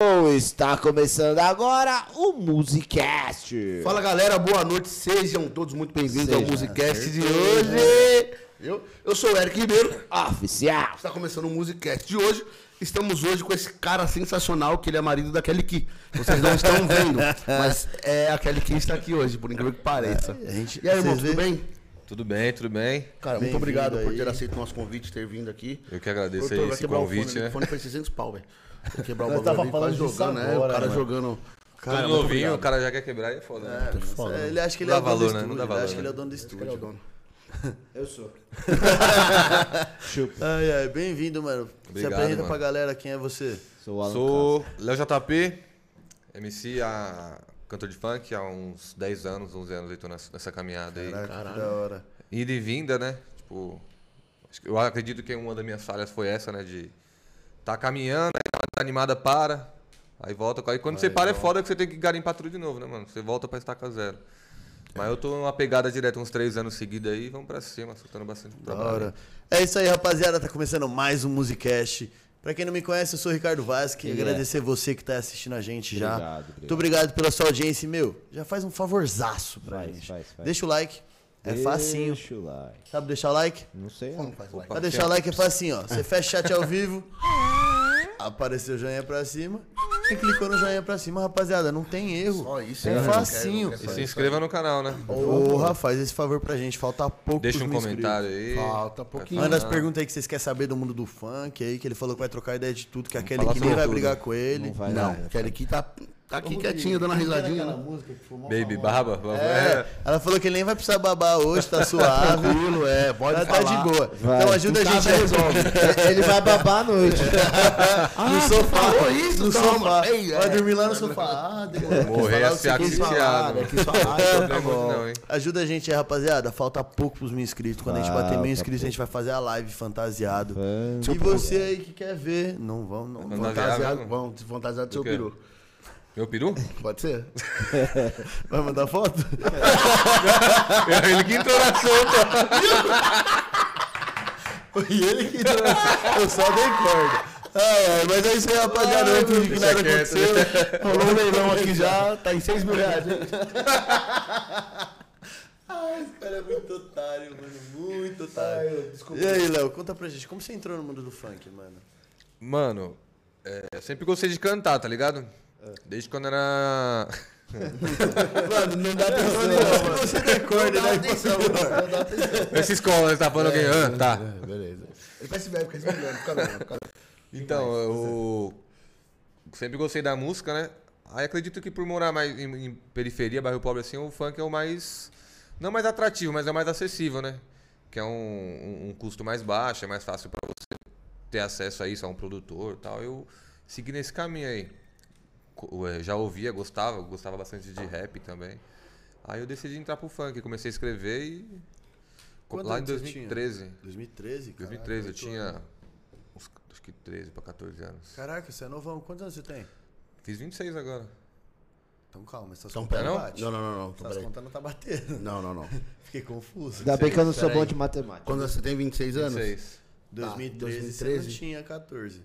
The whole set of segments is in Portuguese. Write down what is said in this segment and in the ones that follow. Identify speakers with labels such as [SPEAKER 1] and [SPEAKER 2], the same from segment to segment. [SPEAKER 1] Bom, Está começando agora o Musicast.
[SPEAKER 2] Fala galera, boa noite, sejam todos muito bem-vindos ao
[SPEAKER 1] Seja.
[SPEAKER 2] Musicast de hoje. Eu, eu sou o Eric Ribeiro,
[SPEAKER 1] Oficial.
[SPEAKER 2] está começando o Musicast de hoje. Estamos hoje com esse cara sensacional que ele é marido da Kelly Ki. Vocês não estão vendo, mas é a Kelly Ki está aqui hoje, por incrível que pareça.
[SPEAKER 3] gente-
[SPEAKER 2] e aí, irmão,
[SPEAKER 3] vocês
[SPEAKER 2] tudo bem?
[SPEAKER 3] Tudo bem, tudo bem.
[SPEAKER 2] Cara, muito
[SPEAKER 3] Bem-vindo
[SPEAKER 2] obrigado por
[SPEAKER 3] aí.
[SPEAKER 2] ter aceito o nosso convite, ter vindo aqui.
[SPEAKER 3] Eu que agradeço aí
[SPEAKER 2] Doutor, vai
[SPEAKER 3] esse
[SPEAKER 2] quebrar O
[SPEAKER 3] convite,
[SPEAKER 2] fone, ali,
[SPEAKER 3] né?
[SPEAKER 2] o fone foi 600 pau, velho. Vou quebrar o
[SPEAKER 3] Nós
[SPEAKER 2] bagulho
[SPEAKER 3] tava
[SPEAKER 2] ali, quase
[SPEAKER 3] falando disso
[SPEAKER 2] jogando, né? O
[SPEAKER 3] agora,
[SPEAKER 2] cara
[SPEAKER 3] mano.
[SPEAKER 2] jogando.
[SPEAKER 3] Tudo novinho, o cara já quer quebrar e é foda, né? foda. É, Ele acha que ele é o dono do
[SPEAKER 1] né?
[SPEAKER 3] estúdio, ele acha que ele é o dono do
[SPEAKER 2] Esse cara é o dono.
[SPEAKER 3] Eu sou.
[SPEAKER 4] Ai, ai, bem-vindo, mano. Se
[SPEAKER 3] Obrigado,
[SPEAKER 4] apresenta
[SPEAKER 3] mano.
[SPEAKER 4] pra galera quem é você.
[SPEAKER 1] Sou o Alan
[SPEAKER 3] Sou Léo JP, MC, a... cantor de funk há uns 10 anos, 11 anos, eu tô nessa, nessa caminhada aí.
[SPEAKER 4] Caralho. Da hora.
[SPEAKER 3] Ida e vinda, né? Tipo, acho que- eu acredito que uma das minhas falhas foi essa, né? De tá caminhando, aí tá animada, para, aí volta. Aí quando você para é foda que você tem que garimpar tudo de novo, né, mano? Você volta pra estaca zero. Mas eu tô numa pegada direta uns três anos seguidos aí, vamos pra cima, soltando bastante
[SPEAKER 1] Tá
[SPEAKER 4] Da
[SPEAKER 3] trabalho.
[SPEAKER 4] hora. É isso aí, rapaziada. Tá começando mais um Musicast. Pra quem não me conhece, eu sou o Ricardo Vaz. Queria
[SPEAKER 1] Ele é.
[SPEAKER 4] agradecer você que tá assistindo a gente já.
[SPEAKER 1] Obrigado, obrigado.
[SPEAKER 4] Muito obrigado pela sua audiência. E, meu, já faz um favorzaço pra
[SPEAKER 1] Faz,
[SPEAKER 4] gente.
[SPEAKER 1] faz, faz.
[SPEAKER 4] Deixa o like. É
[SPEAKER 1] Deixa
[SPEAKER 4] facinho.
[SPEAKER 1] o like.
[SPEAKER 4] Sabe deixar o like?
[SPEAKER 1] Não sei.
[SPEAKER 2] Como faz like?
[SPEAKER 4] Pra deixar o like é facinho, ó. Você fecha o chat ao vivo. Apareceu o joinha pra cima. Você clicou no joinha pra cima, rapaziada. Não tem erro.
[SPEAKER 2] Só isso,
[SPEAKER 4] é
[SPEAKER 2] hein?
[SPEAKER 4] facinho.
[SPEAKER 2] Não quero- não
[SPEAKER 3] E
[SPEAKER 2] quero
[SPEAKER 3] se inscreva no canal, né?
[SPEAKER 4] Porra, faz esse favor pra gente. Falta pouco.
[SPEAKER 3] Deixa um comentário aí.
[SPEAKER 2] Falta um pouquinho.
[SPEAKER 4] Manda as perguntas aí que vocês querem saber do mundo do funk aí, que ele falou que vai trocar ideia de tudo, que aquele
[SPEAKER 3] falar
[SPEAKER 4] que nem
[SPEAKER 3] sobre
[SPEAKER 4] vai
[SPEAKER 3] tudo.
[SPEAKER 4] brigar com ele.
[SPEAKER 1] Não
[SPEAKER 5] assim,
[SPEAKER 1] vai
[SPEAKER 2] Não,
[SPEAKER 1] dar.
[SPEAKER 5] né?
[SPEAKER 2] a Kelly Ki tá, tá aqui quietinha, dando uma risadinha. né?
[SPEAKER 3] Baby Baba, Baba. é.
[SPEAKER 4] É, ela falou que ele nem vai precisar babar hoje, tá suave.
[SPEAKER 2] Tranquilo, é, pode
[SPEAKER 4] Ela tá
[SPEAKER 2] falar.
[SPEAKER 4] de boa.
[SPEAKER 1] Vai.
[SPEAKER 4] Então ajuda a
[SPEAKER 2] Em
[SPEAKER 5] tá
[SPEAKER 4] gente
[SPEAKER 2] casa
[SPEAKER 4] aí.
[SPEAKER 2] resolve.
[SPEAKER 1] Ele vai babar à noite.
[SPEAKER 4] no sofá.
[SPEAKER 2] falou isso,
[SPEAKER 4] no
[SPEAKER 2] toma.
[SPEAKER 4] sofá.
[SPEAKER 2] Ei, é.
[SPEAKER 4] Vai dormir lá no sofá. Ah, demorou.
[SPEAKER 3] Morrer
[SPEAKER 4] Quis falar o que você quis falar. tá
[SPEAKER 3] asfixiado.
[SPEAKER 2] quis falar,
[SPEAKER 3] Não é muito não, hein?
[SPEAKER 4] Ajuda a gente aí, rapaziada. Falta pouco pros mil inscritos. Quando a gente bater
[SPEAKER 1] Falta
[SPEAKER 4] mil inscritos, a gente vai fazer a live fantasiado.
[SPEAKER 1] Fanta-
[SPEAKER 4] E você aí que quer ver, não vão, não vão.
[SPEAKER 2] Fantasiado, vão, fantasiado do seu
[SPEAKER 3] quê?
[SPEAKER 2] peru.
[SPEAKER 3] Meu peru?
[SPEAKER 2] Pode ser?
[SPEAKER 4] Vai mandar foto?
[SPEAKER 3] Ele que entrou na sopa.
[SPEAKER 4] e ele que. Eu só dei corda. Ai, ai, mas é isso aí, rapaziada. Não finge que nada aconteceu.
[SPEAKER 2] Rolou um leilão aqui já, tá em 6 mil reais, hein?
[SPEAKER 4] Ai, esse cara é muito otário, mano. Muito
[SPEAKER 5] Tá,
[SPEAKER 4] otário. E aí, Léo, conta pra gente, como você entrou no mundo do funk, mano?
[SPEAKER 3] Mano, é, eu sempre gostei de cantar, tá ligado? Desde quando era.
[SPEAKER 2] Mano, não dá atenção nenhuma. Você recorda, dá atenção, mano. Não dá atenção.
[SPEAKER 3] Essa escola, tá falando alguém? Ah, tá.
[SPEAKER 2] Beleza. Ele vai se ver, fica se olhando, fica olhando, fica olhando.
[SPEAKER 3] Então, eu
[SPEAKER 4] é.
[SPEAKER 3] sempre gostei da música, né? Aí acredito que por morar mais em, em periferia, bairro pobre assim, o funk é o mais. Não mais atrativo, mas é o mais acessível, né? Que é um, um- um custo mais baixo, é mais fácil pra você ter acesso a isso, a um produtor e tal. Eu segui nesse caminho aí. Co- eh, Já ouvia, gostava, gostava bastante de rap também. Aí eu decidi entrar pro funk, comecei a escrever e.
[SPEAKER 4] Quantos
[SPEAKER 3] lá em
[SPEAKER 4] anos você tinha?
[SPEAKER 3] 2013.
[SPEAKER 4] 2013, cara.
[SPEAKER 3] 2013, eu tinha uns, acho que 13 pra 14 anos.
[SPEAKER 4] Caraca, você é novão. Quantos anos você tem?
[SPEAKER 3] Fiz 26 agora.
[SPEAKER 4] Então calma, essas
[SPEAKER 2] Então,
[SPEAKER 4] contas
[SPEAKER 2] pera.
[SPEAKER 4] não
[SPEAKER 2] Não,
[SPEAKER 4] bate.
[SPEAKER 2] não, não, não. então,
[SPEAKER 4] Essas
[SPEAKER 2] peraí.
[SPEAKER 4] contas não tá batendo.
[SPEAKER 2] Não, não, não.
[SPEAKER 4] Fiquei confuso.
[SPEAKER 1] Ainda bem que eu não sou
[SPEAKER 2] Peraí.
[SPEAKER 1] bom de matemática.
[SPEAKER 2] Quando você tem 26 anos?
[SPEAKER 3] 26.
[SPEAKER 4] Ah, 2013, você
[SPEAKER 2] 2013.
[SPEAKER 4] não tinha 14.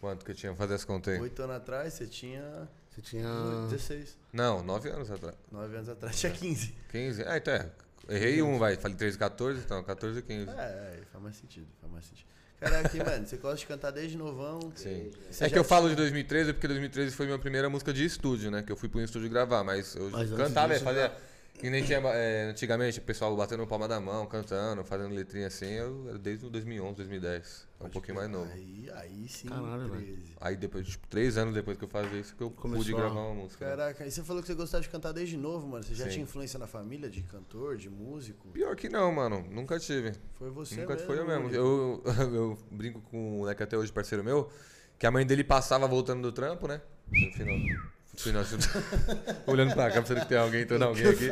[SPEAKER 3] Quanto que eu tinha? Fazer as contas aí.
[SPEAKER 4] Oito anos atrás você tinha
[SPEAKER 2] Você tinha.
[SPEAKER 3] Ah.
[SPEAKER 4] 16.
[SPEAKER 3] Não, 9 anos atrás.
[SPEAKER 4] Nove anos atrás tinha 15.
[SPEAKER 3] 15. Ah, então é. Errei um, vai. Falei 13, 14, então 14, 15.
[SPEAKER 4] É, é, faz mais sentido, faz mais sentido. Caraca, e, mano, você gosta de cantar desde novão.
[SPEAKER 3] Sim.
[SPEAKER 4] Você
[SPEAKER 3] É
[SPEAKER 4] já
[SPEAKER 3] que eu falo de 2013 porque 2013 foi minha primeira música de estúdio, né? Que eu fui pro estúdio gravar, mas eu
[SPEAKER 2] Mas antes
[SPEAKER 3] cantava,
[SPEAKER 2] disso,
[SPEAKER 3] é, fazia. Que nem tinha. é, antigamente, o pessoal batendo palma da mão, cantando, fazendo letrinha assim. Eu era desde o 2011, 2010. É um pouquinho mais novo.
[SPEAKER 4] Aí, aí sim,
[SPEAKER 2] Caralho, velho.
[SPEAKER 4] 13.
[SPEAKER 3] Aí depois, tipo, três anos depois que eu fazia isso, que eu pude
[SPEAKER 2] Começou a-
[SPEAKER 3] gravar uma música. né?
[SPEAKER 4] Caraca, e você falou que você gostava de cantar desde novo, mano. Você já
[SPEAKER 3] Sim.
[SPEAKER 4] tinha influência na família de cantor, de músico?
[SPEAKER 3] Pior que não, mano. Nunca tive.
[SPEAKER 4] Foi você
[SPEAKER 3] Nunca
[SPEAKER 4] mesmo.
[SPEAKER 3] foi eu mesmo.
[SPEAKER 4] Yuri.
[SPEAKER 3] Eu, eu brinco com um moleque até hoje, parceiro meu, que a mãe dele passava voltando do trampo, né? No final. no final, olhando pra cá, precisa que tem alguém, entrando alguém aqui.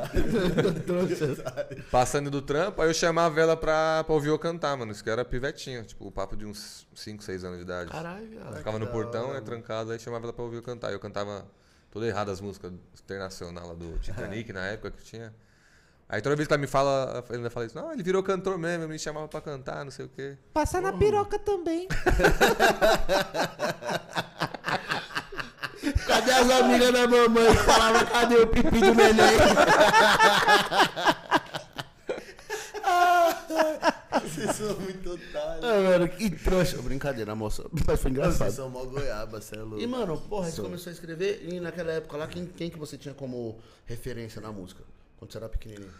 [SPEAKER 3] Passando do trampo, aí eu chamava ela pra, pra ouvir eu cantar, mano. Isso que eu era pivetinho, tipo, o papo de uns 5, 6 anos de idade.
[SPEAKER 2] Caralho, viado.
[SPEAKER 3] Eu ficava no
[SPEAKER 4] da
[SPEAKER 3] portão, né,
[SPEAKER 4] hora,
[SPEAKER 3] trancado, aí chamava ela pra ouvir eu cantar. Eu cantava toda errada as músicas internacional lá do Titanic, na época que tinha. Aí toda vez que ela me fala, ela ainda fala isso, não, ele virou cantor mesmo, ele me chamava pra cantar, não sei o quê.
[SPEAKER 1] Passar na piroca também.
[SPEAKER 5] Cadê as amigas da mamãe que falava, cadê o pipi do neném?
[SPEAKER 4] Vocês são muito otários.
[SPEAKER 5] Ah, mano, que trouxa. Brincadeira, moça. Mas foi
[SPEAKER 4] Vocês
[SPEAKER 5] engraçado.
[SPEAKER 4] são mó goiaba, cê é louco.
[SPEAKER 5] E, mano, porra, você começou a escrever e naquela época lá, quem, quem que você tinha como referência na música? Quando você era pequenininho?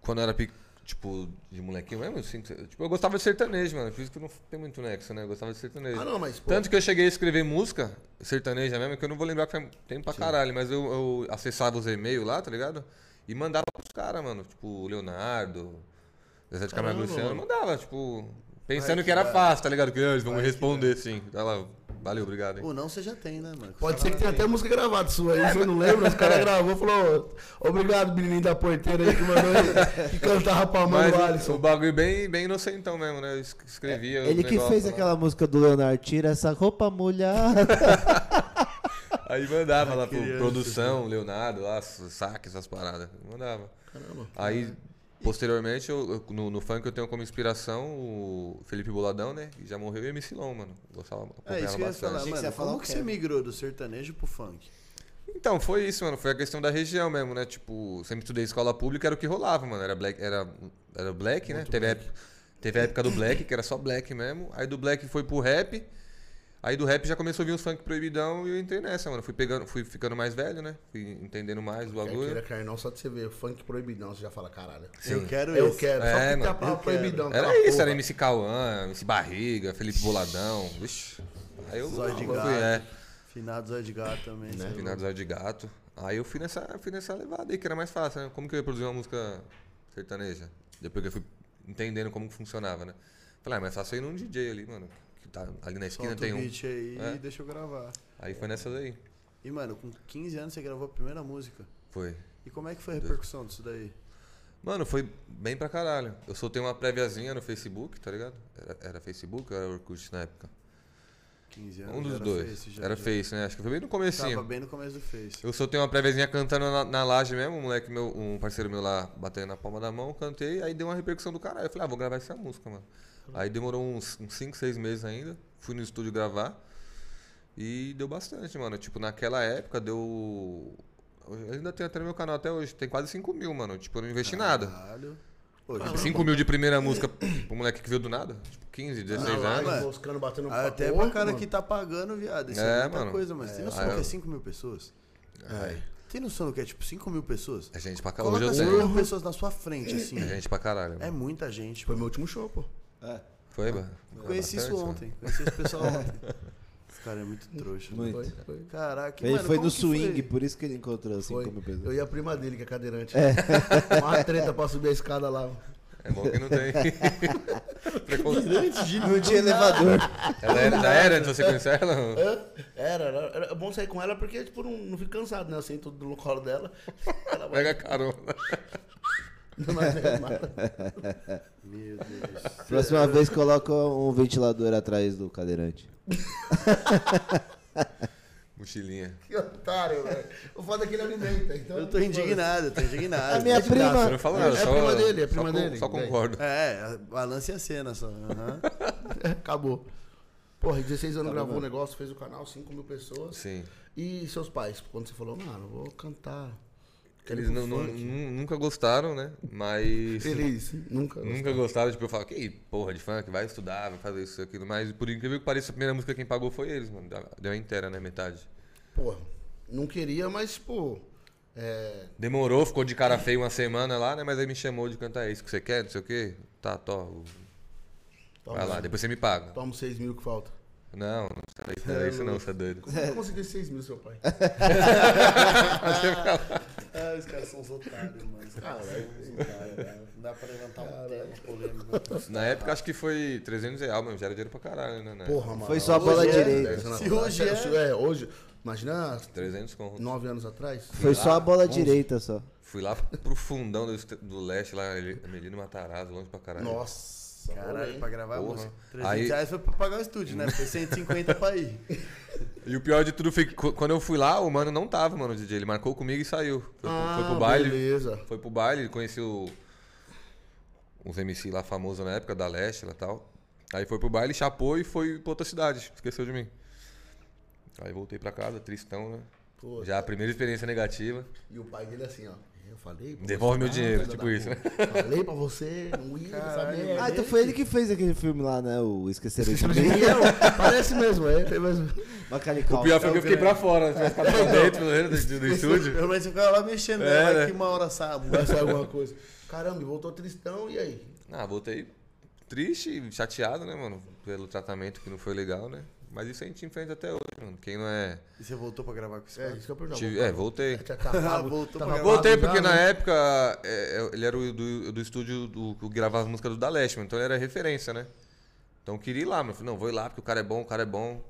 [SPEAKER 3] Quando eu era, pe- tipo, de molequinho mesmo, assim, tipo, eu gostava de sertanejo, mano. Por isso que eu não tem muito nexo, né? Eu gostava de sertanejo.
[SPEAKER 5] Ah, não, mas, pô.
[SPEAKER 3] Tanto que eu cheguei a escrever música sertaneja mesmo, que eu não vou lembrar que faz tempo pra caralho, mas eu, eu acessava os e-mails lá, tá ligado? E mandava pros caras, mano. Tipo, o Leonardo, Zé de Camargo e Luciano, mandava, tipo, pensando que
[SPEAKER 5] é.
[SPEAKER 3] era fácil, tá ligado? Que ah, eles vão me responder, sim. Tá lá, valeu, obrigado. hein.
[SPEAKER 4] O não você já tem, né, mano?
[SPEAKER 5] Pode ser que tenha até música gravada sua aí, você não lembra? Os
[SPEAKER 3] É.
[SPEAKER 5] caras gravou e falou, "Ô, obrigado, menininho da porteira aí que mandou ele, que cantava pra mão
[SPEAKER 3] Mas
[SPEAKER 5] do
[SPEAKER 3] o-
[SPEAKER 5] Alisson.
[SPEAKER 3] o bagulho bem, bem inocentão mesmo, né? Eu es-
[SPEAKER 4] É,
[SPEAKER 3] escrevia.
[SPEAKER 1] Ele
[SPEAKER 3] o
[SPEAKER 1] que
[SPEAKER 3] negócio
[SPEAKER 1] fez
[SPEAKER 3] lá.
[SPEAKER 1] aquela música do Leonardo, tira essa roupa molhada.
[SPEAKER 3] Aí mandava lá pro
[SPEAKER 4] criança.
[SPEAKER 3] produção, Leonardo, lá, s- saque, essas paradas. Mandava. Aí, posteriormente, eu- eu- no, no funk eu tenho como inspiração o Felipe Boladão, né? Que já morreu e o MC Lon, mano. Gostava,
[SPEAKER 4] É
[SPEAKER 3] acompanhava
[SPEAKER 4] isso que eu ia
[SPEAKER 3] bastante.
[SPEAKER 4] falar,
[SPEAKER 1] Achei que
[SPEAKER 4] mano.
[SPEAKER 1] você ia falar
[SPEAKER 4] como
[SPEAKER 1] o
[SPEAKER 4] que
[SPEAKER 1] quê?
[SPEAKER 4] você migrou do sertanejo pro funk?
[SPEAKER 3] Então, foi isso, mano. Foi a questão da região mesmo, né? Tipo, sempre estudei escola pública, era o que rolava, mano. Era black, era, era black né? Teve, A, época- teve a época do black, que era só black mesmo. Aí do black foi pro rap. Aí do rap já começou a vir uns funk proibidão e eu entrei nessa, mano. Fui, pegando, fui ficando mais velho, né? Fui entendendo mais do
[SPEAKER 5] É
[SPEAKER 3] bagulho.
[SPEAKER 5] que era carnal, só de você ver funk proibidão, você já fala, caralho.
[SPEAKER 4] Eu quero
[SPEAKER 5] Eu
[SPEAKER 4] esse.
[SPEAKER 5] quero,
[SPEAKER 3] É,
[SPEAKER 5] só que
[SPEAKER 3] mano.
[SPEAKER 5] a palavra
[SPEAKER 4] Eu
[SPEAKER 5] proibidão.
[SPEAKER 3] Era
[SPEAKER 5] aquela
[SPEAKER 3] isso,
[SPEAKER 5] porra.
[SPEAKER 3] era MC Cauã, MC Barriga, Felipe Boladão. Vixe. Aí eu
[SPEAKER 4] Zóio de
[SPEAKER 3] eu
[SPEAKER 4] gato.
[SPEAKER 3] fui, é,
[SPEAKER 4] Finados Zóio de Gato também, né?
[SPEAKER 3] final do Zóio de Gato. Aí eu fui nessa, fui nessa levada aí, que era mais fácil, né? Como que eu ia produzir uma música sertaneja? Depois que eu fui entendendo como que funcionava, né? Falei, ah, mas fácil eu ir num DJ ali, mano. Que tá ali na esquina
[SPEAKER 4] Solta
[SPEAKER 3] tem
[SPEAKER 4] o
[SPEAKER 3] um.
[SPEAKER 4] beat aí
[SPEAKER 3] É.
[SPEAKER 4] e deixa eu gravar.
[SPEAKER 3] Aí foi nessa daí.
[SPEAKER 4] E, mano, com 15 anos você gravou a primeira música.
[SPEAKER 3] Foi.
[SPEAKER 4] E como é que foi a repercussão disso daí?
[SPEAKER 3] Mano, foi bem pra caralho. Eu soltei uma préviazinha no Facebook, tá ligado? Era, era Facebook ou era Orkut na época?
[SPEAKER 4] 15 anos.
[SPEAKER 3] Um dos
[SPEAKER 4] era
[SPEAKER 3] dois.
[SPEAKER 4] Face, já-
[SPEAKER 3] era
[SPEAKER 4] já-
[SPEAKER 3] Face, né? Acho que foi bem no
[SPEAKER 4] Tava
[SPEAKER 3] comecinho.
[SPEAKER 4] bem no começo do Face.
[SPEAKER 3] Eu soltei uma préviazinha cantando na, na laje mesmo, um moleque meu, um parceiro meu lá batendo na palma da mão, cantei, aí deu uma repercussão do caralho. Eu falei, ah, vou gravar essa música, mano. Aí demorou uns 5, 6 meses ainda, fui no estúdio gravar e deu bastante, mano. Tipo, naquela época deu. Eu ainda tenho até no meu canal até hoje, tem quase 5 mil, mano. Tipo, eu não investi nada.
[SPEAKER 4] Caralho. Ah, Pô, já-
[SPEAKER 3] 5 mil de primeira música pro moleque que veio do nada, tipo, 15,
[SPEAKER 4] Ah,
[SPEAKER 3] 16
[SPEAKER 5] Na
[SPEAKER 3] anos.
[SPEAKER 5] live,
[SPEAKER 4] mano.
[SPEAKER 5] moscando, Tá batendo
[SPEAKER 4] Ah, Até
[SPEAKER 5] papo,
[SPEAKER 4] pra cara
[SPEAKER 5] mano.
[SPEAKER 4] que tá pagando, viado. Isso é,
[SPEAKER 3] É,
[SPEAKER 4] muita
[SPEAKER 3] mano.
[SPEAKER 4] coisa, mas tem noção
[SPEAKER 3] Ah,
[SPEAKER 4] do que é
[SPEAKER 3] eu-
[SPEAKER 4] 5 mil pessoas?
[SPEAKER 5] É.
[SPEAKER 4] Tem noção do que é tipo 5 mil pessoas?
[SPEAKER 3] É gente pra caralho. Hoje
[SPEAKER 4] Coloca
[SPEAKER 3] eu
[SPEAKER 4] 5
[SPEAKER 3] tenho.
[SPEAKER 4] mil pessoas na sua frente, assim.
[SPEAKER 3] É gente pra caralho.
[SPEAKER 4] É
[SPEAKER 3] mano.
[SPEAKER 4] muita gente.
[SPEAKER 5] Foi
[SPEAKER 4] Mano.
[SPEAKER 5] meu último show, pô.
[SPEAKER 1] É,
[SPEAKER 3] Foi, mano.
[SPEAKER 4] Conheci isso
[SPEAKER 3] Bastante,
[SPEAKER 1] né?
[SPEAKER 3] mano.
[SPEAKER 4] ontem. Conheci esse pessoal ontem. Esse cara é muito trouxa. né?
[SPEAKER 1] Muito.
[SPEAKER 5] Foi, foi.
[SPEAKER 4] Caraca,
[SPEAKER 1] Ele
[SPEAKER 4] mano,
[SPEAKER 1] foi
[SPEAKER 4] como
[SPEAKER 1] no
[SPEAKER 4] que
[SPEAKER 1] swing,
[SPEAKER 4] foi?
[SPEAKER 1] por isso que ele encontrou assim
[SPEAKER 5] Foi.
[SPEAKER 1] como pessoa.
[SPEAKER 5] Eu e a prima dele, que é cadeirante. Uma treta pra subir a escada lá.
[SPEAKER 3] É bom que não tem. Preconceito.
[SPEAKER 1] Não tinha elevador.
[SPEAKER 3] Ela era, já era antes de você conhecer ela?
[SPEAKER 5] Hã? Era, era, era bom sair com ela porque, tipo, não, não fico cansado, né? Eu sento no colo dela. Ela vai.
[SPEAKER 3] Pega carona.
[SPEAKER 5] Não vai ver nada.
[SPEAKER 4] Meu Deus.
[SPEAKER 1] Próxima vez coloca um ventilador atrás do cadeirante.
[SPEAKER 3] Mochilinha.
[SPEAKER 5] Que otário, velho. O foda é que ele alimenta. Então,
[SPEAKER 4] Eu tô indignado, eu tô indignado.
[SPEAKER 1] A minha
[SPEAKER 3] Ah, Você
[SPEAKER 1] prima.
[SPEAKER 3] não fala nada,
[SPEAKER 5] É
[SPEAKER 3] só,
[SPEAKER 5] prima dele, é prima
[SPEAKER 3] só con-
[SPEAKER 5] dele.
[SPEAKER 3] Só concordo.
[SPEAKER 4] É, balance a cena só. aham.
[SPEAKER 5] Acabou. Porra, 16 anos gravou o negócio, fez o canal, 5 mil pessoas.
[SPEAKER 3] Sim.
[SPEAKER 5] E seus pais, quando você falou, mano, eu vou cantar. Quero ir
[SPEAKER 3] Eles
[SPEAKER 5] pro
[SPEAKER 3] não- não-
[SPEAKER 5] funk."
[SPEAKER 3] nu- nunca gostaram, né? Mas.
[SPEAKER 5] Eles nunca.
[SPEAKER 3] Nunca gostaram, tipo, eu falo, que porra de funk, vai estudar, vai fazer isso, aquilo. Mas por incrível que pareça, a primeira música quem pagou foi eles, mano. Deu a inteira, né? Metade.
[SPEAKER 5] Porra, não queria, mas, pô. É,
[SPEAKER 3] Demorou, ficou de cara feia uma semana lá, né? Mas aí me chamou de cantar "É isso que você quer, não sei o quê. Tá, to.
[SPEAKER 5] toma,
[SPEAKER 3] Vai lá, depois você me paga.
[SPEAKER 5] Toma os 6 mil que falta.
[SPEAKER 3] Não, não era isso, não era isso, não, você é doido.
[SPEAKER 5] Como é que conseguiu esses 6 mil, seu pai?
[SPEAKER 4] Ah, os caras são os otários, mano. Os caras são os otários, velho. Não dá pra levantar um tema polêmico.
[SPEAKER 3] Na época acho que foi 300 reais, mano. Já era dinheiro pra caralho, né? né?
[SPEAKER 5] Porra, mano.
[SPEAKER 1] Foi só a bola
[SPEAKER 5] Hoje é,
[SPEAKER 1] direita.
[SPEAKER 5] dez anos
[SPEAKER 4] Se
[SPEAKER 5] atrás.
[SPEAKER 4] hoje é-
[SPEAKER 5] Se- é, hoje. Imagina
[SPEAKER 3] 300 conto.
[SPEAKER 5] 9 anos atrás.
[SPEAKER 1] Foi só a bola direita só.
[SPEAKER 3] Fui lá pro fundão do, est- do leste, lá, Melino Matarazzo, longe pra caralho.
[SPEAKER 5] Nossa.
[SPEAKER 4] Caralho,
[SPEAKER 5] Caralho,
[SPEAKER 4] pra gravar a
[SPEAKER 3] Porra.
[SPEAKER 4] música. 300
[SPEAKER 3] Aí-
[SPEAKER 4] reais foi pra pagar o estúdio, né? Foi 150 pra ir.
[SPEAKER 3] E o pior de tudo foi que qu- quando eu fui lá, o mano não tava, mano, o DJ. Ele marcou comigo e saiu. Foi, pro-
[SPEAKER 5] Ah,
[SPEAKER 3] foi pro baile.
[SPEAKER 5] Beleza.
[SPEAKER 3] Foi pro baile, conheceu uns MC lá famosos na época, da leste lá e tal. Aí foi pro baile, chapou e foi pra outra cidade. Esqueceu de mim. Aí voltei pra casa, tristão, né?
[SPEAKER 5] Pô,
[SPEAKER 3] Já a primeira experiência negativa.
[SPEAKER 5] E o pai dele assim, ó. Eu falei. pra
[SPEAKER 3] Devolve
[SPEAKER 5] você,
[SPEAKER 3] meu
[SPEAKER 5] ah,
[SPEAKER 3] dinheiro,
[SPEAKER 5] filha
[SPEAKER 3] tipo
[SPEAKER 5] da
[SPEAKER 3] isso,
[SPEAKER 5] puta. Falei pra você, não ia nessa merda.
[SPEAKER 1] Ah, então foi ele que fez aquele filme lá, né? O Esqueceram de
[SPEAKER 5] Esqueceram de
[SPEAKER 1] Mim.
[SPEAKER 5] mim, eu. Parece mesmo, é. Tem mesmo.
[SPEAKER 1] Macaulay
[SPEAKER 3] O pior foi que eu fiquei pra
[SPEAKER 4] grande.
[SPEAKER 3] fora, né? Ficava pra dentro né, do, do estúdio.
[SPEAKER 4] Pelo menos ficava lá mexendo,
[SPEAKER 3] É,
[SPEAKER 4] né? Vai
[SPEAKER 3] né?
[SPEAKER 4] que uma hora sabe, vai sair alguma coisa.
[SPEAKER 5] Caramba, e voltou tristão, e aí?
[SPEAKER 3] Ah, voltei triste e chateado, né, mano? Pelo tratamento que não foi legal, né? Mas isso a gente enfrenta até hoje, mano. Quem não é.
[SPEAKER 4] E você voltou pra gravar com esse
[SPEAKER 5] É,
[SPEAKER 4] cara? Ah,
[SPEAKER 5] isso que eu pergunto.
[SPEAKER 3] Tive... É, voltei.
[SPEAKER 5] Tinha acabado,
[SPEAKER 4] Voltou
[SPEAKER 5] tava
[SPEAKER 4] pra
[SPEAKER 5] acabado
[SPEAKER 3] Voltei,
[SPEAKER 5] já,
[SPEAKER 3] porque
[SPEAKER 5] né?
[SPEAKER 3] na época é, é, ele era o do, do estúdio do, que gravava as músicas do Daleste, mano, então ele era referência, né? Então eu queria ir lá, mano. Eu Falei, não, vou ir lá porque o cara é bom, o cara é bom.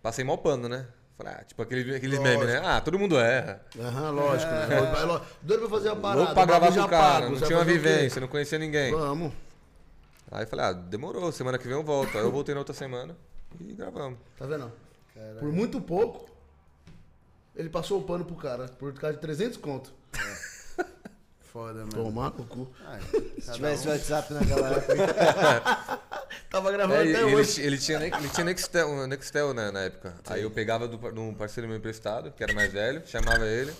[SPEAKER 3] Passei mal pano, né? Falei, ah, tipo aquele, aqueles memes, né? Ah, todo mundo erra.
[SPEAKER 5] Aham, lógico,
[SPEAKER 4] É.
[SPEAKER 5] né? Vai, lo- Doido pra fazer uma parada.
[SPEAKER 3] Louco pra gravar
[SPEAKER 5] bagulho
[SPEAKER 3] com
[SPEAKER 5] já
[SPEAKER 3] o cara,
[SPEAKER 5] pago,
[SPEAKER 3] não
[SPEAKER 5] você
[SPEAKER 3] tinha uma
[SPEAKER 5] vai fazer o quê?
[SPEAKER 3] vivência, não conhecia ninguém.
[SPEAKER 5] Vamos.
[SPEAKER 3] Aí eu falei, ah, demorou, semana que vem eu volto. Aí eu voltei na outra semana e gravamos.
[SPEAKER 5] Tá vendo? Por muito pouco, ele passou o pano pro cara. Por causa de 300 conto.
[SPEAKER 4] Foda, mano.
[SPEAKER 5] Tomar no cu.
[SPEAKER 4] Ai,
[SPEAKER 1] Então, Se
[SPEAKER 4] cada
[SPEAKER 1] tivesse
[SPEAKER 4] um.
[SPEAKER 1] WhatsApp naquela época.
[SPEAKER 5] Tava gravando
[SPEAKER 3] É, e-
[SPEAKER 5] Tá até
[SPEAKER 3] e ele,
[SPEAKER 5] hoje.
[SPEAKER 3] ti- ele tinha, ne- ele tinha Nextel, um Nextel na, na época. Aí eu pegava do, par- de um parceiro meu emprestado, que era mais velho, chamava ele.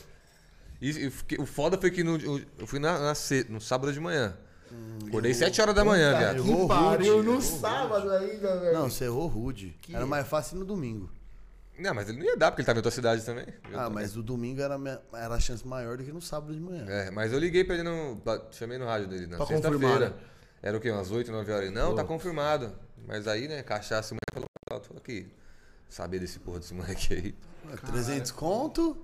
[SPEAKER 3] E, e fiquei- o foda foi que no- eu- eu fui na, na se- no sábado de manhã.
[SPEAKER 5] Hum,
[SPEAKER 3] Acordei 7 horas da manhã, viado.
[SPEAKER 4] errou
[SPEAKER 5] Que pariu,
[SPEAKER 4] rude,
[SPEAKER 5] no
[SPEAKER 4] errou
[SPEAKER 5] sábado ainda, velho.
[SPEAKER 4] Não, você errou rude. Era mais fácil no domingo.
[SPEAKER 3] Não, mas ele não ia dar, porque ele tava em outra cidade também. Eu
[SPEAKER 4] Ah,
[SPEAKER 3] também.
[SPEAKER 4] mas o domingo era, me- era a chance maior do que no sábado de manhã.
[SPEAKER 3] É, mas eu liguei pra ele no. pra- chamei no rádio dele na
[SPEAKER 5] Pra confirmar,
[SPEAKER 3] sexta-feira.
[SPEAKER 5] né?
[SPEAKER 3] Era o quê? Umas 8, 9 horas. Ele, Não, tá confirmado. Mas aí, né, cachaça, o moleque falou, "Ó, tô aqui. Saber desse porra desse moleque aí.
[SPEAKER 4] Ah, 300 conto?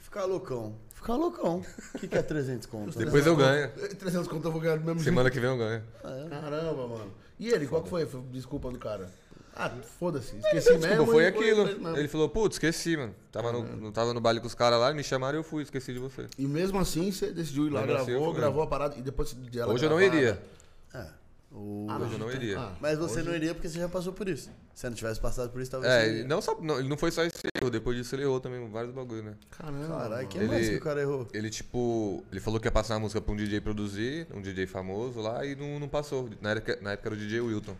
[SPEAKER 4] Ficar loucão. Ficar loucão. O que, que é 300 conto? né?
[SPEAKER 3] Depois eu ganho.
[SPEAKER 5] 300 conto eu vou ganhar do mesmo jeito.
[SPEAKER 3] Semana que vem eu ganho.
[SPEAKER 5] Caramba, mano. E ele, qual que foi? a Desculpa do cara. Ah, foda-se. Esqueci mesmo.
[SPEAKER 3] Desculpa, foi
[SPEAKER 5] e
[SPEAKER 3] aquilo.
[SPEAKER 5] fez mesmo.
[SPEAKER 3] Ele falou, putz, esqueci, mano. Tava no, não tava no baile com os caras lá, me chamaram e eu fui, esqueci de você.
[SPEAKER 5] E mesmo assim, você decidiu ir lá,
[SPEAKER 3] Mesmo assim, eu
[SPEAKER 5] gravou,
[SPEAKER 3] fui.
[SPEAKER 5] gravou a parada e depois de ela
[SPEAKER 3] Hoje eu não
[SPEAKER 5] gravada-
[SPEAKER 3] iria.
[SPEAKER 4] É. O-
[SPEAKER 5] Ah,
[SPEAKER 3] Hoje eu não
[SPEAKER 5] tá.
[SPEAKER 3] iria.
[SPEAKER 5] Ah,
[SPEAKER 4] Mas você não iria porque você já passou por isso. Se não tivesse passado por isso, talvez
[SPEAKER 3] É,
[SPEAKER 4] você
[SPEAKER 3] ele
[SPEAKER 4] iria.
[SPEAKER 3] não, só, não, ele não foi só esse erro, depois disso ele errou também vários bagulho, né?
[SPEAKER 5] Caramba.
[SPEAKER 4] Caralho, que
[SPEAKER 3] Ele-
[SPEAKER 4] mais que o cara errou?
[SPEAKER 3] Ele, tipo, ele falou que ia passar uma música pra um DJ produzir, um DJ famoso lá, e não, não passou. Na época, na época era o DJ Wilton.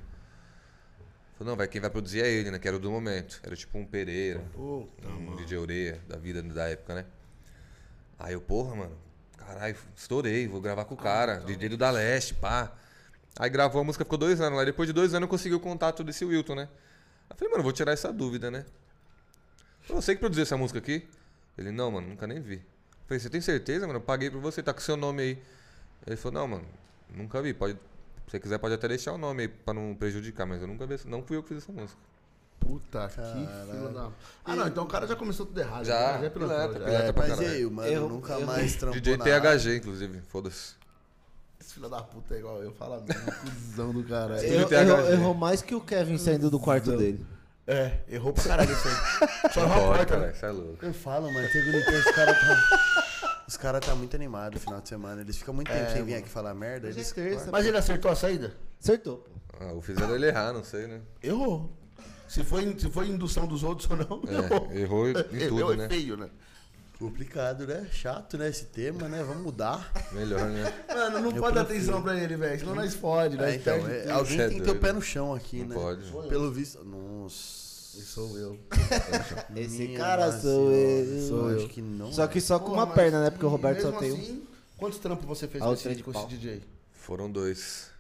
[SPEAKER 3] Falou, não, vai, quem vai produzir é ele, né? Que era o do momento. Era tipo um Pereira,
[SPEAKER 5] Puta,
[SPEAKER 3] um DJ Oreia, da vida da época, né? Aí eu, porra, mano, caralho, estourei, vou gravar com o cara, DJ do Da Leste, pá. Aí gravou a música, ficou dois anos lá. Depois de dois anos eu consegui o contato desse Wilton, né? Aí eu falei, mano, vou tirar essa dúvida, né? Falei, você que produziu essa música aqui? Ele, não, mano, nunca nem vi. Eu falei, você tem certeza, mano? Eu paguei pra você, tá com seu nome aí. Ele falou, não, mano, nunca vi. Pode, se você quiser, pode até deixar o nome aí pra não prejudicar, mas eu nunca vi. essa- Não fui eu que fiz essa música.
[SPEAKER 5] puta que fila da. Ah, não, então o cara já começou tudo errado.
[SPEAKER 3] Já,
[SPEAKER 5] né? já é pilantrão,
[SPEAKER 3] pilantra,
[SPEAKER 5] já. É,
[SPEAKER 3] pilantra.
[SPEAKER 4] É,
[SPEAKER 3] tá pra
[SPEAKER 4] mas e
[SPEAKER 3] caralho.
[SPEAKER 4] aí, mano?
[SPEAKER 1] Eu-
[SPEAKER 4] nunca
[SPEAKER 1] eu-
[SPEAKER 4] mais trampou
[SPEAKER 3] DJ
[SPEAKER 4] na área.
[SPEAKER 3] THG, inclusive, foda-se.
[SPEAKER 5] Esse filho da puta é igual eu, fala mesmo, cuzão do caralho.
[SPEAKER 1] Errou- errou- Errou mais que o Kevin saindo do quarto dele.
[SPEAKER 5] É, errou pra caralho isso aí. Só
[SPEAKER 3] Não
[SPEAKER 5] errou a
[SPEAKER 3] pode,
[SPEAKER 5] porta,
[SPEAKER 3] caralho,
[SPEAKER 5] né?
[SPEAKER 3] isso é louco.
[SPEAKER 4] Eu falo, mano, tem que ter os caras tá... Os caras tá muito animados no final de semana. Eles ficam muito
[SPEAKER 3] É,
[SPEAKER 4] tempo sem vir aqui falar merda. Eles...
[SPEAKER 5] Mas ele acertou a saída?
[SPEAKER 1] Acertou, pô.
[SPEAKER 3] Ah, o fizeram ele errar, não sei, né?
[SPEAKER 5] Errou. Se foi, se foi indução dos outros ou não, errou.
[SPEAKER 3] É, errou em tudo,
[SPEAKER 5] é
[SPEAKER 3] né?
[SPEAKER 5] feio, né?
[SPEAKER 4] Complicado, né? Chato, né? Esse tema, né? Vamos mudar.
[SPEAKER 3] Melhor, né?
[SPEAKER 5] Mano, não pode dar atenção pra ele, velho. Senão nós fode,
[SPEAKER 4] É,
[SPEAKER 5] nós
[SPEAKER 4] então,
[SPEAKER 5] perde
[SPEAKER 4] é,
[SPEAKER 5] tudo.
[SPEAKER 4] alguém
[SPEAKER 3] Cê é
[SPEAKER 4] tem que ter o
[SPEAKER 3] doido.
[SPEAKER 4] pé no chão aqui,
[SPEAKER 3] Não
[SPEAKER 4] né?
[SPEAKER 3] pode.
[SPEAKER 4] Pelo visto. Nossa.
[SPEAKER 5] Sou eu.
[SPEAKER 1] Esse
[SPEAKER 4] Minha
[SPEAKER 1] cara
[SPEAKER 4] nossa
[SPEAKER 1] sou
[SPEAKER 4] senhora,
[SPEAKER 1] eu.
[SPEAKER 4] sou eu. Acho que não,
[SPEAKER 1] Só que só com
[SPEAKER 5] Porra,
[SPEAKER 1] uma
[SPEAKER 5] mas
[SPEAKER 1] perna, né? Porque o Roberto só
[SPEAKER 5] mesmo
[SPEAKER 1] tem um.
[SPEAKER 5] assim, Quantos trampos você fez
[SPEAKER 1] A
[SPEAKER 5] com
[SPEAKER 1] outra
[SPEAKER 5] esse,
[SPEAKER 1] de
[SPEAKER 5] com esse
[SPEAKER 1] pau.
[SPEAKER 5] DJ?
[SPEAKER 3] Foram dois.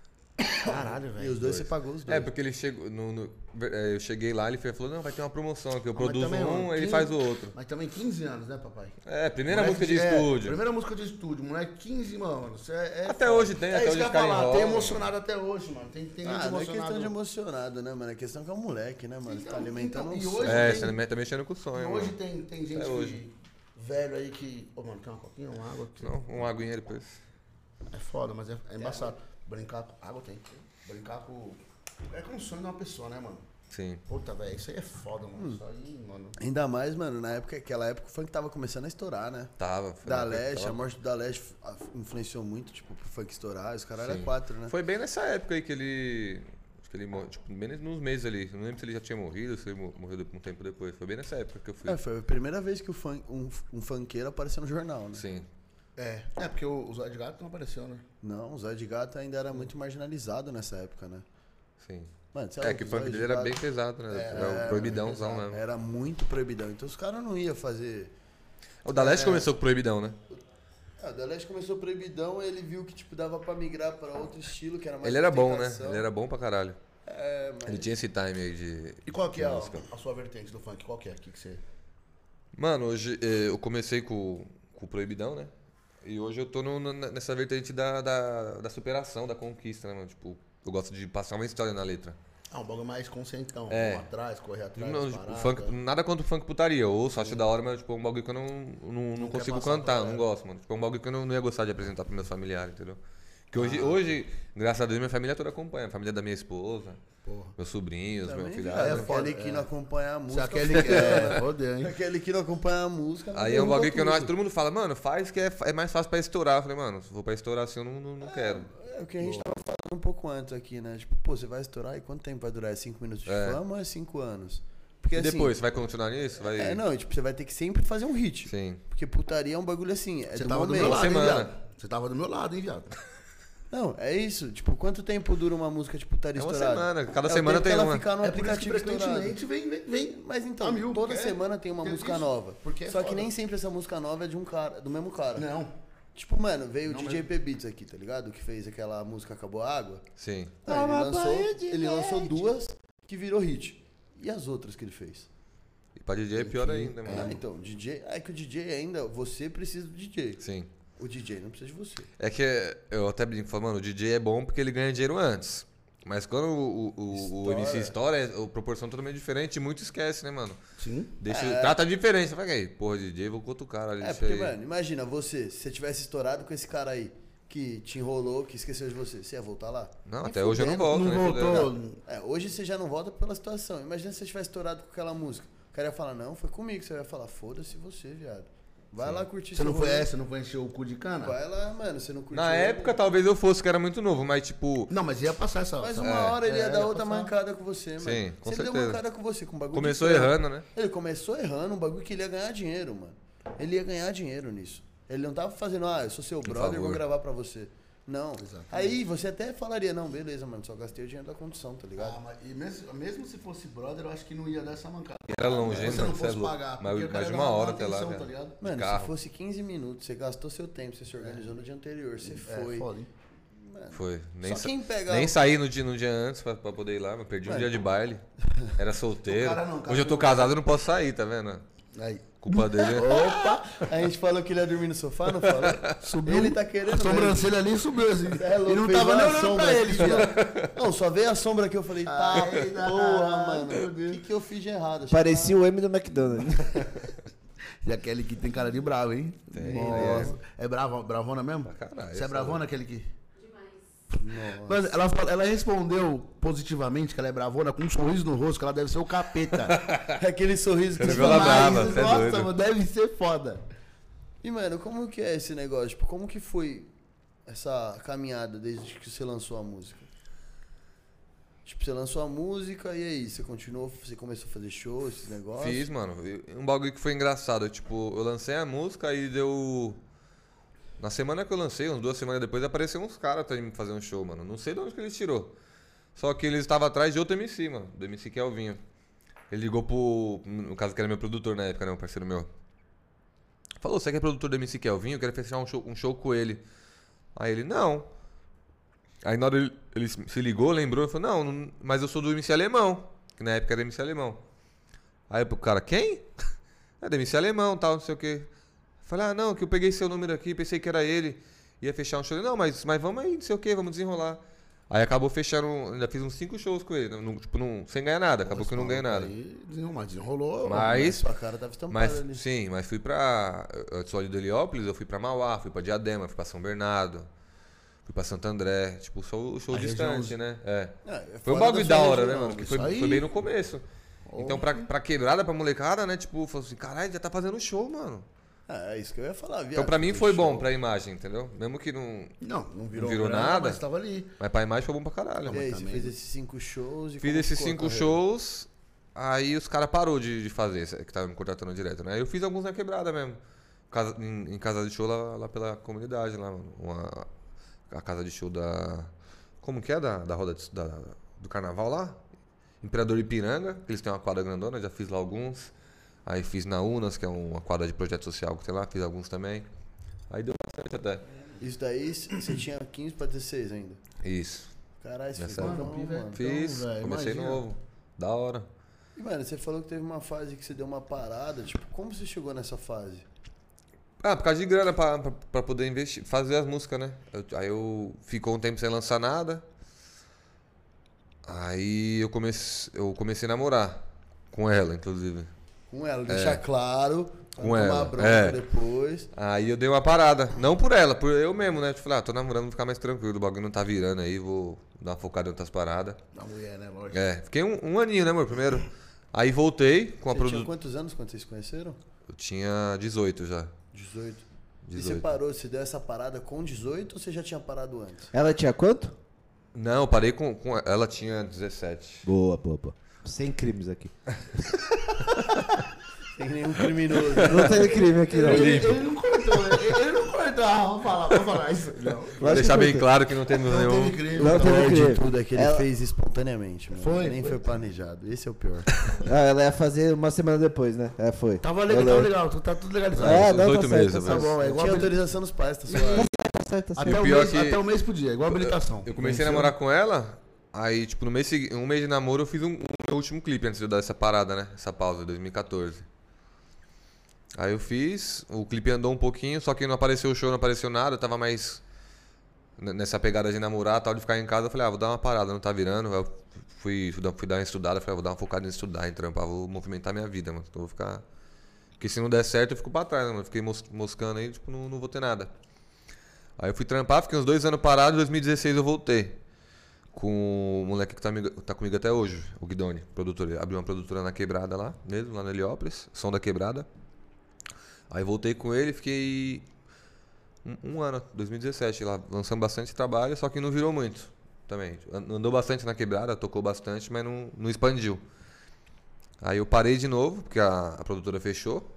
[SPEAKER 5] Caralho,
[SPEAKER 4] E os dois você pagou os dois.
[SPEAKER 3] É, porque ele chegou. no- no- é, eu cheguei lá, ele fe- falou, não, vai ter uma promoção aqui. Eu produzo
[SPEAKER 5] Ah, também,
[SPEAKER 3] um,
[SPEAKER 5] mano,
[SPEAKER 3] ele
[SPEAKER 5] quem-
[SPEAKER 3] faz o outro.
[SPEAKER 5] Mas também 15 anos, né, papai?
[SPEAKER 3] É, primeira
[SPEAKER 5] Moleque
[SPEAKER 3] música de
[SPEAKER 5] é,
[SPEAKER 3] estúdio.
[SPEAKER 5] Primeira música de estúdio, moleque, 15, mano. Cê é- é
[SPEAKER 3] Até
[SPEAKER 5] foda.
[SPEAKER 3] hoje tem,
[SPEAKER 5] é
[SPEAKER 3] até
[SPEAKER 5] isso
[SPEAKER 3] hoje
[SPEAKER 5] que eu
[SPEAKER 3] os
[SPEAKER 5] ia
[SPEAKER 3] caras
[SPEAKER 5] falar,
[SPEAKER 3] enrolam,
[SPEAKER 5] Tem
[SPEAKER 3] mano.
[SPEAKER 5] emocionado até hoje, mano. Tem, tem gente
[SPEAKER 4] Ah, não é
[SPEAKER 5] emocionado.
[SPEAKER 4] questão de emocionado, né, mano? É questão que é um moleque, né, mano? Você tá
[SPEAKER 5] Então,
[SPEAKER 4] alimentando
[SPEAKER 5] então,
[SPEAKER 4] um
[SPEAKER 5] e
[SPEAKER 4] sonho.
[SPEAKER 5] hoje-
[SPEAKER 3] É,
[SPEAKER 5] tem-
[SPEAKER 3] você também tá mexendo com o sonho,
[SPEAKER 5] Hoje
[SPEAKER 3] mano.
[SPEAKER 5] tem, tem gente
[SPEAKER 3] hoje.
[SPEAKER 5] que- velho aí que... Ô, mano, quer uma coquinha, uma água? Que
[SPEAKER 3] Não, uma aguinha depois.
[SPEAKER 5] É foda, mas é, é embaçado. Brincar com água tem. Brincar com... É como o sonho de uma pessoa, né, mano?
[SPEAKER 3] Sim.
[SPEAKER 5] Puta, velho, isso aí é foda, mano.
[SPEAKER 3] Hum.
[SPEAKER 5] Isso aí, mano...
[SPEAKER 4] Ainda mais, mano, na época, aquela época o funk tava começando a estourar, né?
[SPEAKER 3] Tava. foi
[SPEAKER 4] Da
[SPEAKER 3] uma coisa que
[SPEAKER 4] Leste, a
[SPEAKER 3] tava-
[SPEAKER 4] morte do Da Leste a- influenciou muito, tipo, pro funk estourar, os caras eram
[SPEAKER 3] Sim.
[SPEAKER 4] quatro, né?
[SPEAKER 3] Foi bem nessa época aí que ele. Acho que ele morreu, tipo, bem nos meses ali. Não lembro se ele já tinha morrido, se ele mo- morreu de- um tempo depois. Foi bem nessa época que eu fui.
[SPEAKER 4] É, foi a primeira vez que o funk, um, um funkeiro apareceu no jornal, né?
[SPEAKER 3] Sim.
[SPEAKER 5] É, é porque o, o Zóio de Gato não apareceu, né?
[SPEAKER 4] Não, o Zóio de Gato ainda era muito marginalizado nessa época, né?
[SPEAKER 3] Sim.
[SPEAKER 4] Mano, você
[SPEAKER 3] É
[SPEAKER 4] louco,
[SPEAKER 3] que o
[SPEAKER 4] os
[SPEAKER 3] funk
[SPEAKER 4] olhos
[SPEAKER 3] dele era
[SPEAKER 4] de
[SPEAKER 3] bem
[SPEAKER 4] lado.
[SPEAKER 3] pesado,
[SPEAKER 4] É,
[SPEAKER 3] né? Era o proibidãozão mesmo.
[SPEAKER 4] Era muito proibidão. Então os caras não iam fazer.
[SPEAKER 3] O da
[SPEAKER 4] É.
[SPEAKER 3] Leste começou com proibidão, né?
[SPEAKER 4] Ah, o Deleste começou proibidão, ele viu que tipo dava pra migrar pra outro estilo, que era mais
[SPEAKER 3] Ele era bom, né?
[SPEAKER 4] ostentação.
[SPEAKER 3] Ele era bom pra caralho.
[SPEAKER 4] É, mas...
[SPEAKER 3] Ele tinha esse time aí de.
[SPEAKER 5] E qual que é
[SPEAKER 3] de
[SPEAKER 5] a,
[SPEAKER 3] música.
[SPEAKER 5] a sua vertente do funk? Qual que é? O que, que você.
[SPEAKER 3] Mano, hoje eh, eu comecei com, com o Proibidão, né? E hoje eu tô no- na- nessa vertente da, da, da superação, da conquista, né, mano? Tipo, eu gosto de passar uma história na letra.
[SPEAKER 5] Ah, um bagulho mais conscientão.
[SPEAKER 3] É.
[SPEAKER 5] Vamos atrás, correr atrás. é
[SPEAKER 3] Não,
[SPEAKER 5] as
[SPEAKER 3] tipo,
[SPEAKER 5] paradas.
[SPEAKER 3] funk, nada contra o funk putaria. Eu ouço, acho da hora, mas tipo, é um bagulho que eu não, não, não
[SPEAKER 5] quer
[SPEAKER 3] consigo
[SPEAKER 5] passar pra
[SPEAKER 3] cantar, eu
[SPEAKER 5] galera.
[SPEAKER 3] não gosto, mano. Tipo, é um bagulho que eu não, não ia gostar de apresentar pros meus familiares, entendeu? Que hoje, hoje, graças a Deus, minha família toda acompanha. A família da minha esposa, meus sobrinhos, meu
[SPEAKER 4] Também,
[SPEAKER 3] filhado.
[SPEAKER 4] cara,
[SPEAKER 5] é
[SPEAKER 4] Ah, aquele
[SPEAKER 5] foda,
[SPEAKER 4] que
[SPEAKER 5] é.
[SPEAKER 4] não acompanha a
[SPEAKER 5] Se
[SPEAKER 4] música.
[SPEAKER 3] assim.
[SPEAKER 5] aquele que é. Odeio,
[SPEAKER 3] tipo
[SPEAKER 5] hein?
[SPEAKER 4] Aquele que não acompanha a música.
[SPEAKER 3] Aí é um
[SPEAKER 4] derruba
[SPEAKER 3] bagulho que eu não acho.
[SPEAKER 4] tudo.
[SPEAKER 3] Todo mundo fala, mano, faz que é, fa- é mais fácil pra estourar. Eu falei, mano, se for pra estourar assim, eu não, não, não quero.
[SPEAKER 4] É o que a gente tava falando um pouco antes aqui, né? Tipo, pô, você vai estourar e quanto tempo vai durar? É cinco minutos de
[SPEAKER 3] É.
[SPEAKER 4] fama ou é cinco anos? Porque
[SPEAKER 3] E
[SPEAKER 4] assim,
[SPEAKER 3] depois, você vai continuar nisso? Vai...
[SPEAKER 4] É, não, tipo, você vai ter que sempre fazer um hit.
[SPEAKER 3] Sim.
[SPEAKER 4] Porque putaria é um bagulho assim, é
[SPEAKER 5] Você
[SPEAKER 4] do
[SPEAKER 5] tava do
[SPEAKER 4] momento.
[SPEAKER 5] meu lado, hein,
[SPEAKER 3] Semana. É um
[SPEAKER 5] viado? Você tava do meu lado, hein, viado? É
[SPEAKER 4] Não, é isso. Tipo, quanto tempo dura uma música de putaria
[SPEAKER 3] É uma
[SPEAKER 4] estourada?
[SPEAKER 3] semana, cada
[SPEAKER 4] é o
[SPEAKER 3] semana
[SPEAKER 4] tempo
[SPEAKER 3] tem
[SPEAKER 4] que ela
[SPEAKER 3] uma.
[SPEAKER 4] ficar no
[SPEAKER 5] É por isso que
[SPEAKER 4] aplicativo estourado.
[SPEAKER 5] frequentemente vem, vem, vem.
[SPEAKER 4] Mas então,
[SPEAKER 5] a mil,
[SPEAKER 4] toda
[SPEAKER 5] é.
[SPEAKER 4] semana tem uma
[SPEAKER 5] Tem
[SPEAKER 4] música
[SPEAKER 5] isso,
[SPEAKER 4] nova.
[SPEAKER 5] porque é
[SPEAKER 4] Só que
[SPEAKER 5] foda.
[SPEAKER 4] nem sempre essa música nova é de um cara, do mesmo cara.
[SPEAKER 5] Não.
[SPEAKER 4] Tipo, mano, veio o DJ P-Beats aqui, tá ligado? Que fez aquela música Acabou a Água.
[SPEAKER 3] Sim.
[SPEAKER 4] Não, ele lançou, ele lançou duas que virou hit. E as outras que ele fez?
[SPEAKER 3] E pra DJ é pior ainda,
[SPEAKER 4] Ah,
[SPEAKER 3] mano.
[SPEAKER 4] então, DJ. É que o DJ ainda, você precisa do DJ.
[SPEAKER 3] Sim.
[SPEAKER 4] O DJ não precisa de você.
[SPEAKER 3] É que eu até brinco, falo, mano, o DJ é bom porque ele ganha dinheiro antes. Mas quando o, o, o, o MC estoura, é a proporção totalmente diferente e muito esquece, né, mano?
[SPEAKER 5] Sim.
[SPEAKER 3] Deixa,
[SPEAKER 5] É.
[SPEAKER 3] Trata diferente. Você Fala, aí, porra, DJ, vou cutucar ali.
[SPEAKER 4] É,
[SPEAKER 3] isso
[SPEAKER 4] porque,
[SPEAKER 3] aí.
[SPEAKER 4] mano, imagina você, se você tivesse estourado com esse cara aí que te enrolou, que esqueceu de você, você ia voltar lá?
[SPEAKER 3] Não,
[SPEAKER 4] Nem
[SPEAKER 3] até hoje eu não volto,
[SPEAKER 4] fudendo.
[SPEAKER 5] é Não
[SPEAKER 3] né?
[SPEAKER 5] voltou.
[SPEAKER 3] fudeu.
[SPEAKER 4] É, hoje você já não volta pela situação. Imagina se você tivesse estourado com aquela música. O cara ia falar, não, foi comigo. Você ia falar, foda-se você, viado. Vai lá curtir
[SPEAKER 5] Você
[SPEAKER 4] seu
[SPEAKER 5] não né? foi
[SPEAKER 4] rolê.
[SPEAKER 5] essa, não foi encher o cu de cana?
[SPEAKER 4] Vai lá, mano, você não curtiu.
[SPEAKER 3] Na época, talvez eu fosse, que era muito novo, mas tipo.
[SPEAKER 5] Não, mas ia passar essa.
[SPEAKER 4] Mas
[SPEAKER 5] essa-
[SPEAKER 4] uma hora ele ia
[SPEAKER 5] É,
[SPEAKER 4] dar
[SPEAKER 5] ia
[SPEAKER 4] outra
[SPEAKER 5] passar.
[SPEAKER 4] mancada com você, mano.
[SPEAKER 3] Sim, com
[SPEAKER 4] Você deu
[SPEAKER 3] certeza.
[SPEAKER 4] mancada com você, com um bagulho
[SPEAKER 3] Começou
[SPEAKER 4] de grana.
[SPEAKER 3] errando, né?
[SPEAKER 4] Ele começou errando um bagulho que ele ia ganhar dinheiro, mano. Ele ia ganhar dinheiro nisso. Ele não tava fazendo, ah, eu sou seu brother, vou
[SPEAKER 3] favor.
[SPEAKER 4] gravar pra você. Não. Aí você até falaria, não, beleza, mano, só gastei o dinheiro da condução, tá ligado?
[SPEAKER 5] Ah, mas e mesmo, mesmo se fosse brother, eu acho que não ia dar essa mancada.
[SPEAKER 3] Era longe, hein,
[SPEAKER 5] Se você não
[SPEAKER 3] mano? Cê é
[SPEAKER 5] fosse
[SPEAKER 3] louco.
[SPEAKER 5] pagar,
[SPEAKER 3] Mais-
[SPEAKER 5] porque o
[SPEAKER 3] mais
[SPEAKER 5] cara
[SPEAKER 3] de uma
[SPEAKER 5] dava
[SPEAKER 3] hora até lá,
[SPEAKER 5] atenção,
[SPEAKER 3] velho.
[SPEAKER 5] tá ligado?
[SPEAKER 3] de
[SPEAKER 4] mano, se
[SPEAKER 3] carro.
[SPEAKER 4] fosse 15 minutos, você gastou seu tempo, você se organizou no dia anterior, você foi.
[SPEAKER 5] É, foda, hein?
[SPEAKER 3] Foi. Nem,
[SPEAKER 4] Só
[SPEAKER 3] sa-
[SPEAKER 4] quem pega-
[SPEAKER 3] nem saí no dia, no dia antes pra, pra poder ir lá, mas perdi um dia de baile. Era solteiro.
[SPEAKER 5] O cara não, o cara
[SPEAKER 3] Hoje eu tô casado eu não posso sair, tá vendo?
[SPEAKER 5] Aí.
[SPEAKER 3] Culpa dele. é
[SPEAKER 4] Opa! A gente falou que ele ia dormir no sofá, não falou?
[SPEAKER 5] Subiu
[SPEAKER 4] Ele tá querendo
[SPEAKER 5] A
[SPEAKER 4] mesmo.
[SPEAKER 5] sobrancelha ali subiu assim.
[SPEAKER 4] Cê é louco,
[SPEAKER 5] e não
[SPEAKER 4] fez
[SPEAKER 5] tava
[SPEAKER 4] uma
[SPEAKER 5] nem olhando
[SPEAKER 4] sombra assim,
[SPEAKER 5] pra ele, assim,
[SPEAKER 4] aqui,
[SPEAKER 5] viado.
[SPEAKER 4] ó. Não, só veio a sombra que eu falei, tá,
[SPEAKER 5] Ai,
[SPEAKER 4] porra,
[SPEAKER 5] meu
[SPEAKER 4] mano. O
[SPEAKER 5] Deus.
[SPEAKER 4] que, que eu fiz de errado?
[SPEAKER 1] Parecia o M do McDonald's.
[SPEAKER 5] E aquele que tem cara de bravo, hein?
[SPEAKER 3] Tem,
[SPEAKER 5] Nossa. É bravo, bravona mesmo?
[SPEAKER 3] caralho,
[SPEAKER 5] Você é
[SPEAKER 3] essa
[SPEAKER 5] bravona aquele que? Mas ela, fala- ela respondeu positivamente que ela é bravona com um sorriso no rosto, que ela deve ser o capeta.
[SPEAKER 4] Aquele sorriso que
[SPEAKER 3] Você
[SPEAKER 4] você
[SPEAKER 3] viu ela
[SPEAKER 4] fala,
[SPEAKER 3] brava,
[SPEAKER 4] "Mas,
[SPEAKER 3] você é
[SPEAKER 4] nossa,
[SPEAKER 3] doido."
[SPEAKER 4] mano.
[SPEAKER 5] Mano, deve ser foda.
[SPEAKER 4] E, mano, como que é esse negócio? Tipo, como que foi essa caminhada desde que você lançou a música? Tipo, você lançou a música e aí? Você continuou, você começou a fazer show, esses negócios?
[SPEAKER 3] Fiz, mano. E Um bagulho que foi engraçado. Tipo, eu lancei a música e deu. Na semana que eu lancei, umas duas semanas depois, apareceram uns caras atrás de me fazer um show, mano. Não sei de onde que eles tirou. Só que eles estavam atrás de outro MC, mano. Do MC Kelvinho. Ele ligou pro. No caso, que era meu produtor na época, né? Um parceiro meu. Falou, você que é produtor do MC Kelvinho? Eu quero fechar um show, um show com ele. Aí ele, não. Aí na hora ele, ele se ligou, lembrou, e falou, não, não, mas eu sou do MC Alemão. Que na época era MC Alemão. Aí o cara, quem? É da MC Alemão, tal, não sei o quê. Falei, ah, não, que eu peguei seu número aqui, pensei que era ele. Ia fechar um show. Ele, Não, mas, mas vamos aí, não sei o quê, vamos desenrolar. Aí acabou fechando, um- ainda fiz uns cinco shows com ele, não- não- tipo, não, sem ganhar nada, acabou que eu não ganhei nada.
[SPEAKER 5] Aí desenrolou, mas desenrolou.
[SPEAKER 4] Mas
[SPEAKER 3] Mas,
[SPEAKER 4] sua cara tava estampada
[SPEAKER 5] né?
[SPEAKER 3] mas
[SPEAKER 4] ali.
[SPEAKER 3] sim, mas fui pra. Eu sou ali do Heliópolis, eu fui pra Mauá, fui pra Diadema, fui pra São Bernardo, fui pra Santo André, tipo, show, show distante, né? É.
[SPEAKER 4] Ah, é
[SPEAKER 3] Foi um
[SPEAKER 4] fora
[SPEAKER 3] bagulho
[SPEAKER 4] sua
[SPEAKER 3] da hora, né,
[SPEAKER 4] região.
[SPEAKER 3] mano? Que foi,
[SPEAKER 5] isso aí-
[SPEAKER 3] foi bem no começo. Então, pra, pra quebrada, pra molecada, né? Tipo, falou assim, caralho, já tá fazendo show, mano.
[SPEAKER 4] Ah, é isso que eu ia falar, viado. é
[SPEAKER 3] Então, pra mim, foi
[SPEAKER 4] Show.
[SPEAKER 3] bom pra imagem, entendeu? Mesmo que não.
[SPEAKER 5] Não, não virou,
[SPEAKER 3] Não virou
[SPEAKER 5] grana,
[SPEAKER 3] nada.
[SPEAKER 5] Mas tava ali.
[SPEAKER 3] Mas pra imagem foi bom pra caralho.
[SPEAKER 4] E aí, você
[SPEAKER 5] também-
[SPEAKER 4] fez esses cinco shows e
[SPEAKER 3] Fiz
[SPEAKER 4] como
[SPEAKER 3] esses
[SPEAKER 4] ficou a
[SPEAKER 3] cinco
[SPEAKER 4] carreira?
[SPEAKER 3] shows, aí os caras parou de, de fazer, esse- que tava me contratando direto, né? Eu fiz alguns na quebrada mesmo. Casa- em, em casa de show lá, lá pela comunidade, lá, mano. Uma- a casa de show da. Como que é? Da, da roda de, da, do carnaval lá. Imperador Ipiranga, que eles têm uma quadra grandona, já fiz lá alguns. Aí fiz na Unas, que é uma quadra de projeto social que tem lá, fiz alguns também. Aí deu bastante até.
[SPEAKER 4] Isso daí c- você tinha 15 pra 16 ainda.
[SPEAKER 3] Isso.
[SPEAKER 4] Caralho, você
[SPEAKER 3] Nessa
[SPEAKER 4] ficou
[SPEAKER 5] época.
[SPEAKER 4] campeão,
[SPEAKER 5] Não, velho.
[SPEAKER 4] mano.
[SPEAKER 3] Fiz,
[SPEAKER 5] velho,
[SPEAKER 3] comecei
[SPEAKER 5] imagina.
[SPEAKER 3] novo. Da hora.
[SPEAKER 4] E, mano, você falou que teve uma fase que você deu uma parada. Tipo, como você chegou nessa fase?
[SPEAKER 3] Ah, por causa de grana, pra, pra, pra poder investir, fazer as músicas, né? Eu- aí eu ficou um tempo sem lançar nada. Aí eu comecei, eu comecei a namorar com ela, inclusive.
[SPEAKER 4] Com ela, deixar claro. pra
[SPEAKER 3] É. Com
[SPEAKER 4] tomar
[SPEAKER 3] ela,
[SPEAKER 4] bronca
[SPEAKER 3] é.
[SPEAKER 4] depois.
[SPEAKER 3] Aí eu dei uma parada. Não por ela, por eu mesmo, né? Tipo, falei, ah, tô namorando, vou ficar mais tranquilo, o bagulho não tá virando aí, vou dar uma focada em outras paradas.
[SPEAKER 5] Da mulher, né? Lógico.
[SPEAKER 3] É, fiquei um, um aninho, né, amor? Primeiro. Aí voltei com a
[SPEAKER 4] Você tinha
[SPEAKER 3] produtora.
[SPEAKER 4] quantos anos quando vocês se conheceram?
[SPEAKER 3] Eu tinha 18 já.
[SPEAKER 4] 18. E você
[SPEAKER 3] 18.
[SPEAKER 4] parou, você deu essa parada com 18 ou você já tinha parado antes?
[SPEAKER 1] Ela tinha quanto?
[SPEAKER 3] Não, eu parei com, com. Ela tinha 17.
[SPEAKER 1] Boa, boa, boa. Sem crimes aqui.
[SPEAKER 4] Sem nenhum criminoso.
[SPEAKER 1] Não tem crime aqui, não.
[SPEAKER 5] Ele, ele não cortou, né? ele, ele não cortou. Ah, vou falar, vou falar isso. Não.
[SPEAKER 3] Pra deixar bem claro que não teve nenhum.
[SPEAKER 5] Teve crime. tá
[SPEAKER 1] Não teve
[SPEAKER 4] pior de
[SPEAKER 1] crime.
[SPEAKER 4] tudo é que ele
[SPEAKER 1] Ela-
[SPEAKER 4] fez espontaneamente, mano.
[SPEAKER 5] Foi?
[SPEAKER 4] Nem foi planejado. Esse é o pior.
[SPEAKER 1] Ah, ela ia fazer uma semana depois, né? É, foi.
[SPEAKER 5] Tava
[SPEAKER 1] Eu
[SPEAKER 5] legal, tava
[SPEAKER 1] lembro.
[SPEAKER 5] legal, tu tá tudo legalizado.
[SPEAKER 1] É,
[SPEAKER 3] Uns
[SPEAKER 1] não,
[SPEAKER 3] oito
[SPEAKER 1] tá
[SPEAKER 3] meses,
[SPEAKER 1] certo,
[SPEAKER 5] tá
[SPEAKER 1] certo.
[SPEAKER 5] bom, é igual
[SPEAKER 4] Tinha
[SPEAKER 5] habili-
[SPEAKER 4] autorização dos pais, tá suave.
[SPEAKER 1] Tá certo, tá certo.
[SPEAKER 5] até, o
[SPEAKER 3] pior
[SPEAKER 5] mês,
[SPEAKER 3] que-
[SPEAKER 5] até o mês podia, é igual habilitação.
[SPEAKER 3] Eu comecei a namorar com ela, aí, tipo, no mês segui- um mês de namoro eu fiz um, o meu último clipe antes de eu dar essa parada, né? Essa pausa, 2014. Aí eu fiz, o clipe andou um pouquinho, só que não apareceu o show, não apareceu nada, eu tava mais n- nessa pegada de namorar tal, de ficar em casa. Eu falei, ah, vou dar uma parada, não tá virando. Aí eu fui, fui dar- fui dar uma estudada, falei, ah, vou dar uma focada em estudar, em trampar, vou movimentar minha vida, mano. Então eu vou ficar. Porque se não der certo, eu fico pra trás, né, mano? Fiquei mos- moscando aí, tipo, não, não vou ter nada. Aí eu fui trampar, fiquei uns dois anos parado, em 2016 eu voltei. Com o moleque que tá, amigo- tá comigo até hoje, o Guidoni, produtor. Ele Abriu uma produtora na Quebrada lá, mesmo, lá na Heliópolis, Som da Quebrada. Aí voltei com ele, fiquei um, um ano, 2017 lá. Lançamos bastante trabalho, só que não virou muito também. An- Andou bastante na Quebrada, tocou bastante, mas não, não expandiu. Aí eu parei de novo, porque a, a produtora fechou.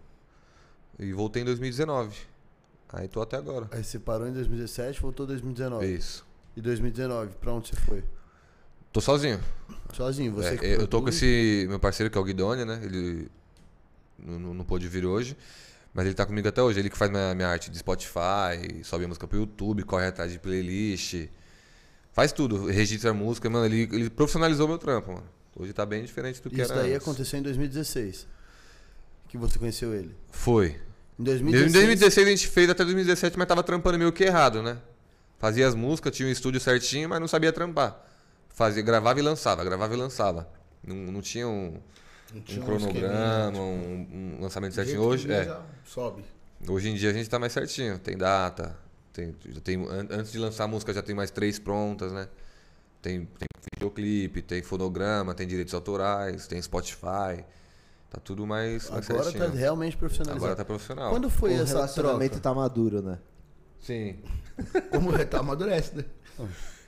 [SPEAKER 3] E voltei em 2019. Aí tô até agora.
[SPEAKER 4] Aí você parou em 2017, voltou em 2019.
[SPEAKER 3] Isso.
[SPEAKER 4] E 2019, pra onde você foi?
[SPEAKER 3] Tô sozinho.
[SPEAKER 4] Sozinho, você
[SPEAKER 3] É,
[SPEAKER 4] que
[SPEAKER 3] eu tô com
[SPEAKER 4] produz?
[SPEAKER 3] esse meu parceiro que é o Guidoni, né? Ele não, não- não pôde vir hoje, mas ele tá comigo até hoje. Ele que faz minha, minha arte de Spotify, sobe a música pro YouTube, corre atrás de playlist, faz tudo, registra a música. Mano, ele, ele profissionalizou meu trampo, mano. Hoje tá bem diferente do que
[SPEAKER 4] Isso
[SPEAKER 3] era
[SPEAKER 4] daí
[SPEAKER 3] antes.
[SPEAKER 4] aconteceu em 2016. Que você conheceu ele.
[SPEAKER 3] Foi.
[SPEAKER 4] Em
[SPEAKER 3] Em
[SPEAKER 4] 2016.
[SPEAKER 3] 2016 a gente fez até 2017, mas tava trampando meio que errado, né? Fazia as músicas, tinha o estúdio certinho, mas não sabia trampar. Fazia, gravava e lançava, gravava e lançava. Não, não tinha um,
[SPEAKER 5] tinha
[SPEAKER 3] um
[SPEAKER 5] um
[SPEAKER 3] cronograma,
[SPEAKER 5] esqueminha,
[SPEAKER 3] um, um lançamento
[SPEAKER 5] Do jeito
[SPEAKER 3] certinho.
[SPEAKER 5] que
[SPEAKER 3] Hoje,
[SPEAKER 5] vinha,
[SPEAKER 3] é.
[SPEAKER 5] já Sobe.
[SPEAKER 3] hoje em dia a gente tá mais certinho. Tem data, tem, já tem, an- antes de lançar a música já tem mais três prontas, né? Tem, tem videoclipe, tem fonograma, tem direitos autorais, tem Spotify. Tá tudo mais, mais
[SPEAKER 4] Agora tá
[SPEAKER 3] certinho.
[SPEAKER 4] realmente profissionalizado.
[SPEAKER 3] Agora tá profissional.
[SPEAKER 4] Quando foi
[SPEAKER 1] o
[SPEAKER 4] essa
[SPEAKER 1] relacionamento
[SPEAKER 4] troca?
[SPEAKER 1] tá maduro, né?
[SPEAKER 3] Sim.
[SPEAKER 5] Como é, tá amadurece, né?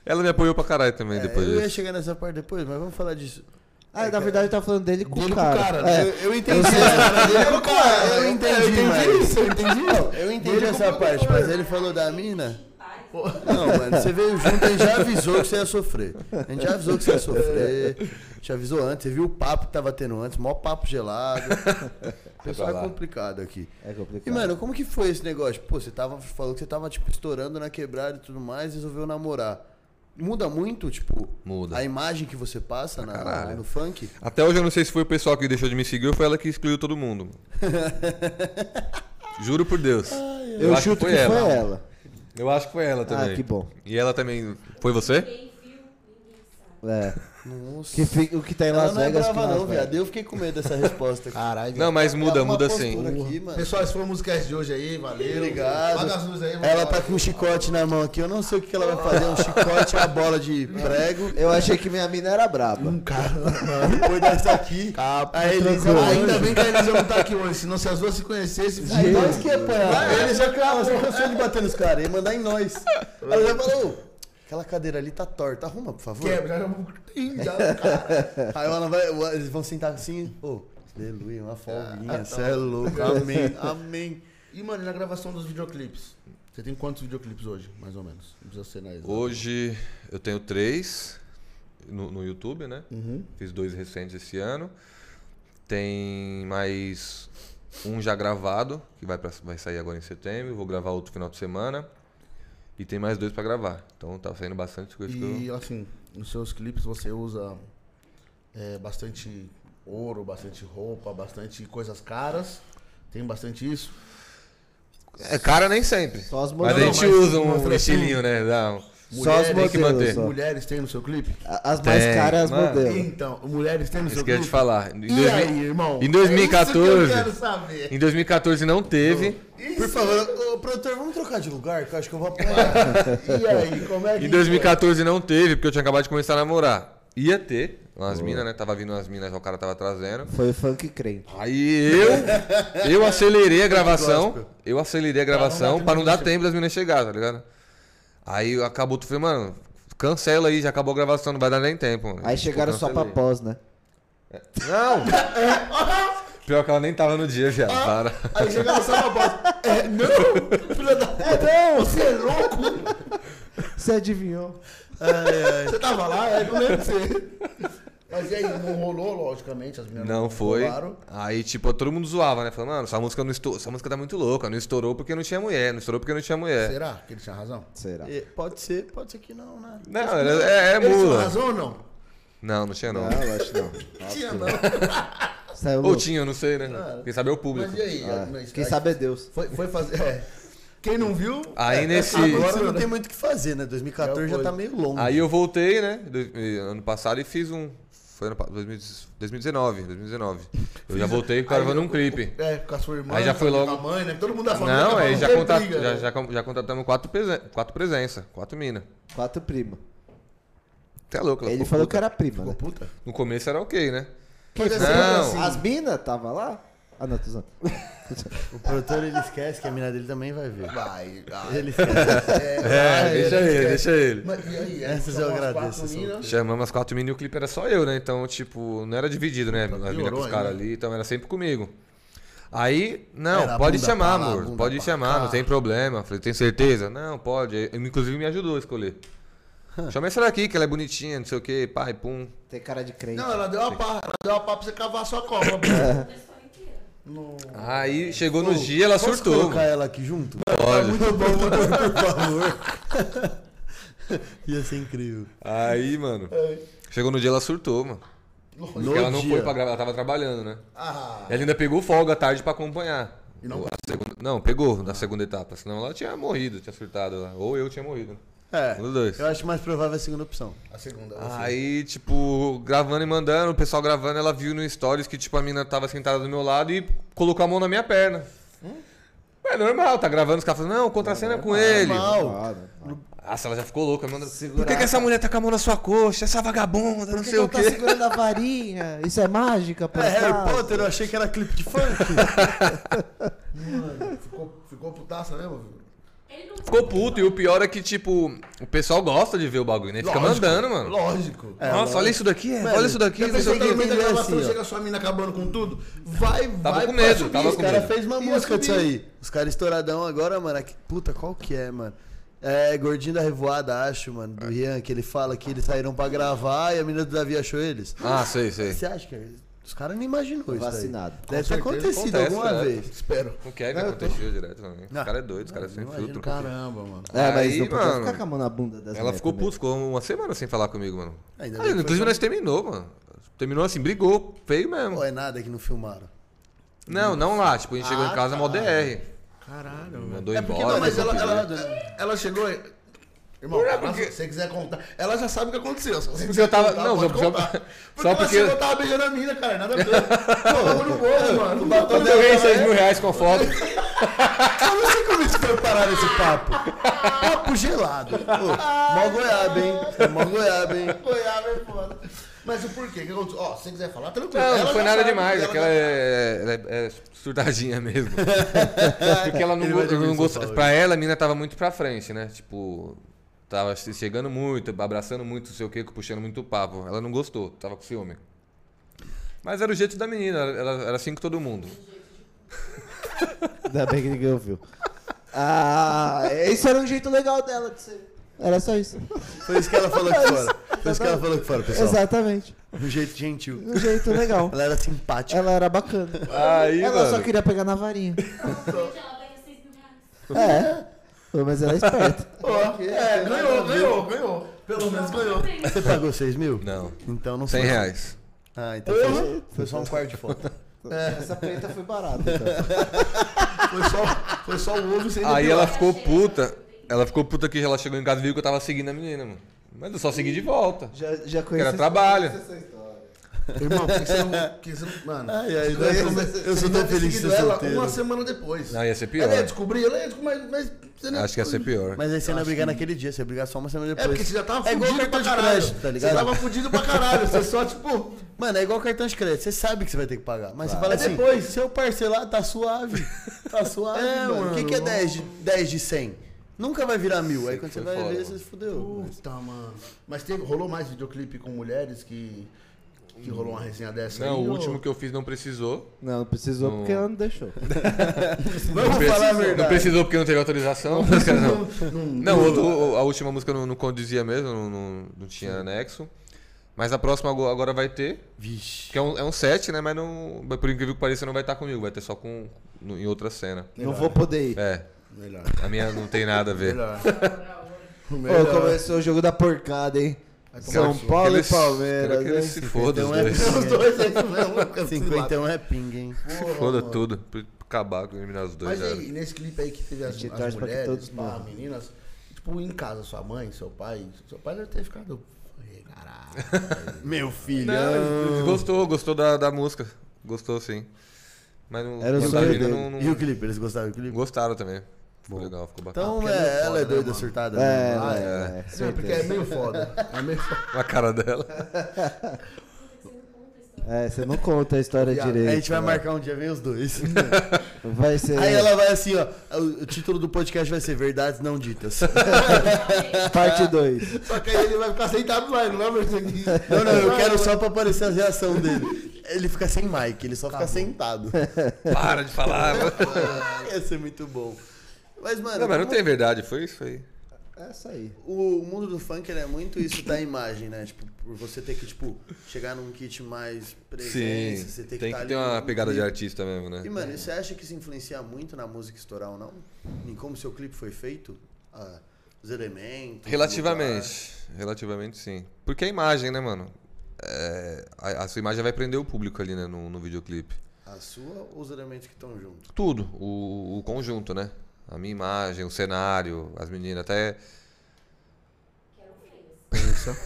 [SPEAKER 3] Ela me apoiou pra caralho também
[SPEAKER 4] É,
[SPEAKER 3] depois
[SPEAKER 4] eu ia
[SPEAKER 3] disso.
[SPEAKER 4] chegar nessa parte depois, mas vamos falar disso.
[SPEAKER 1] Ah, na verdade tá falando dele com
[SPEAKER 5] Dele
[SPEAKER 1] o
[SPEAKER 5] com o
[SPEAKER 1] cara.
[SPEAKER 5] cara,
[SPEAKER 1] É.
[SPEAKER 4] Eu, eu entendi. Eu, é cara, eu entendi, mas...
[SPEAKER 5] isso, eu entendi isso.
[SPEAKER 4] Eu entendi essa parte, mas ele falou da mina. Não, mano, você veio junto, a gente já avisou que você ia sofrer. A gente já avisou que você ia sofrer. Te avisou antes, você viu o papo que tava tendo antes, maior papo gelado. O pessoal é
[SPEAKER 3] lá.
[SPEAKER 4] complicado aqui.
[SPEAKER 1] É complicado.
[SPEAKER 4] E, mano, como que foi esse negócio? Pô, você tava, falou que você tava, tipo, estourando na quebrada e tudo mais, resolveu namorar. Muda muito, tipo,
[SPEAKER 3] Muda.
[SPEAKER 4] a imagem que você passa na-
[SPEAKER 3] caralho.
[SPEAKER 4] no funk?
[SPEAKER 3] Até hoje eu não sei se foi o pessoal que deixou de me seguir ou foi ela que excluiu todo mundo. Juro por Deus.
[SPEAKER 1] eu
[SPEAKER 3] acho
[SPEAKER 1] chuto que foi, ela.
[SPEAKER 3] Eu acho que foi ela também.
[SPEAKER 1] Ah, que bom.
[SPEAKER 3] E ela também. Foi você?
[SPEAKER 6] Quem viu, ninguém sabe.
[SPEAKER 1] É.
[SPEAKER 4] Nossa.
[SPEAKER 1] Que fica- o que tá em
[SPEAKER 4] Ela
[SPEAKER 1] Las
[SPEAKER 4] não é
[SPEAKER 1] Vegas
[SPEAKER 4] brava
[SPEAKER 1] com Las
[SPEAKER 4] não,
[SPEAKER 1] Vegas.
[SPEAKER 4] viado. Eu fiquei com medo dessa resposta aqui.
[SPEAKER 5] Caralho,
[SPEAKER 3] Não, mas muda,
[SPEAKER 4] Ela tá
[SPEAKER 3] muda assim.
[SPEAKER 4] com uma
[SPEAKER 3] sim.
[SPEAKER 4] postura aqui, mano.
[SPEAKER 5] Pessoal, esse foi o Musicast de hoje aí, valeu.
[SPEAKER 4] Obrigado.
[SPEAKER 5] Paga as luzes aí, vamos
[SPEAKER 4] Ela
[SPEAKER 5] embora.
[SPEAKER 4] tá com um chicote na mão aqui. Eu não sei o que que ela vai fazer. Um chicote e uma bola de prego.
[SPEAKER 1] Eu achei que minha mina era braba.
[SPEAKER 5] Um cara.
[SPEAKER 4] Depois dessa aqui, a Elisa...
[SPEAKER 1] tranquilo.
[SPEAKER 5] Ainda bem que a Elisa não tá aqui hoje, senão se as duas se conhecessem,
[SPEAKER 4] Aí
[SPEAKER 5] fudeu.
[SPEAKER 4] nós que é apanhar. assim, Ele já ela só cansou de bater nos caras. Ia mandar em nós. Ela já falou... "Ô, Aquela cadeira ali tá torta, arruma, por favor.
[SPEAKER 5] Quebra, já- Ih, já- cara.
[SPEAKER 4] Aí ela vai, eles vão sentar assim, ô, aleluia, uma folguinha, cê é louco, amém, amém.
[SPEAKER 5] E, mano, e na gravação dos videoclipes? Você tem quantos videoclipes hoje, mais ou menos? Não precisa ser na exata.
[SPEAKER 3] Hoje eu tenho três. no, no YouTube, né?
[SPEAKER 1] Uhum.
[SPEAKER 3] Fiz dois recentes esse ano. Tem mais um já gravado, que vai, pra- vai sair agora em setembro. Vou gravar outro final de semana. E tem mais dois pra gravar. Então tá saindo bastante coisa que eu...
[SPEAKER 5] E assim, nos seus clipes você usa é, bastante ouro, bastante roupa, bastante coisas caras. Tem bastante isso.
[SPEAKER 3] É cara nem sempre.
[SPEAKER 1] Só as
[SPEAKER 3] mas a
[SPEAKER 1] mulheres.
[SPEAKER 3] gente
[SPEAKER 5] Não, mas-
[SPEAKER 3] usa
[SPEAKER 5] mas
[SPEAKER 3] um
[SPEAKER 5] falei assim,
[SPEAKER 3] estilinho, né? Dá um-
[SPEAKER 1] Só as
[SPEAKER 3] mulher tem que
[SPEAKER 1] modelos.
[SPEAKER 3] manter.
[SPEAKER 1] só.
[SPEAKER 5] Mulheres tem no seu clipe?
[SPEAKER 1] A- As mais
[SPEAKER 3] Tem,
[SPEAKER 1] caras, as
[SPEAKER 3] mano.
[SPEAKER 1] modelos.
[SPEAKER 5] Então, mulheres tem no
[SPEAKER 3] Isso
[SPEAKER 5] seu
[SPEAKER 3] que eu ia
[SPEAKER 5] clipe?
[SPEAKER 3] te falar. Em,
[SPEAKER 5] E
[SPEAKER 3] 2000
[SPEAKER 5] aí, irmão?
[SPEAKER 3] em
[SPEAKER 5] É isso
[SPEAKER 3] 2014.
[SPEAKER 5] que eu quero saber.
[SPEAKER 3] em 2014 não teve.
[SPEAKER 4] Por favor, ô, produtor, vamos trocar de lugar, que eu acho que eu vou apanhar.
[SPEAKER 5] E aí, como é que...
[SPEAKER 3] Em 2014 não teve, porque eu tinha acabado de começar a namorar. Ia ter, umas minas, né? Tava vindo umas minas, o cara tava trazendo.
[SPEAKER 1] Foi o funk crente.
[SPEAKER 3] Aí eu eu acelerei a gravação. Eu acelerei a gravação pra não dar tempo das meninas chegar, tá ligado? Aí acabou, tu falei, mano, cancela aí, já acabou a gravação, não vai dar nem tempo. Mano.
[SPEAKER 1] Aí chegaram
[SPEAKER 3] Eu
[SPEAKER 1] só pra
[SPEAKER 3] cancelei.
[SPEAKER 1] pós, né?
[SPEAKER 3] Não! Pior que ela nem tava no dia, viado.
[SPEAKER 5] Ah.
[SPEAKER 3] Para.
[SPEAKER 5] Aí chegava só uma bosta. É, não, filha da... É, não, você é louco.
[SPEAKER 1] Você adivinhou?
[SPEAKER 5] Você tava lá, é, não lembro de você. Mas e aí, não rolou, logicamente, as meninas
[SPEAKER 3] Não foi.
[SPEAKER 5] rolaram.
[SPEAKER 3] Aí, tipo, todo mundo zoava, né? Falando, mano, essa música, não estourou, essa música tá muito louca. Não estourou porque não tinha mulher, não estourou porque não tinha mulher.
[SPEAKER 5] Será que ele tinha razão?
[SPEAKER 1] Será?
[SPEAKER 4] É, pode ser, pode ser que não, né?
[SPEAKER 3] Não, era- é, é
[SPEAKER 5] Ele tinha
[SPEAKER 3] mula.
[SPEAKER 5] razão ou não?
[SPEAKER 3] Não, não tinha não.
[SPEAKER 1] Não, eu acho não.
[SPEAKER 5] Tinha, não.
[SPEAKER 1] Saiu
[SPEAKER 3] Ou
[SPEAKER 1] louco.
[SPEAKER 3] tinha, não sei, né? Quem sabe é o público.
[SPEAKER 5] Mas e aí?
[SPEAKER 1] Ah,
[SPEAKER 5] Mas
[SPEAKER 1] Quem
[SPEAKER 5] aí
[SPEAKER 1] sabe é Deus.
[SPEAKER 5] Foi, foi fazer... é. Quem não viu... é,
[SPEAKER 3] Aí nesse.
[SPEAKER 4] Agora
[SPEAKER 5] Isso,
[SPEAKER 4] não
[SPEAKER 5] né?
[SPEAKER 4] tem muito o que fazer, né? 2014 já tá meio longo.
[SPEAKER 3] É Aí eu voltei, né? do- eh, Ano passado e fiz um. Foi ano pa- 2000 2019, 2019. Eu já voltei gravando um clipe.
[SPEAKER 5] É, com a sua irmã,
[SPEAKER 3] Aí já foi
[SPEAKER 5] com a
[SPEAKER 3] logo-
[SPEAKER 5] mãe, né? Todo mundo da família.
[SPEAKER 3] Não,
[SPEAKER 5] tá
[SPEAKER 3] aí
[SPEAKER 5] falando,
[SPEAKER 3] já,
[SPEAKER 5] tem
[SPEAKER 3] conta-
[SPEAKER 5] briga,
[SPEAKER 3] já,
[SPEAKER 5] né?
[SPEAKER 3] já com- já contratamos quatro, presen- quatro presenças, quatro minas.
[SPEAKER 1] Quatro prima.
[SPEAKER 3] Você é louco, ela
[SPEAKER 1] Ele
[SPEAKER 3] ficou
[SPEAKER 1] falou
[SPEAKER 3] puta.
[SPEAKER 1] que era prima, né?
[SPEAKER 5] Ô, puta.
[SPEAKER 3] No começo era ok, né?
[SPEAKER 1] Quem
[SPEAKER 3] Não.
[SPEAKER 1] foi? As minas tava lá? Ah, não, tô usando.
[SPEAKER 4] O produtor, ele esquece que a mina dele também vai ver.
[SPEAKER 5] Vai, vai.
[SPEAKER 4] Ele esquece.
[SPEAKER 5] Ah,
[SPEAKER 3] É, deixa ele,
[SPEAKER 5] esquece.
[SPEAKER 3] deixa ele.
[SPEAKER 5] Mas e aí?
[SPEAKER 4] Essas
[SPEAKER 5] São
[SPEAKER 4] eu
[SPEAKER 5] as
[SPEAKER 4] agradeço,
[SPEAKER 5] quatro
[SPEAKER 4] são
[SPEAKER 5] minas.
[SPEAKER 3] Chamamos as quatro minas e o clipe era só eu, né? Então, tipo, não era dividido,
[SPEAKER 4] Tá
[SPEAKER 3] né? As minas com
[SPEAKER 5] piorou
[SPEAKER 3] os caras
[SPEAKER 5] ainda.
[SPEAKER 3] ali, então era sempre comigo. Aí, não,
[SPEAKER 4] Era
[SPEAKER 3] pode
[SPEAKER 4] bunda
[SPEAKER 3] chamar,
[SPEAKER 4] pra lá,
[SPEAKER 3] amor.
[SPEAKER 4] bunda
[SPEAKER 3] Pode
[SPEAKER 4] pra
[SPEAKER 3] chamar,
[SPEAKER 4] cá.
[SPEAKER 3] não tem problema. Falei, tem certeza? Não, pode. Aí, Inclusive me ajudou a escolher. Chamei essa daqui, que ela é bonitinha, não sei o quê, pai, pum.
[SPEAKER 1] Tem cara de crente.
[SPEAKER 5] Não, ela deu uma pá. Ela deu uma pá pra você cavar a sua cova. pô.
[SPEAKER 3] Aí chegou no dia, ela
[SPEAKER 4] Posso
[SPEAKER 3] surtou.
[SPEAKER 4] colocar ela aqui junto? Tá
[SPEAKER 3] Pode.
[SPEAKER 4] Muito bom, por favor. Ia ser incrível.
[SPEAKER 3] Aí, mano. Chegou no dia, ela surtou, mano. Porque
[SPEAKER 4] No
[SPEAKER 3] ela não
[SPEAKER 4] dia.
[SPEAKER 3] foi pra gravar, ela tava trabalhando, né?
[SPEAKER 5] Ah,
[SPEAKER 3] Ela ainda pegou folga à tarde pra acompanhar.
[SPEAKER 5] E não-
[SPEAKER 3] A segunda- não, pegou na segunda etapa, senão ela tinha morrido, tinha surtado. lá. Ou eu tinha morrido.
[SPEAKER 4] É,
[SPEAKER 3] Um dos dois.
[SPEAKER 4] eu acho mais provável a segunda opção.
[SPEAKER 5] a segunda.
[SPEAKER 3] Ah.
[SPEAKER 5] você.
[SPEAKER 3] Aí, tipo, gravando e mandando, o pessoal gravando, ela viu no stories que, tipo, a mina tava sentada do meu lado e colocou a mão na minha perna. É normal, tá gravando, os caras falam, não, contracena é com ele.
[SPEAKER 1] Normal, normal.
[SPEAKER 3] Nossa, ela já ficou louca. Manda... Por que, que essa mulher tá com a mão na sua coxa? Essa vagabunda, não
[SPEAKER 1] Por que que
[SPEAKER 3] sei o
[SPEAKER 1] ela tá
[SPEAKER 3] quê.
[SPEAKER 1] segurando a varinha? Isso é mágica, pô.
[SPEAKER 4] É Harry Potter, eu achei que era clipe de funk.
[SPEAKER 5] Mano, ficou, ficou putaça, né, meu filho?
[SPEAKER 3] Ficou puto, e o pior é que, tipo, o pessoal gosta de ver o bagulho, né? Fica
[SPEAKER 5] Lógico.
[SPEAKER 3] mandando, mano.
[SPEAKER 5] Lógico.
[SPEAKER 3] Nossa, olha isso daqui, é. olha isso daqui.
[SPEAKER 5] Eu
[SPEAKER 3] não
[SPEAKER 5] pensei
[SPEAKER 3] sei o
[SPEAKER 5] que tá no
[SPEAKER 3] quê.
[SPEAKER 5] meio da
[SPEAKER 4] entender
[SPEAKER 5] gravação
[SPEAKER 4] assim, ó.
[SPEAKER 5] chega a sua mina acabando com tudo. Vai,
[SPEAKER 3] Tava
[SPEAKER 5] vai.
[SPEAKER 3] com
[SPEAKER 5] pra
[SPEAKER 3] medo,
[SPEAKER 5] subir.
[SPEAKER 3] tava
[SPEAKER 4] Os
[SPEAKER 3] com
[SPEAKER 4] caras
[SPEAKER 3] medo.
[SPEAKER 4] fez uma
[SPEAKER 5] Ia
[SPEAKER 4] música disso
[SPEAKER 5] subir.
[SPEAKER 4] aí. Os caras estouradão agora, mano. que- Puta, qual que é, mano? É Gordinho da Revoada, acho, mano, do Ian, que ele fala que eles saíram pra gravar e a menina do Davi achou eles.
[SPEAKER 3] Ah, sei, sei.
[SPEAKER 4] Você acha que é isso? os caras não imaginou isso? daí.
[SPEAKER 1] Vacinado. Com
[SPEAKER 4] Deve ter
[SPEAKER 5] certeza,
[SPEAKER 4] acontecido
[SPEAKER 3] acontece,
[SPEAKER 4] alguma
[SPEAKER 3] né?
[SPEAKER 4] vez.
[SPEAKER 5] Espero.
[SPEAKER 3] O Kevin aconteceu direto também.
[SPEAKER 5] Ah,
[SPEAKER 3] Os caras é doido, os caras sem filtro.
[SPEAKER 5] Caramba, mano.
[SPEAKER 1] É, mas
[SPEAKER 3] Aí,
[SPEAKER 1] não podia
[SPEAKER 3] mano,
[SPEAKER 1] ficar com a mão na bunda dessa
[SPEAKER 3] Ela
[SPEAKER 1] mulher
[SPEAKER 3] ficou
[SPEAKER 1] também.
[SPEAKER 3] puta, ficou uma semana sem falar comigo, mano.
[SPEAKER 4] Ainda
[SPEAKER 3] Ah,
[SPEAKER 4] bem que
[SPEAKER 3] inclusive
[SPEAKER 4] foi
[SPEAKER 3] nós terminou, mano. Terminou assim, brigou, feio mesmo.
[SPEAKER 4] Não é nada que não filmaram.
[SPEAKER 3] Não, não lá, tipo, a gente chegou em casa, mó DR.
[SPEAKER 5] Ah, tá. Caralho, mano.
[SPEAKER 3] Mandou
[SPEAKER 5] É porque
[SPEAKER 3] embora. né?
[SPEAKER 5] não, mas ela,
[SPEAKER 3] pediu.
[SPEAKER 5] ela, ela chegou. aí- Irmão,
[SPEAKER 3] Não é
[SPEAKER 5] ela-
[SPEAKER 3] porque-
[SPEAKER 5] se você quiser contar. Ela já sabe o que aconteceu. Se você
[SPEAKER 3] Porque eu tava-
[SPEAKER 5] contar,
[SPEAKER 3] não,
[SPEAKER 5] pode
[SPEAKER 3] só- só-
[SPEAKER 5] contar.
[SPEAKER 3] só
[SPEAKER 5] porque.
[SPEAKER 3] porque-
[SPEAKER 5] Porque eu tava beijando a mina, cara. Nada a ver. Pô, bagulho bom, mano. Não bateu
[SPEAKER 3] Eu ganhei
[SPEAKER 5] né?
[SPEAKER 3] 6 mil reais com a foto.
[SPEAKER 4] Eu não sei como isso foi parar nesse papo. Papo gelado. Ô, mó goiaba, hein? Mó goiaba, hein?
[SPEAKER 5] Goiaba é foda. Mas o porquê? O que aconteceu? Ó, se você quiser falar, tranquilo.
[SPEAKER 3] Não,
[SPEAKER 5] Ela
[SPEAKER 3] não foi
[SPEAKER 5] já
[SPEAKER 3] nada
[SPEAKER 5] sabe,
[SPEAKER 3] demais.
[SPEAKER 5] ela
[SPEAKER 3] Aquela
[SPEAKER 5] já-
[SPEAKER 3] é, ela é- é surtadinha mesmo. Porque ela não,
[SPEAKER 4] Ele
[SPEAKER 3] go-
[SPEAKER 4] vai dormir
[SPEAKER 3] não
[SPEAKER 4] no
[SPEAKER 3] gosta.
[SPEAKER 4] sofá
[SPEAKER 3] Pra ela, a mina tava muito pra frente, né? Tipo, tava se chegando muito, abraçando muito, não sei o quê, puxando muito papo. Ela não gostou, tava com ciúme. Mas era o jeito da menina, ela, ela era assim com todo mundo.
[SPEAKER 1] Ainda bem que ninguém ouviu. Ah, esse era um jeito legal dela de ser. Era só isso.
[SPEAKER 4] Foi isso que ela falou aqui fora. Foi isso que ela falou que fora, pessoal.
[SPEAKER 1] Exatamente.
[SPEAKER 4] De um jeito gentil.
[SPEAKER 1] De um jeito legal.
[SPEAKER 4] Ela era simpática.
[SPEAKER 1] Ela era bacana.
[SPEAKER 3] Aí,
[SPEAKER 1] Ela só
[SPEAKER 3] mano.
[SPEAKER 1] queria pegar na varinha.
[SPEAKER 6] ela pega 6 mil reais.
[SPEAKER 1] É. Mas ela é esperta.
[SPEAKER 5] Ó, é, ganhou, ganhou, ganhou. Pelo menos ganhou.
[SPEAKER 4] Você pagou 6 mil?
[SPEAKER 3] Não.
[SPEAKER 4] Então não
[SPEAKER 3] 100
[SPEAKER 4] foi.
[SPEAKER 3] reais.
[SPEAKER 4] Ah, então foi, foi só um quarto de foto.
[SPEAKER 3] É.
[SPEAKER 1] Essa preta foi barata. Então.
[SPEAKER 5] Foi só, foi só o ovo sem
[SPEAKER 3] Aí ela ficou puta. Ela ficou puta que ela chegou em casa e viu que eu tava seguindo a menina, mano. Mas eu só segui de volta.
[SPEAKER 1] Já, já
[SPEAKER 3] Porque
[SPEAKER 1] conheço.
[SPEAKER 3] era trabalho.
[SPEAKER 5] Irmão, por que você não. que você não- mano.
[SPEAKER 4] Ai, ai,
[SPEAKER 5] você
[SPEAKER 4] eu
[SPEAKER 5] não-
[SPEAKER 4] sou-
[SPEAKER 5] você
[SPEAKER 4] eu sou
[SPEAKER 5] não
[SPEAKER 4] tão
[SPEAKER 5] deve
[SPEAKER 4] feliz
[SPEAKER 5] ter seguido
[SPEAKER 4] de ser
[SPEAKER 5] ela
[SPEAKER 4] solteiro.
[SPEAKER 5] Uma semana depois.
[SPEAKER 3] Não, ia ser pior.
[SPEAKER 5] Ela ia descobrir, ela ia descobrir, mas, mas você não
[SPEAKER 3] Acho que ia ser pior.
[SPEAKER 4] Mas aí você não ia brigar naquele dia, você ia brigar só uma semana
[SPEAKER 5] É
[SPEAKER 4] depois.
[SPEAKER 5] porque você já tava
[SPEAKER 4] É igual
[SPEAKER 5] fudido
[SPEAKER 4] cartão
[SPEAKER 5] pra
[SPEAKER 4] de
[SPEAKER 5] caralho.
[SPEAKER 4] crédito, tá
[SPEAKER 5] Você
[SPEAKER 4] ligado?
[SPEAKER 5] tava fudido pra caralho. Você só, tipo.
[SPEAKER 4] Mano, é igual cartão de crédito, você sabe que você vai ter que pagar. Mas você fala
[SPEAKER 5] É
[SPEAKER 4] assim,
[SPEAKER 5] depois.
[SPEAKER 4] se eu parcelar, tá suave. Tá suave,
[SPEAKER 5] É,
[SPEAKER 4] mano. O que,
[SPEAKER 5] mano,
[SPEAKER 4] que é
[SPEAKER 5] não.
[SPEAKER 4] 10 de, 10 de 100? Nunca vai virar mil. Aí quando você
[SPEAKER 3] foi
[SPEAKER 4] vai
[SPEAKER 3] foda,
[SPEAKER 4] ver,
[SPEAKER 3] mano.
[SPEAKER 4] você se fudeu.
[SPEAKER 5] Puta, mano. Mas teve, rolou mais videoclipe com mulheres que. Que rolou uma resenha dessa
[SPEAKER 3] Não,
[SPEAKER 5] aí,
[SPEAKER 3] o
[SPEAKER 5] ou-
[SPEAKER 3] último que eu fiz não precisou.
[SPEAKER 1] Não, precisou porque ela não deixou.
[SPEAKER 3] Não
[SPEAKER 4] Vamos
[SPEAKER 3] precisou-
[SPEAKER 4] falar a
[SPEAKER 3] Não
[SPEAKER 4] verdade.
[SPEAKER 3] precisou porque não teve autorização. não, não o- o- a última música não, não condizia mesmo, não, não- não tinha anexo. Mas a próxima ago- agora vai ter.
[SPEAKER 4] Vixe.
[SPEAKER 3] Que é um, é um set, né? Mas não. mas Por incrível que pareça, não vai estar comigo. Vai ter só com, no- em outra cena.
[SPEAKER 1] Não vou poder ir.
[SPEAKER 3] É.
[SPEAKER 5] Melhor.
[SPEAKER 3] A minha não tem nada a ver.
[SPEAKER 5] Melhor.
[SPEAKER 1] Ô, começou o jogo da porcada, hein? São
[SPEAKER 3] Quero que
[SPEAKER 1] Paulo e
[SPEAKER 3] eles- Quero
[SPEAKER 1] Palmeiras, né? Então
[SPEAKER 3] que eles
[SPEAKER 1] hein?
[SPEAKER 3] se fodam os
[SPEAKER 4] é
[SPEAKER 3] dois.
[SPEAKER 5] Os dois é isso mesmo.
[SPEAKER 4] 51 é ping, hein?
[SPEAKER 3] Foda tudo. Pra acabar com eliminar os dois.
[SPEAKER 5] Mas
[SPEAKER 3] já era.
[SPEAKER 5] aí, nesse clipe aí que teve as,
[SPEAKER 1] A gente
[SPEAKER 5] as
[SPEAKER 1] torce pra que
[SPEAKER 5] mulheres,
[SPEAKER 1] todos
[SPEAKER 5] pá,
[SPEAKER 1] morram.
[SPEAKER 5] meninas, tipo, em casa, sua mãe, seu pai, seu pai deve ter ficado. "Ei, Caralho.
[SPEAKER 4] Meu filho.
[SPEAKER 3] Não, gostou, gostou da, da música. Gostou sim. Mas não,
[SPEAKER 1] Era o
[SPEAKER 3] mas
[SPEAKER 1] sonho
[SPEAKER 3] a mina
[SPEAKER 1] dele.
[SPEAKER 3] não, não-
[SPEAKER 4] E o clipe? Eles gostaram do clipe?
[SPEAKER 3] gostaram também. Ficou legal, ficou bacana.
[SPEAKER 4] Então,
[SPEAKER 5] Ah, porque
[SPEAKER 4] é,
[SPEAKER 5] é
[SPEAKER 4] ela é
[SPEAKER 5] foda, né,
[SPEAKER 4] doida,
[SPEAKER 5] mano?
[SPEAKER 4] surtada.
[SPEAKER 1] É,
[SPEAKER 3] Ah,
[SPEAKER 4] né?
[SPEAKER 1] ela é, é,
[SPEAKER 5] Não, porque
[SPEAKER 1] certeza.
[SPEAKER 5] é meio foda. É meio foda.
[SPEAKER 3] A cara dela.
[SPEAKER 6] Você não conta a história.
[SPEAKER 1] É, você não conta a história
[SPEAKER 5] Viado,
[SPEAKER 1] direito.
[SPEAKER 4] É, A gente vai
[SPEAKER 1] né?
[SPEAKER 4] marcar um dia, vem os dois.
[SPEAKER 3] É.
[SPEAKER 1] Vai ser
[SPEAKER 4] Aí ela vai assim, ó. O o título do podcast vai ser Verdades Não Ditas.
[SPEAKER 1] parte 2.
[SPEAKER 5] Só que aí ele vai ficar sentado lá, ele não vai ver isso aqui.
[SPEAKER 4] Não, não, eu quero só pra aparecer a reação dele. Ele fica sem mic, ele só fica sentado.
[SPEAKER 3] Para de falar. mano.
[SPEAKER 4] Ia ser muito bom. Mas, mano,
[SPEAKER 3] não, mas não
[SPEAKER 4] como
[SPEAKER 3] tem verdade, foi isso aí.
[SPEAKER 1] É isso aí.
[SPEAKER 4] o mundo do funk ele é muito isso da imagem, né? Tipo, por você ter que, tipo, chegar num kit mais presente,
[SPEAKER 3] Sim.
[SPEAKER 4] você ter que
[SPEAKER 3] Tem
[SPEAKER 4] tá
[SPEAKER 3] que
[SPEAKER 4] ali
[SPEAKER 3] ter uma
[SPEAKER 4] no
[SPEAKER 3] pegada de
[SPEAKER 4] clipe.
[SPEAKER 3] artista mesmo, né?
[SPEAKER 4] E, mano, e você acha que isso influencia muito na música estourar ou não? Em como seu clipe foi feito? Ah, os elementos? o
[SPEAKER 3] Relativamente. Relativamente sim. Porque a imagem, né, mano? É, a, a sua imagem vai prender o público ali, né, no, no videoclipe.
[SPEAKER 4] lugar, a sua ou os elementos que estão juntos?
[SPEAKER 3] Tudo, o, o conjunto, né? A minha imagem, o cenário, as meninas, até.
[SPEAKER 6] Quero feias.
[SPEAKER 5] Pensa.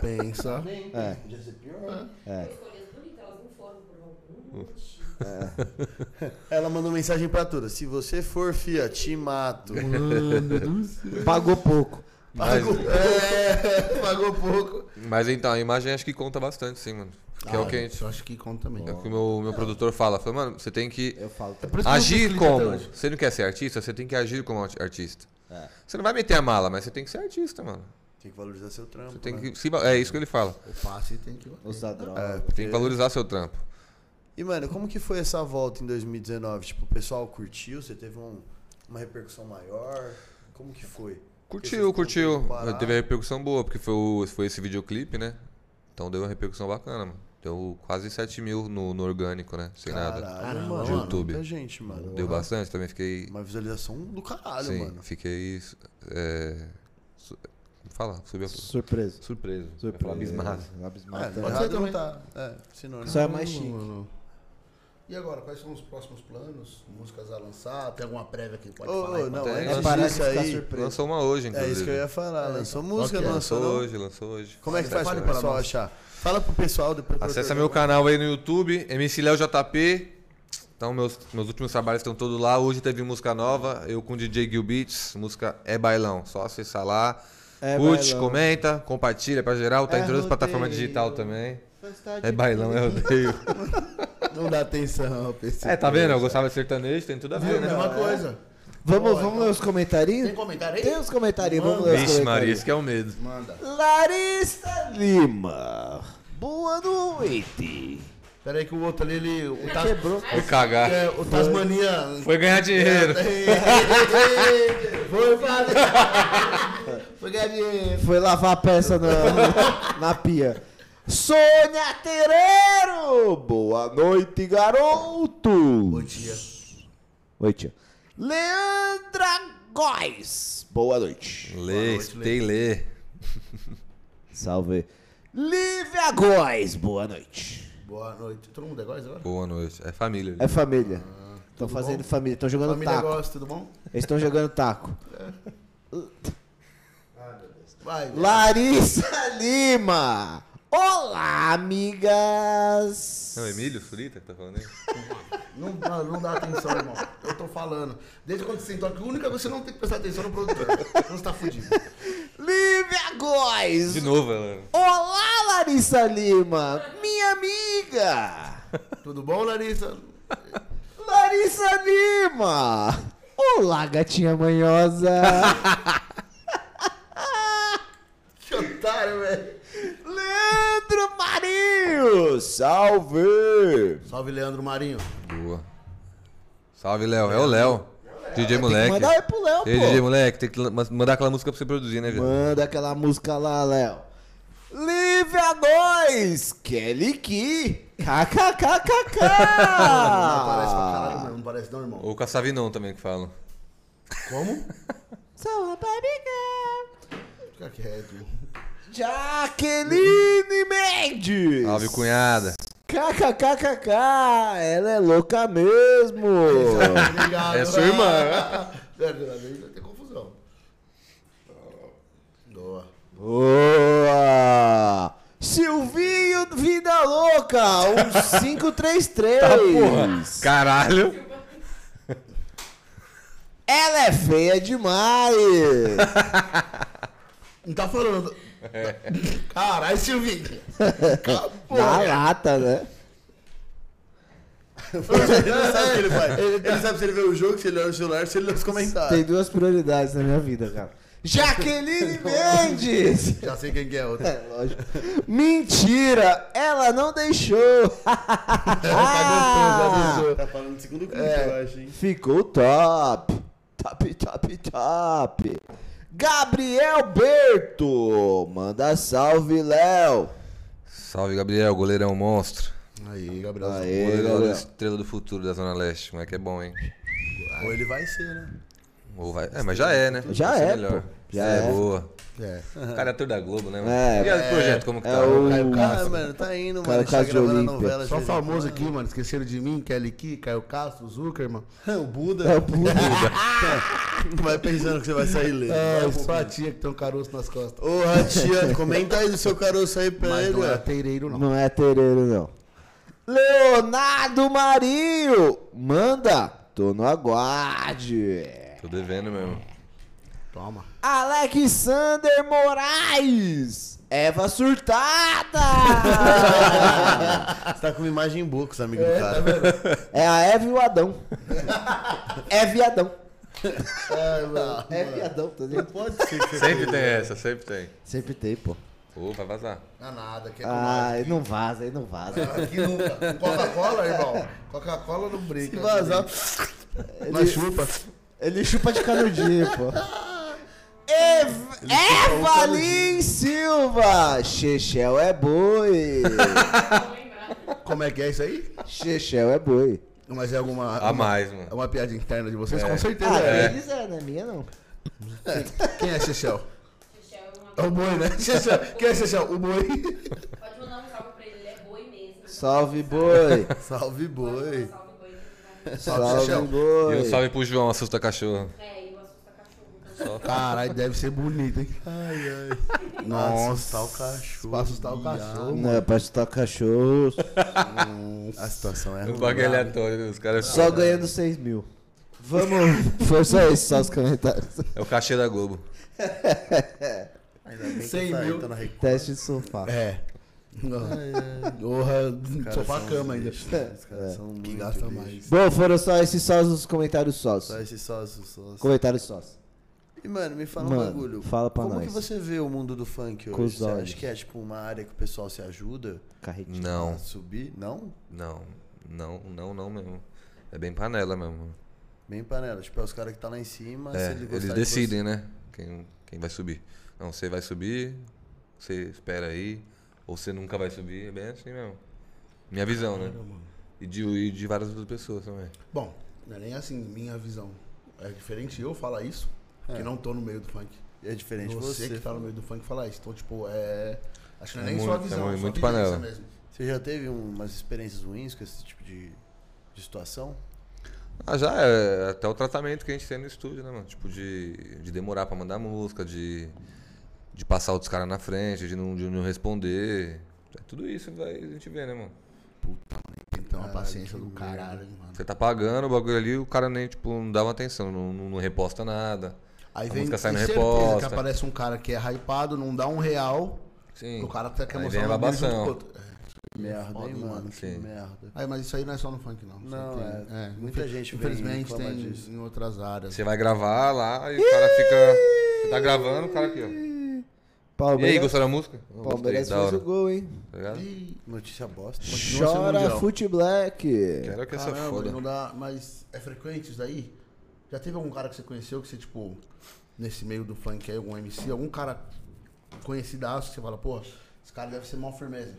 [SPEAKER 5] Pensa.
[SPEAKER 4] Nem, podia ser pior.
[SPEAKER 5] Ah.
[SPEAKER 6] Eu escolhi as bonitas, elas não foram por algum motivo.
[SPEAKER 4] Ela mandou mensagem pra todas. Se você for, fia, te mato.
[SPEAKER 1] Pagou pouco.
[SPEAKER 3] Mas,
[SPEAKER 5] É, pagou pouco. Ah,
[SPEAKER 3] mas então, a imagem acho que conta bastante, sim, mano. Que é o que a gente.
[SPEAKER 5] Eu acho que conta também.
[SPEAKER 3] É o que o meu, meu produtor fala. Fala, mano, você tem que
[SPEAKER 1] Eu falo.
[SPEAKER 5] É por isso que eu fiz
[SPEAKER 3] agir
[SPEAKER 5] clipe até
[SPEAKER 3] como.
[SPEAKER 5] hoje.
[SPEAKER 3] Você não quer ser artista, você tem que agir como arti- artista.
[SPEAKER 4] É.
[SPEAKER 3] Você não vai meter a mala, mas você tem que ser artista, mano.
[SPEAKER 4] Tem que valorizar seu trampo.
[SPEAKER 3] Você tem
[SPEAKER 4] né?
[SPEAKER 3] que. se va- é isso que ele fala.
[SPEAKER 5] O passe tem que.
[SPEAKER 1] Usar droga.
[SPEAKER 3] Tem que valorizar seu trampo.
[SPEAKER 4] E, mano, como que foi essa volta em 2019? Tipo, o pessoal curtiu? Você teve um- uma repercussão maior? Como que foi?
[SPEAKER 3] Curtiu, curtiu.
[SPEAKER 4] Pará.
[SPEAKER 3] Teve a repercussão boa, porque foi, o- foi esse videoclipe, né? Então deu uma repercussão bacana, mano. Deu quase 7 mil no, no orgânico, né? Sem nada.
[SPEAKER 5] Caramba,
[SPEAKER 4] mano.
[SPEAKER 5] de
[SPEAKER 3] YouTube.
[SPEAKER 4] Muita gente, mano.
[SPEAKER 3] Deu bastante, também fiquei.
[SPEAKER 4] Uma visualização do caralho,
[SPEAKER 3] sim,
[SPEAKER 4] mano.
[SPEAKER 3] fiquei. É, su, como fala, subiu a.
[SPEAKER 1] Surpreso.
[SPEAKER 3] Surpreso. Eu ia
[SPEAKER 1] Surpreso.
[SPEAKER 3] falar abismado.
[SPEAKER 4] É,
[SPEAKER 1] Abismado.
[SPEAKER 4] tá
[SPEAKER 5] Pode
[SPEAKER 4] errado
[SPEAKER 5] ser também.
[SPEAKER 4] não tá. É, sinônimo.
[SPEAKER 1] Só é mais chique.
[SPEAKER 5] Mano. E agora, quais são os próximos planos? Músicas a lançar? Tem alguma prévia que pode
[SPEAKER 4] Ô,
[SPEAKER 5] falar? aí?
[SPEAKER 4] não,
[SPEAKER 5] Pode-
[SPEAKER 1] É
[SPEAKER 4] antes
[SPEAKER 1] parar de
[SPEAKER 4] disso
[SPEAKER 1] ficar
[SPEAKER 4] aí,
[SPEAKER 1] surpreso.
[SPEAKER 3] Lançou uma hoje,
[SPEAKER 4] É
[SPEAKER 3] inclusive.
[SPEAKER 4] isso que eu ia falar. Lançou música,
[SPEAKER 5] Ok,
[SPEAKER 4] não
[SPEAKER 3] Lançou
[SPEAKER 4] lançou não?
[SPEAKER 3] hoje, lançou hoje.
[SPEAKER 4] Como é que faz
[SPEAKER 5] Fale
[SPEAKER 4] pro
[SPEAKER 5] para
[SPEAKER 4] pessoal
[SPEAKER 5] nós.
[SPEAKER 4] achar? Fala pro pessoal depois.
[SPEAKER 3] Acessa meu canal aí no YouTube, MC Léo JP. Então, meus, meus últimos trabalhos estão todos lá. Hoje teve música nova, eu com o DJ Gil Beats, música É Bailão. Só acessar lá.
[SPEAKER 1] É
[SPEAKER 3] Curte,
[SPEAKER 1] Bailão.
[SPEAKER 3] comenta, compartilha pra geral. Tá
[SPEAKER 1] É
[SPEAKER 3] em todas as plataformas
[SPEAKER 1] rodeio.
[SPEAKER 3] digital também.
[SPEAKER 1] Gostar de
[SPEAKER 3] É Bailão, é rodeio.
[SPEAKER 5] Não dá atenção, PC.
[SPEAKER 3] É, tá vendo? Eu gostava de sertanejo, tem tudo a
[SPEAKER 5] É
[SPEAKER 3] ver,
[SPEAKER 5] a
[SPEAKER 3] né?
[SPEAKER 5] mesma coisa.
[SPEAKER 1] Vamos, vamos ler os
[SPEAKER 5] Tem
[SPEAKER 1] comentarinhos?
[SPEAKER 5] comentário aí?
[SPEAKER 1] Tem os comentários, vamos ler os
[SPEAKER 3] Vixe,
[SPEAKER 1] comentários.
[SPEAKER 3] Maria, isso que é o medo.
[SPEAKER 5] Manda.
[SPEAKER 1] Larissa Lima. Boa noite.
[SPEAKER 5] Pera aí que o outro ali, ele. O, Tas-
[SPEAKER 1] Quebrou.
[SPEAKER 3] Foi cagar.
[SPEAKER 5] é, o Tasmania.
[SPEAKER 3] Foi ganhar dinheiro.
[SPEAKER 5] Foi, padre. Foi ganhar dinheiro.
[SPEAKER 1] Foi lavar a peça na, na pia. Sônia Tereiro! Boa noite, garoto!
[SPEAKER 5] Bom dia.
[SPEAKER 1] Oi, tia. Leandra Góes! Boa noite.
[SPEAKER 3] Lê, escutei lê.
[SPEAKER 1] Salve. Lívia Góes! Boa noite.
[SPEAKER 5] Boa noite. Todo mundo é góis agora?
[SPEAKER 3] Boa noite. É família.
[SPEAKER 1] É família. Estão
[SPEAKER 5] Ah, tudo
[SPEAKER 1] fazendo
[SPEAKER 5] bom?
[SPEAKER 1] família, estão jogando
[SPEAKER 5] Família
[SPEAKER 1] taco.
[SPEAKER 5] gosta, tudo bom?
[SPEAKER 1] Eles estão jogando taco. Ah,
[SPEAKER 5] Vai.
[SPEAKER 1] Larissa Lima! Olá, amigas!
[SPEAKER 3] Não, Emílio Frita que tá falando aí?
[SPEAKER 5] Não, dá- não dá atenção, irmão. Eu tô falando. Desde quando você sentou aqui, a única coisa que você não tem que prestar atenção é no produtor. Senão você tá fudido.
[SPEAKER 1] Lívia Góes!
[SPEAKER 3] De novo, ela.
[SPEAKER 1] Olá, Larissa Lima, minha amiga!
[SPEAKER 5] Tudo bom, Larissa?
[SPEAKER 1] Larissa Lima! Olá, gatinha manhosa!
[SPEAKER 5] Que otário, velho.
[SPEAKER 1] Leandro Marinho! Salve!
[SPEAKER 5] Salve, Leandro Marinho.
[SPEAKER 3] Boa. Salve, Léo. É o Léo. DJ Moleque.
[SPEAKER 1] Manda aí pro Léo,
[SPEAKER 3] Ei, DJ
[SPEAKER 1] pô!
[SPEAKER 3] Moleque, tem que lan- mandar aquela música pra você produzir, né, velho?
[SPEAKER 1] Manda aquela música lá, Léo! Lívia 2! Kelly Ki! KKKKK!
[SPEAKER 5] Não parece pra
[SPEAKER 1] Ah.
[SPEAKER 5] caralho, mano. Não parece não, irmão.
[SPEAKER 3] Ou com a Savinão também que falam.
[SPEAKER 5] Como?
[SPEAKER 1] Sou a barriga!
[SPEAKER 5] Fica quieto.
[SPEAKER 1] Jaqueline Mendes!
[SPEAKER 3] Salve, cunhada.
[SPEAKER 1] KKKKK, ela é louca mesmo.
[SPEAKER 5] Obrigado.
[SPEAKER 3] É sua irmã.
[SPEAKER 5] Velho, às vezes vai ter confusão. Ah, Boa.
[SPEAKER 1] Boa! Silvinho Vida Louca, um 533.
[SPEAKER 3] Caralho.
[SPEAKER 1] Ela é feia demais.
[SPEAKER 5] Não tá falando. Caralho, Silvinho.
[SPEAKER 1] Na lata, né?
[SPEAKER 4] Ele não sabe o que ele faz. Ele sabe se ele vê o jogo, se ele olha o celular, se ele lê os
[SPEAKER 1] Tem
[SPEAKER 4] comentários.
[SPEAKER 1] duas prioridades na minha vida, cara. Jaqueline Mendes.
[SPEAKER 5] Já sei quem que é outro.
[SPEAKER 1] É, lógico. Mentira, ela não deixou.
[SPEAKER 4] Tá falando do segundo clipe, eu acho, hein?
[SPEAKER 1] É, Ficou top. Top, top, top. Gabriel Berto. Manda salve, Léo.
[SPEAKER 3] Salve, Gabriel, goleirão monstro.
[SPEAKER 5] Aí, Gabriel.
[SPEAKER 1] Aê,
[SPEAKER 3] Goleirão da
[SPEAKER 1] Gabriel.
[SPEAKER 3] estrela do futuro da Zona Leste. Moleque é bom, hein?
[SPEAKER 5] Ou ele vai ser, né?
[SPEAKER 3] Ou vai... É, mas já é, né?
[SPEAKER 1] Já
[SPEAKER 3] Vai ser
[SPEAKER 1] é,
[SPEAKER 3] melhor.
[SPEAKER 1] pô. Já
[SPEAKER 3] é.
[SPEAKER 1] é.
[SPEAKER 3] boa.
[SPEAKER 5] É.
[SPEAKER 3] O cara é ator da Globo, né? mano?
[SPEAKER 1] É,
[SPEAKER 3] e o projeto, como que
[SPEAKER 1] é
[SPEAKER 3] tá?
[SPEAKER 1] o-
[SPEAKER 5] Caio
[SPEAKER 4] Ah,
[SPEAKER 5] Castro.
[SPEAKER 4] mano, tá indo,
[SPEAKER 1] Cara,
[SPEAKER 4] mano. Tá
[SPEAKER 1] Castro de
[SPEAKER 4] gravando a
[SPEAKER 1] Olímpia.
[SPEAKER 4] novela.
[SPEAKER 5] Só
[SPEAKER 4] gente.
[SPEAKER 5] famoso aqui, mano. Esqueceram de mim, Kelly Ki, Caio Castro, Zuckerman.
[SPEAKER 4] O Buda.
[SPEAKER 1] É o Buda.
[SPEAKER 4] Vai pensando que você vai sair lendo.
[SPEAKER 5] É, só a tia que tem um caroço nas costas.
[SPEAKER 4] Ô, Ratia, comenta aí do seu caroço aí pra
[SPEAKER 5] Mas
[SPEAKER 4] ele,
[SPEAKER 5] não é
[SPEAKER 4] ué.
[SPEAKER 5] teireiro, não.
[SPEAKER 1] Não é Tereiro, não. Leonardo Marinho. Manda. Tô no aguarde.
[SPEAKER 3] Tô devendo mesmo.
[SPEAKER 5] Toma.
[SPEAKER 1] Alexander Moraes. Eva surtada.
[SPEAKER 4] Você tá com uma imagem boa com os amigos do
[SPEAKER 5] tá
[SPEAKER 4] cara.
[SPEAKER 1] é a Eva e o Adão. É viadão.
[SPEAKER 5] Ai, mano.
[SPEAKER 1] É viadão, tá ligado?
[SPEAKER 4] Pode ser que você
[SPEAKER 3] Sempre tem essa, sempre tem.
[SPEAKER 1] Sempre tem, pô.
[SPEAKER 3] Ô, vai vazar.
[SPEAKER 5] Não é nada, quer tomar.
[SPEAKER 1] Ai, não vaza, aí não vaza.
[SPEAKER 5] Aqui nunca. Com Coca-Cola, irmão. Coca-Cola não brinca.
[SPEAKER 4] Se vazar,
[SPEAKER 5] Mas chupa.
[SPEAKER 1] Ele chupa de canudinho, pô. Ev Eva Lin Silva! Chechel é boi!
[SPEAKER 5] Como é que é isso aí?
[SPEAKER 1] Chechel é boi.
[SPEAKER 5] Mas é alguma.
[SPEAKER 3] A
[SPEAKER 5] uma-
[SPEAKER 3] mais,
[SPEAKER 5] É
[SPEAKER 3] mano.
[SPEAKER 5] uma piada interna de vocês?
[SPEAKER 3] É.
[SPEAKER 5] Com certeza.
[SPEAKER 1] Ah,
[SPEAKER 5] é.
[SPEAKER 1] deles é, não é minha não.
[SPEAKER 5] Quem é Chechel?
[SPEAKER 6] Michel é uma-
[SPEAKER 5] É o boi, né? Chechel. Quem é Chechel? O boi.
[SPEAKER 6] Pode mandar um salve pra ele, ele é boi mesmo.
[SPEAKER 1] Salve boi!
[SPEAKER 4] salve boi.
[SPEAKER 6] Pode mandar um salve, boi. ele
[SPEAKER 5] Salve,
[SPEAKER 1] Salve
[SPEAKER 5] Chechel.
[SPEAKER 3] E um
[SPEAKER 1] boi!
[SPEAKER 3] salve pro João, assusta cachorro.
[SPEAKER 6] vai- É, e o assusta cachorro.
[SPEAKER 5] Caralho, deve ser bonito, hein?
[SPEAKER 4] Ai, ai. Nossa, o cachorro.
[SPEAKER 5] Pra assustar o cachorro.
[SPEAKER 1] Não, é pra chutar cachorro.
[SPEAKER 4] A situação é
[SPEAKER 3] Um
[SPEAKER 4] ruim.
[SPEAKER 3] bagulho aleatório, né? os caras.
[SPEAKER 1] Só ganhando 6 mil. Vamos. Foi só isso, só os comentários.
[SPEAKER 3] É o cachê da Globo.
[SPEAKER 4] Ainda bem que
[SPEAKER 5] 100
[SPEAKER 4] tá aí,
[SPEAKER 5] mil.
[SPEAKER 4] tá na Record.
[SPEAKER 1] Teste de sofá.
[SPEAKER 5] É. Porra, sofá cama ainda.
[SPEAKER 4] né? Os caras são muito
[SPEAKER 5] Que gasta
[SPEAKER 4] lixo.
[SPEAKER 5] mais.
[SPEAKER 1] Bom, foram só esses só os comentários sós.
[SPEAKER 4] Só esse sócio, sócio.
[SPEAKER 1] Comentários sós.
[SPEAKER 4] E, mano, me fala um
[SPEAKER 1] Mano,
[SPEAKER 4] bagulho.
[SPEAKER 1] fala pra
[SPEAKER 4] Como
[SPEAKER 1] nós.
[SPEAKER 4] que você vê o mundo do funk
[SPEAKER 1] Com os
[SPEAKER 4] hoje? Você
[SPEAKER 1] olhos.
[SPEAKER 4] acha que é, tipo, uma área que o pessoal se ajuda
[SPEAKER 1] Carretinho.
[SPEAKER 4] a
[SPEAKER 3] Não,
[SPEAKER 4] subir? Não?
[SPEAKER 3] não, não, não, não mesmo. É bem panela mesmo.
[SPEAKER 4] Bem panela. Tipo, é os caras que tá lá em cima.
[SPEAKER 3] É,
[SPEAKER 4] se ele gostar
[SPEAKER 3] eles
[SPEAKER 4] de você-
[SPEAKER 3] decidem, né? Quem Quem vai subir? Não, você vai subir, você espera aí, ou você nunca vai subir. É bem assim mesmo. Minha visão, né? E de, e de várias outras pessoas também.
[SPEAKER 5] Bom, não é nem assim, minha visão. É diferente eu falar isso,
[SPEAKER 3] É.
[SPEAKER 5] que não tô no meio do funk.
[SPEAKER 4] É diferente
[SPEAKER 5] você,
[SPEAKER 4] você.
[SPEAKER 5] que tá no meio do funk falar isso. Então, tipo, é. Acho que não é
[SPEAKER 3] É
[SPEAKER 5] nem só a
[SPEAKER 3] muito,
[SPEAKER 5] visão,
[SPEAKER 3] é
[SPEAKER 5] é só a
[SPEAKER 3] muito
[SPEAKER 5] vivência
[SPEAKER 3] panela.
[SPEAKER 5] mesmo.
[SPEAKER 4] Você já teve umas experiências ruins com esse tipo de, de situação?
[SPEAKER 3] Ah, já é até o tratamento que a gente tem no estúdio, né, mano? Tipo, de, de demorar pra mandar música, de, de passar outros caras na frente, de não, de não responder. É tudo isso vai, a gente vê, né, mano?
[SPEAKER 5] Tem
[SPEAKER 3] Então,
[SPEAKER 5] que ter uma paciência do caralho, hein, mano.
[SPEAKER 3] Você tá pagando o bagulho ali, o cara nem, tipo, não dá uma atenção, não, não, não reposta nada.
[SPEAKER 5] Aí
[SPEAKER 3] A
[SPEAKER 5] vem
[SPEAKER 3] música sai
[SPEAKER 5] tem
[SPEAKER 3] na
[SPEAKER 5] certeza que
[SPEAKER 3] reposta.
[SPEAKER 5] aparece um cara que é hypado, não dá um real,
[SPEAKER 3] Sim.
[SPEAKER 5] o cara até quer
[SPEAKER 3] Aí
[SPEAKER 5] mostrar
[SPEAKER 3] vem a
[SPEAKER 5] o nome dele junto
[SPEAKER 3] babação.
[SPEAKER 5] com o outro. É.
[SPEAKER 4] Merda, hein,
[SPEAKER 5] foda,
[SPEAKER 4] mano?
[SPEAKER 5] mano,
[SPEAKER 4] que
[SPEAKER 3] sim.
[SPEAKER 4] merda.
[SPEAKER 5] Aí, mas isso aí não é só no funk, não. Isso
[SPEAKER 4] Não,
[SPEAKER 5] aí tem-
[SPEAKER 4] é. Muita gente vem
[SPEAKER 5] Infelizmente
[SPEAKER 4] reclamar
[SPEAKER 5] tem
[SPEAKER 4] disso.
[SPEAKER 5] em outras áreas.
[SPEAKER 3] Você vai gravar lá e o cara fica. Você tá gravando, o cara aqui, ó. E aí,
[SPEAKER 1] Palmeiras,
[SPEAKER 3] gostou da música? Não, gostei,
[SPEAKER 1] Palmeiras
[SPEAKER 3] da
[SPEAKER 1] fez
[SPEAKER 3] hora.
[SPEAKER 1] o gol, hein?
[SPEAKER 3] Tá ligado?
[SPEAKER 5] Ih,
[SPEAKER 4] Notícia bosta.
[SPEAKER 5] Continua sendo
[SPEAKER 1] Chora
[SPEAKER 5] mundial.
[SPEAKER 1] Fute Black.
[SPEAKER 3] Quero que essa é
[SPEAKER 5] Caramba,
[SPEAKER 3] foda.
[SPEAKER 5] não dá. Mas é frequente isso daí? Já teve algum cara que você conheceu que você, tipo, nesse meio do funk aí, algum MC, algum cara conhecidaço que você fala, pô, esse cara deve ser mó firmeza.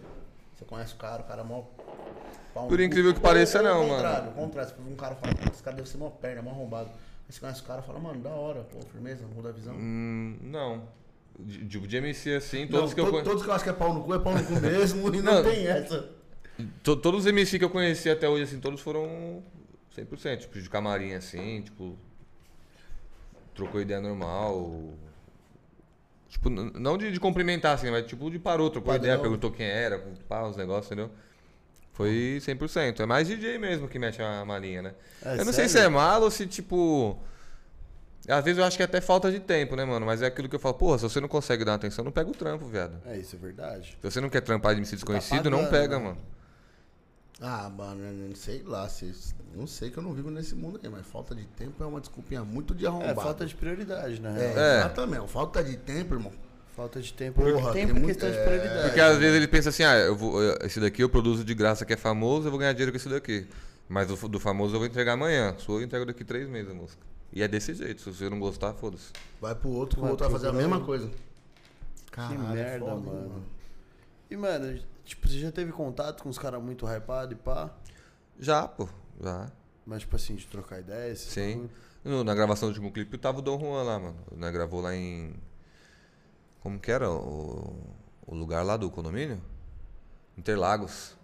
[SPEAKER 5] Você conhece o cara, o cara é mó. pau no
[SPEAKER 3] Por
[SPEAKER 5] cu.
[SPEAKER 3] incrível que
[SPEAKER 5] Ou-
[SPEAKER 3] pareça,
[SPEAKER 5] ou
[SPEAKER 3] não,
[SPEAKER 5] o
[SPEAKER 3] mano.
[SPEAKER 5] contrário, o contrário. Você vê Um cara fala, "Pô, esse cara deve ser mó perna, mó arrombado. Aí você conhece o cara e fala, mano, da hora, pô, firmeza, muda a visão.
[SPEAKER 3] Hum, não. De, de- de MC assim, todos
[SPEAKER 5] Não,
[SPEAKER 3] que eu
[SPEAKER 5] to-
[SPEAKER 3] conheço.
[SPEAKER 5] todos que eu acho que é pau no cu, é pau no cu mesmo, e não,
[SPEAKER 3] Não.
[SPEAKER 5] tem essa.
[SPEAKER 3] To- todos os MC que eu conheci até hoje, assim, todos foram 100%, tipo, de camarim, assim, tipo, trocou ideia normal, tipo, n- não de, de cumprimentar, assim, mas tipo, de parou, trocou
[SPEAKER 5] Padrão.
[SPEAKER 3] ideia, perguntou quem era, pá, os negócios, entendeu? Foi 100%, é mais DJ mesmo que mexe a malinha, né?
[SPEAKER 4] É,
[SPEAKER 3] eu não sei
[SPEAKER 4] sério?
[SPEAKER 3] se é malo ou se, tipo... Às vezes eu acho que é até falta de tempo, né, mano? Mas é aquilo que eu falo, porra, se você não consegue dar atenção, não pega o trampo, viado.
[SPEAKER 4] É, isso é verdade.
[SPEAKER 3] Se você não quer trampar de MC desconhecido, não
[SPEAKER 4] pagando,
[SPEAKER 3] pega,
[SPEAKER 4] né?
[SPEAKER 3] mano.
[SPEAKER 5] Ah, mano, eu não sei lá, se, não sei que eu não vivo nesse mundo aí, mas falta de tempo é uma desculpinha muito de
[SPEAKER 4] É,
[SPEAKER 5] arrombado.
[SPEAKER 4] falta de prioridade, na
[SPEAKER 5] É,
[SPEAKER 4] real.
[SPEAKER 3] É.
[SPEAKER 5] exatamente, falta de tempo, irmão.
[SPEAKER 4] Falta de tempo.
[SPEAKER 5] Porra,
[SPEAKER 4] tempo
[SPEAKER 5] tem
[SPEAKER 4] é
[SPEAKER 5] muito-
[SPEAKER 4] questão de
[SPEAKER 5] é.
[SPEAKER 4] prioridade.
[SPEAKER 3] Porque às vezes ele pensa assim, ah, eu vou, eu- esse daqui eu produzo de graça que é famoso, eu vou ganhar dinheiro com esse daqui. Mas o f- do famoso eu vou entregar amanhã. Sua eu entrego daqui três meses a música. E é desse jeito, se você não gostar, foda-se.
[SPEAKER 5] Vai pro outro, que o
[SPEAKER 4] Vai
[SPEAKER 5] outro vai
[SPEAKER 4] pro
[SPEAKER 5] fazer a
[SPEAKER 4] outro.
[SPEAKER 5] mesma coisa. é
[SPEAKER 4] merda,
[SPEAKER 5] foda, hein,
[SPEAKER 4] mano. E, mano, tipo, você já teve contato com uns caras muito hypados e pá?
[SPEAKER 3] Já, pô, já.
[SPEAKER 4] Mas, tipo assim, de trocar ideias?
[SPEAKER 3] Sim. No- na gravação do último clipe tava o Dom Juan lá, mano. Né, gravou lá em. Como que era? O, o lugar lá do condomínio? Interlagos.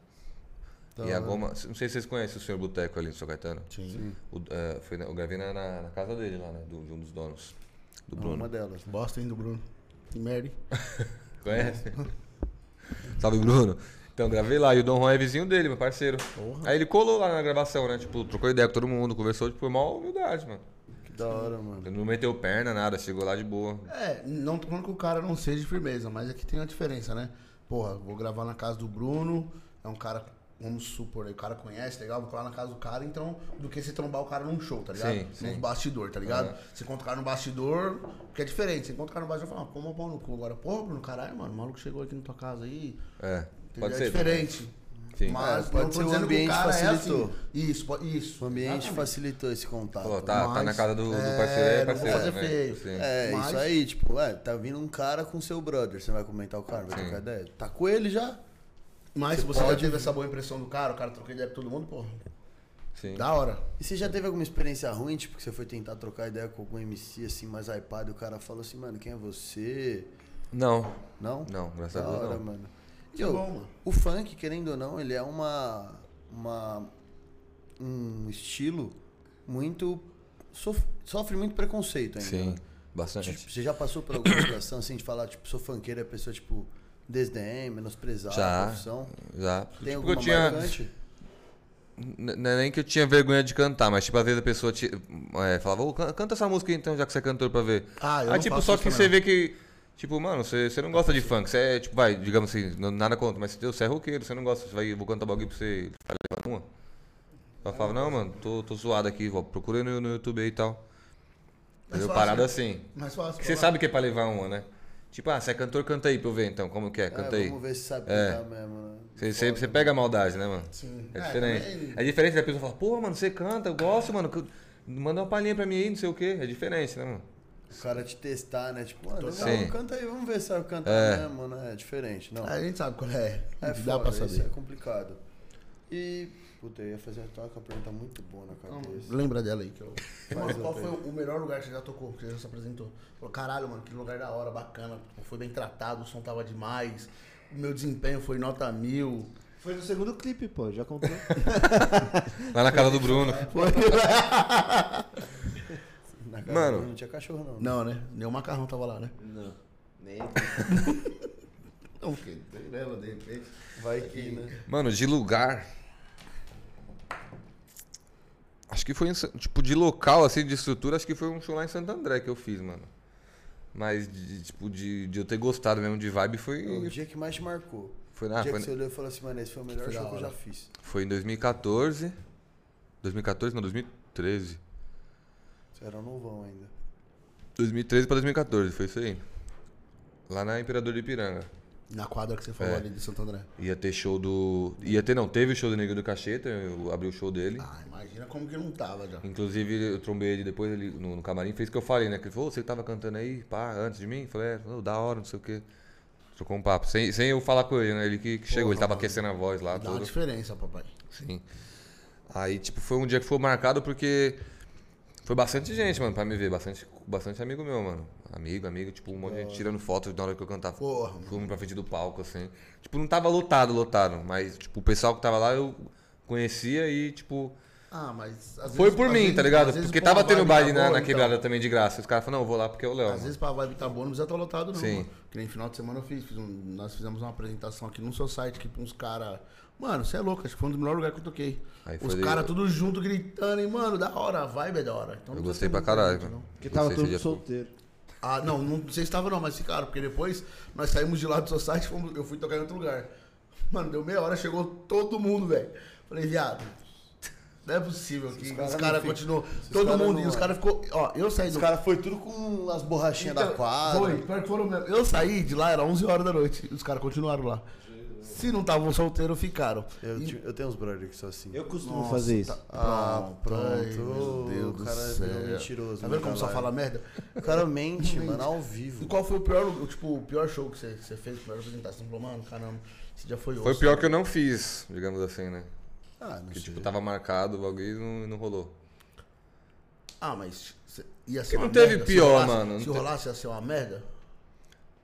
[SPEAKER 3] e a goma. Não sei se vocês conhecem o senhor Boteco ali do São Caetano.
[SPEAKER 5] Sim.
[SPEAKER 3] O- é, foi na- eu gravei na, na- na casa dele lá, né? do- de um dos donos.
[SPEAKER 5] Ah.
[SPEAKER 3] Do Bruno.
[SPEAKER 4] Uma delas, né?
[SPEAKER 5] Bosta ainda do Bruno. Que merda. hein?
[SPEAKER 3] Conhece? Salve, Bruno. Então, gravei lá. E o Dom Juan é vizinho dele, meu parceiro. Aí ele colou lá na gravação, né? Tipo, trocou ideia com todo mundo, conversou, tipo, foi mó humildade, mano.
[SPEAKER 4] Que da hora, mano.
[SPEAKER 3] Ele não meteu perna, nada, chegou lá de boa.
[SPEAKER 5] É, não tô falando que o cara não seja de firmeza, mas aqui tem uma diferença, né? Porra, vou gravar na casa do Bruno, é um cara, vamos supor, aí o cara conhece, legal, vou colar na casa do cara, então, do que se trombar o cara num show, tá ligado?
[SPEAKER 3] Sim,
[SPEAKER 5] Nos
[SPEAKER 3] sim. É.
[SPEAKER 5] bastidor, tá ligado? Você encontra o cara no bastidor, que é diferente, você encontra o cara no bastidor e fala, ah, pô, mó pau no cu agora. Porra, Bruno, caralho, mano, o maluco chegou aqui na tua casa aí,
[SPEAKER 3] É,
[SPEAKER 5] Entendeu?
[SPEAKER 3] pode
[SPEAKER 5] é
[SPEAKER 3] ser.
[SPEAKER 5] diferente.
[SPEAKER 3] Sim.
[SPEAKER 5] Mas
[SPEAKER 4] É, pode
[SPEAKER 5] não tô
[SPEAKER 4] ser o
[SPEAKER 5] dizendo que
[SPEAKER 4] ambiente
[SPEAKER 5] cara é
[SPEAKER 4] facilitou.
[SPEAKER 5] assim. Isso, po- isso.
[SPEAKER 4] O ambiente
[SPEAKER 5] exatamente.
[SPEAKER 4] facilitou esse contato.
[SPEAKER 3] Falou, tá, tá
[SPEAKER 5] Mas,
[SPEAKER 3] na casa do, do
[SPEAKER 5] é,
[SPEAKER 3] parceiro
[SPEAKER 5] não
[SPEAKER 3] aí,
[SPEAKER 5] vou
[SPEAKER 3] parceiro.
[SPEAKER 5] fazer
[SPEAKER 3] né?
[SPEAKER 5] feio.
[SPEAKER 3] Sim.
[SPEAKER 4] É,
[SPEAKER 5] Mas-
[SPEAKER 4] isso aí, tipo, é, tá vindo um cara com seu brother, você vai comentar o cara, vai
[SPEAKER 3] Sim.
[SPEAKER 4] trocar ideia. Tá com ele já?
[SPEAKER 5] Mas se você
[SPEAKER 4] pode-
[SPEAKER 5] já teve essa boa impressão do cara, o cara trocou ideia com todo mundo, porra.
[SPEAKER 3] sim.
[SPEAKER 5] Da hora.
[SPEAKER 4] E você já teve alguma experiência ruim, tipo, que você foi tentar trocar ideia com algum MC, assim, mais hypado, e o cara falou assim, mano, quem é você?
[SPEAKER 3] Não,
[SPEAKER 4] Não?
[SPEAKER 3] não, graças
[SPEAKER 4] Da
[SPEAKER 3] a Deus
[SPEAKER 4] hora,
[SPEAKER 3] não.
[SPEAKER 4] mano.
[SPEAKER 5] Isso é
[SPEAKER 4] Yo,
[SPEAKER 5] bom, mano.
[SPEAKER 4] O funk, querendo ou não, ele é uma. uma um estilo muito. sof- sofre muito preconceito ainda.
[SPEAKER 3] Sim,
[SPEAKER 4] né?
[SPEAKER 3] bastante.
[SPEAKER 4] Tipo, você já passou por alguma situação assim de falar, tipo, sou funkeiro, a pessoa, tipo, desdém, menosprezar a
[SPEAKER 3] Já.
[SPEAKER 4] profissão?
[SPEAKER 3] Já.
[SPEAKER 4] Tem
[SPEAKER 3] Tipo,
[SPEAKER 4] alguma
[SPEAKER 3] eu tinha.
[SPEAKER 4] marcante?
[SPEAKER 3] N- Não é nem que eu tinha vergonha de cantar, mas tipo, às vezes a pessoa te, é, falava, "Ô, can- canta essa música então, já que você é cantor pra ver.
[SPEAKER 5] Ah, eu
[SPEAKER 3] Aí
[SPEAKER 5] não
[SPEAKER 3] tipo,
[SPEAKER 5] faço
[SPEAKER 3] só
[SPEAKER 5] isso
[SPEAKER 3] que
[SPEAKER 5] também.
[SPEAKER 3] você vê que. Tipo, mano, você, você não gosta de funk, você é, tipo, vai, digamos assim, não- nada contra, mas entendeu? você é roqueiro, você não gosta, você vai, eu vou cantar um bagulho pra você vai levar uma. Ela falava, não, mano, tô, tô zoado aqui, vó, procurei no, no YouTube aí e tal.
[SPEAKER 5] Mas
[SPEAKER 3] Entendeu?
[SPEAKER 5] fácil,
[SPEAKER 3] Parada
[SPEAKER 5] né?
[SPEAKER 3] assim.
[SPEAKER 5] Mas fácil.
[SPEAKER 3] Porque você sabe que é pra levar uma, né? Tipo, ah, você é cantor, canta aí pra eu ver então, como que é, canta
[SPEAKER 4] É,
[SPEAKER 3] aí.
[SPEAKER 4] Vamos ver se sabe
[SPEAKER 3] É.
[SPEAKER 4] cantar mesmo, né?
[SPEAKER 3] Você, você, você pega a maldade, né, mano?
[SPEAKER 5] Sim.
[SPEAKER 3] É
[SPEAKER 5] É,
[SPEAKER 3] diferente.
[SPEAKER 5] também-
[SPEAKER 3] É diferente da pessoa falar, pô, mano, você canta, eu gosto, mano. que- Manda uma palhinha pra mim aí, não sei o quê. É diferente, né, mano?
[SPEAKER 4] O cara te testar, né? Tipo, ah, legal,
[SPEAKER 3] Sim.
[SPEAKER 4] canta aí, vamos ver se sabe cantar
[SPEAKER 3] É.
[SPEAKER 4] mesmo, né? É diferente, não.
[SPEAKER 5] A gente sabe qual é.
[SPEAKER 4] É
[SPEAKER 5] Dá
[SPEAKER 4] foda,
[SPEAKER 5] pra
[SPEAKER 4] isso é
[SPEAKER 5] saber.
[SPEAKER 4] complicado. E, puta, eu ia fazer eu tava com a pergunta muito boa na cabeça.
[SPEAKER 5] Lembra dela aí que eu.
[SPEAKER 4] Mas
[SPEAKER 5] Mano, qual
[SPEAKER 4] eu
[SPEAKER 5] foi o melhor lugar que você já tocou, que você já se apresentou? Falou, caralho, mano, que lugar da hora, bacana. Foi bem tratado, o som tava demais. O meu desempenho foi nota mil.
[SPEAKER 1] Foi no segundo clipe, pô, já contou.
[SPEAKER 3] Lá na casa do Bruno.
[SPEAKER 4] Na casa
[SPEAKER 3] Mano.
[SPEAKER 4] dele não tinha cachorro, não. né?
[SPEAKER 5] Não, né? Nem o macarrão tava lá, né?
[SPEAKER 1] Não. Nem.
[SPEAKER 5] Não, porque tem nela, de repente.
[SPEAKER 4] Vai que, né?
[SPEAKER 3] Mano, de lugar. Acho que foi em Sa- tipo de local assim de estrutura, acho que foi um show lá em Santo André que eu fiz, mano. Mas de, tipo de, de eu ter gostado mesmo de vibe
[SPEAKER 4] O
[SPEAKER 3] foi
[SPEAKER 4] dia que mais te marcou.
[SPEAKER 3] foi
[SPEAKER 4] O
[SPEAKER 3] na Ah,
[SPEAKER 4] dia
[SPEAKER 3] foi,
[SPEAKER 4] que você
[SPEAKER 3] na-
[SPEAKER 4] olhou e falou assim, mano, esse foi o melhor
[SPEAKER 5] Foi da
[SPEAKER 4] show que eu já
[SPEAKER 5] hora.
[SPEAKER 4] fiz.
[SPEAKER 3] foi em 2014. 2014 não, 2013.
[SPEAKER 4] Você era novão ainda.
[SPEAKER 3] 2013 pra 2014, foi isso aí. Lá na Imperador de Ipiranga.
[SPEAKER 5] Na quadra que você falou
[SPEAKER 3] É.
[SPEAKER 5] ali de Santo André.
[SPEAKER 3] Ia ter show do. Ia ter, não, teve o show do Negro do Cacheta, eu abri o show dele.
[SPEAKER 5] Ah, imagina como que não tava já.
[SPEAKER 3] Inclusive, eu trombei ele depois ele, no, no camarim, fez o que eu falei, né? Que ele falou, "Ô, você tava cantando aí, pá, antes de mim? Falei, é, ô, da hora, não sei o quê. Trocou um papo, sem, sem eu falar com ele, né? Ele que, que chegou, ele tava aquecendo a voz lá,
[SPEAKER 5] Dá uma
[SPEAKER 3] tudo.
[SPEAKER 5] diferença, papai.
[SPEAKER 3] Sim. Aí, tipo, foi um dia que foi marcado porque foi bastante gente, mano, pra me ver. Bastante, bastante amigo meu, mano. Amigo, amigo, tipo, um monte de gente tirando foto na hora que eu cantava.
[SPEAKER 5] Porra,
[SPEAKER 3] Fui pra frente do palco, assim. Tipo, não tava lotado, lotado. Mas, tipo, o pessoal que tava lá eu conhecia e, tipo,
[SPEAKER 5] Ah, mas. às
[SPEAKER 3] foi
[SPEAKER 5] vezes-
[SPEAKER 3] por
[SPEAKER 5] às
[SPEAKER 3] mim,
[SPEAKER 5] vezes-
[SPEAKER 3] tá
[SPEAKER 5] às
[SPEAKER 3] ligado?
[SPEAKER 5] vezes,
[SPEAKER 3] Porque
[SPEAKER 5] pô,
[SPEAKER 3] tava
[SPEAKER 5] a
[SPEAKER 3] tendo
[SPEAKER 5] vibe
[SPEAKER 3] baile
[SPEAKER 5] tá
[SPEAKER 3] na,
[SPEAKER 5] boa,
[SPEAKER 3] na
[SPEAKER 5] então.
[SPEAKER 3] quebrada também de graça. Os caras falam, não, eu vou lá porque é o Léo.
[SPEAKER 5] Às
[SPEAKER 3] mano.
[SPEAKER 5] vezes pra vibe tá boa, não precisa estar lotado, não.
[SPEAKER 3] Sim.
[SPEAKER 5] Mano. Que nem final de semana eu fiz. fiz um- nós fizemos uma apresentação aqui no seu site, que pra uns caras. Mano, você é louco, acho que foi um dos melhores lugares que eu toquei.
[SPEAKER 3] Aí
[SPEAKER 5] Os
[SPEAKER 3] foi-
[SPEAKER 5] caras tudo junto, gritando, e, mano, da hora, a vibe é da hora. Então,
[SPEAKER 3] Eu
[SPEAKER 5] não
[SPEAKER 3] gostei
[SPEAKER 5] precisa
[SPEAKER 3] pra
[SPEAKER 5] ter
[SPEAKER 3] caralho,
[SPEAKER 5] muito,
[SPEAKER 3] mano.
[SPEAKER 5] não.
[SPEAKER 1] Porque
[SPEAKER 3] Eu
[SPEAKER 1] tava
[SPEAKER 3] sei,
[SPEAKER 1] todo
[SPEAKER 3] você
[SPEAKER 1] mundo
[SPEAKER 3] já-
[SPEAKER 1] solteiro.
[SPEAKER 5] Ah, não, não, não sei se tava não, mas ficaram, porque depois nós saímos de lá do seu site, fomos, eu fui tocar em outro lugar. Mano, deu meia hora, chegou todo mundo, velho. Falei, viado. Não é possível que os
[SPEAKER 4] caras
[SPEAKER 5] caras
[SPEAKER 4] não ficam-
[SPEAKER 5] continuou.
[SPEAKER 4] os
[SPEAKER 5] Todo
[SPEAKER 4] caras
[SPEAKER 5] mundo.
[SPEAKER 4] não- é.
[SPEAKER 5] E os caras ficou. Ó, eu saí
[SPEAKER 4] Os
[SPEAKER 5] do
[SPEAKER 4] caras foi tudo com as borrachinhas da
[SPEAKER 5] Então,
[SPEAKER 4] quadra.
[SPEAKER 5] Foi, pior que foram mesmo. Eu saí de lá, era 11 horas da noite. Os caras continuaram lá. Se não estavam solteiros, ficaram.
[SPEAKER 4] Eu,
[SPEAKER 5] E-
[SPEAKER 4] ti- eu tenho uns brothers que são assim.
[SPEAKER 1] Eu costumo
[SPEAKER 5] Nossa,
[SPEAKER 1] fazer isso.
[SPEAKER 4] Ah, pronto.
[SPEAKER 5] Ai, meu Deus
[SPEAKER 4] o
[SPEAKER 5] do
[SPEAKER 4] cara
[SPEAKER 5] céu.
[SPEAKER 4] virou mentiroso.
[SPEAKER 5] Tá vendo como só
[SPEAKER 4] caralho.
[SPEAKER 5] fala merda?
[SPEAKER 4] O cara mente, mano, ao vivo.
[SPEAKER 5] E qual foi o pior, o- tipo, o pior show que você, que você fez, a pior apresentação? Você Falou, mano, caramba, esse dia foi
[SPEAKER 3] Foi
[SPEAKER 5] osso.
[SPEAKER 3] o pior que eu não fiz, digamos assim, né?
[SPEAKER 5] Ah, não
[SPEAKER 3] Que,
[SPEAKER 5] sei.
[SPEAKER 4] então
[SPEAKER 3] tipo, tava marcado o bagulho e não, não rolou.
[SPEAKER 5] Ah, mas se- ia ser
[SPEAKER 3] Que
[SPEAKER 5] uma
[SPEAKER 3] não teve
[SPEAKER 5] merda. Se
[SPEAKER 3] pior,
[SPEAKER 5] rolasse-
[SPEAKER 3] mano, não
[SPEAKER 5] Se
[SPEAKER 3] teve-
[SPEAKER 5] rolasse, ia ser uma merda?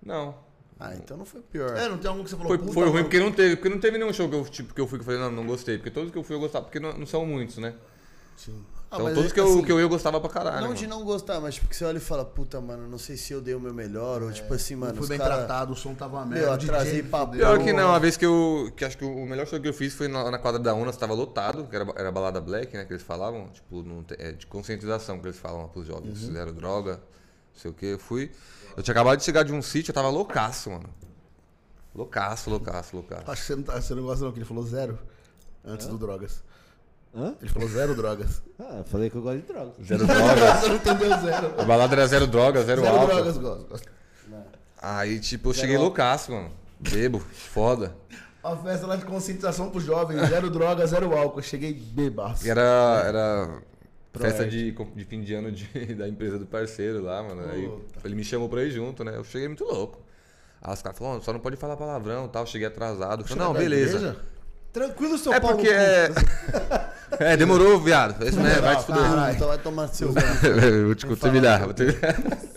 [SPEAKER 3] Não.
[SPEAKER 4] Ah, então não foi pior.
[SPEAKER 5] É, não tem algum que você falou,
[SPEAKER 3] Foi,
[SPEAKER 5] puta,
[SPEAKER 3] foi ruim
[SPEAKER 5] mano.
[SPEAKER 3] porque não teve. Porque não teve nenhum show que eu, tipo, que eu fui que eu falei, não, não gostei. Porque todos que eu fui eu gostava, porque não, não são muitos, né?
[SPEAKER 5] Sim.
[SPEAKER 4] Ah,
[SPEAKER 3] então
[SPEAKER 4] mas
[SPEAKER 3] todos
[SPEAKER 4] é-
[SPEAKER 3] que, eu,
[SPEAKER 4] assim,
[SPEAKER 3] que eu ia eu gostava pra caralho.
[SPEAKER 4] Não
[SPEAKER 3] mano.
[SPEAKER 4] de não gostar, mas porque você olha e fala, puta, mano, não sei se eu dei o meu melhor, ou tipo assim, mano,
[SPEAKER 5] Foi
[SPEAKER 4] os
[SPEAKER 5] bem
[SPEAKER 4] cara...
[SPEAKER 5] tratado, o som tava uma merda.
[SPEAKER 4] Meu,
[SPEAKER 5] o DJ
[SPEAKER 4] atrasei
[SPEAKER 5] fudeu.
[SPEAKER 4] papo.
[SPEAKER 3] Pior que não, a vez que eu. Que acho que o melhor show que eu fiz foi na, na quadra da UNAS, tava lotado, que era, era balada black, né? Que eles falavam, tipo, não te- é, de conscientização que eles falam lá pros jovens.
[SPEAKER 4] Uhum.
[SPEAKER 3] Fizeram droga, não sei o que. Eu fui. Eu tinha acabado de chegar de um sítio, eu tava loucaço, mano. Loucaço, loucaço, loucaço.
[SPEAKER 5] Acho que você não, tá, você não gosta não, que ele falou zero antes do drogas.
[SPEAKER 1] Hã?
[SPEAKER 5] Ele falou zero drogas.
[SPEAKER 1] Ah, eu falei que eu gosto de droga.
[SPEAKER 3] Zero droga.
[SPEAKER 5] Você não entendeu zero.
[SPEAKER 3] A balada era zero droga, zero,
[SPEAKER 5] Zero
[SPEAKER 3] álcool.
[SPEAKER 5] drogas, gosto. gosto.
[SPEAKER 3] Aí, tipo, eu cheguei loucaço, mano. Bebo, foda.
[SPEAKER 5] Uma festa lá de conscientização pro jovem, zero drogas, zero álcool. Cheguei bebaço.
[SPEAKER 3] E era. era festa de, com- de fim de ano de- da empresa do parceiro lá, mano. Aí
[SPEAKER 5] Puta.
[SPEAKER 3] ele me chamou pra ir junto, né? Eu cheguei muito louco. Aí os caras falaram, "Ó, só não pode falar palavrão e tal, cheguei atrasado. Eu falei, não,
[SPEAKER 5] Da
[SPEAKER 3] beleza.
[SPEAKER 5] igreja?
[SPEAKER 1] Tranquilo, seu
[SPEAKER 3] É
[SPEAKER 1] Paulo.
[SPEAKER 3] porque é. É, demorou, viado. É Isso mesmo, vai te
[SPEAKER 4] Caralho,
[SPEAKER 3] fuder.
[SPEAKER 4] então vai tomar seu...
[SPEAKER 3] Vou te contaminhar, vou te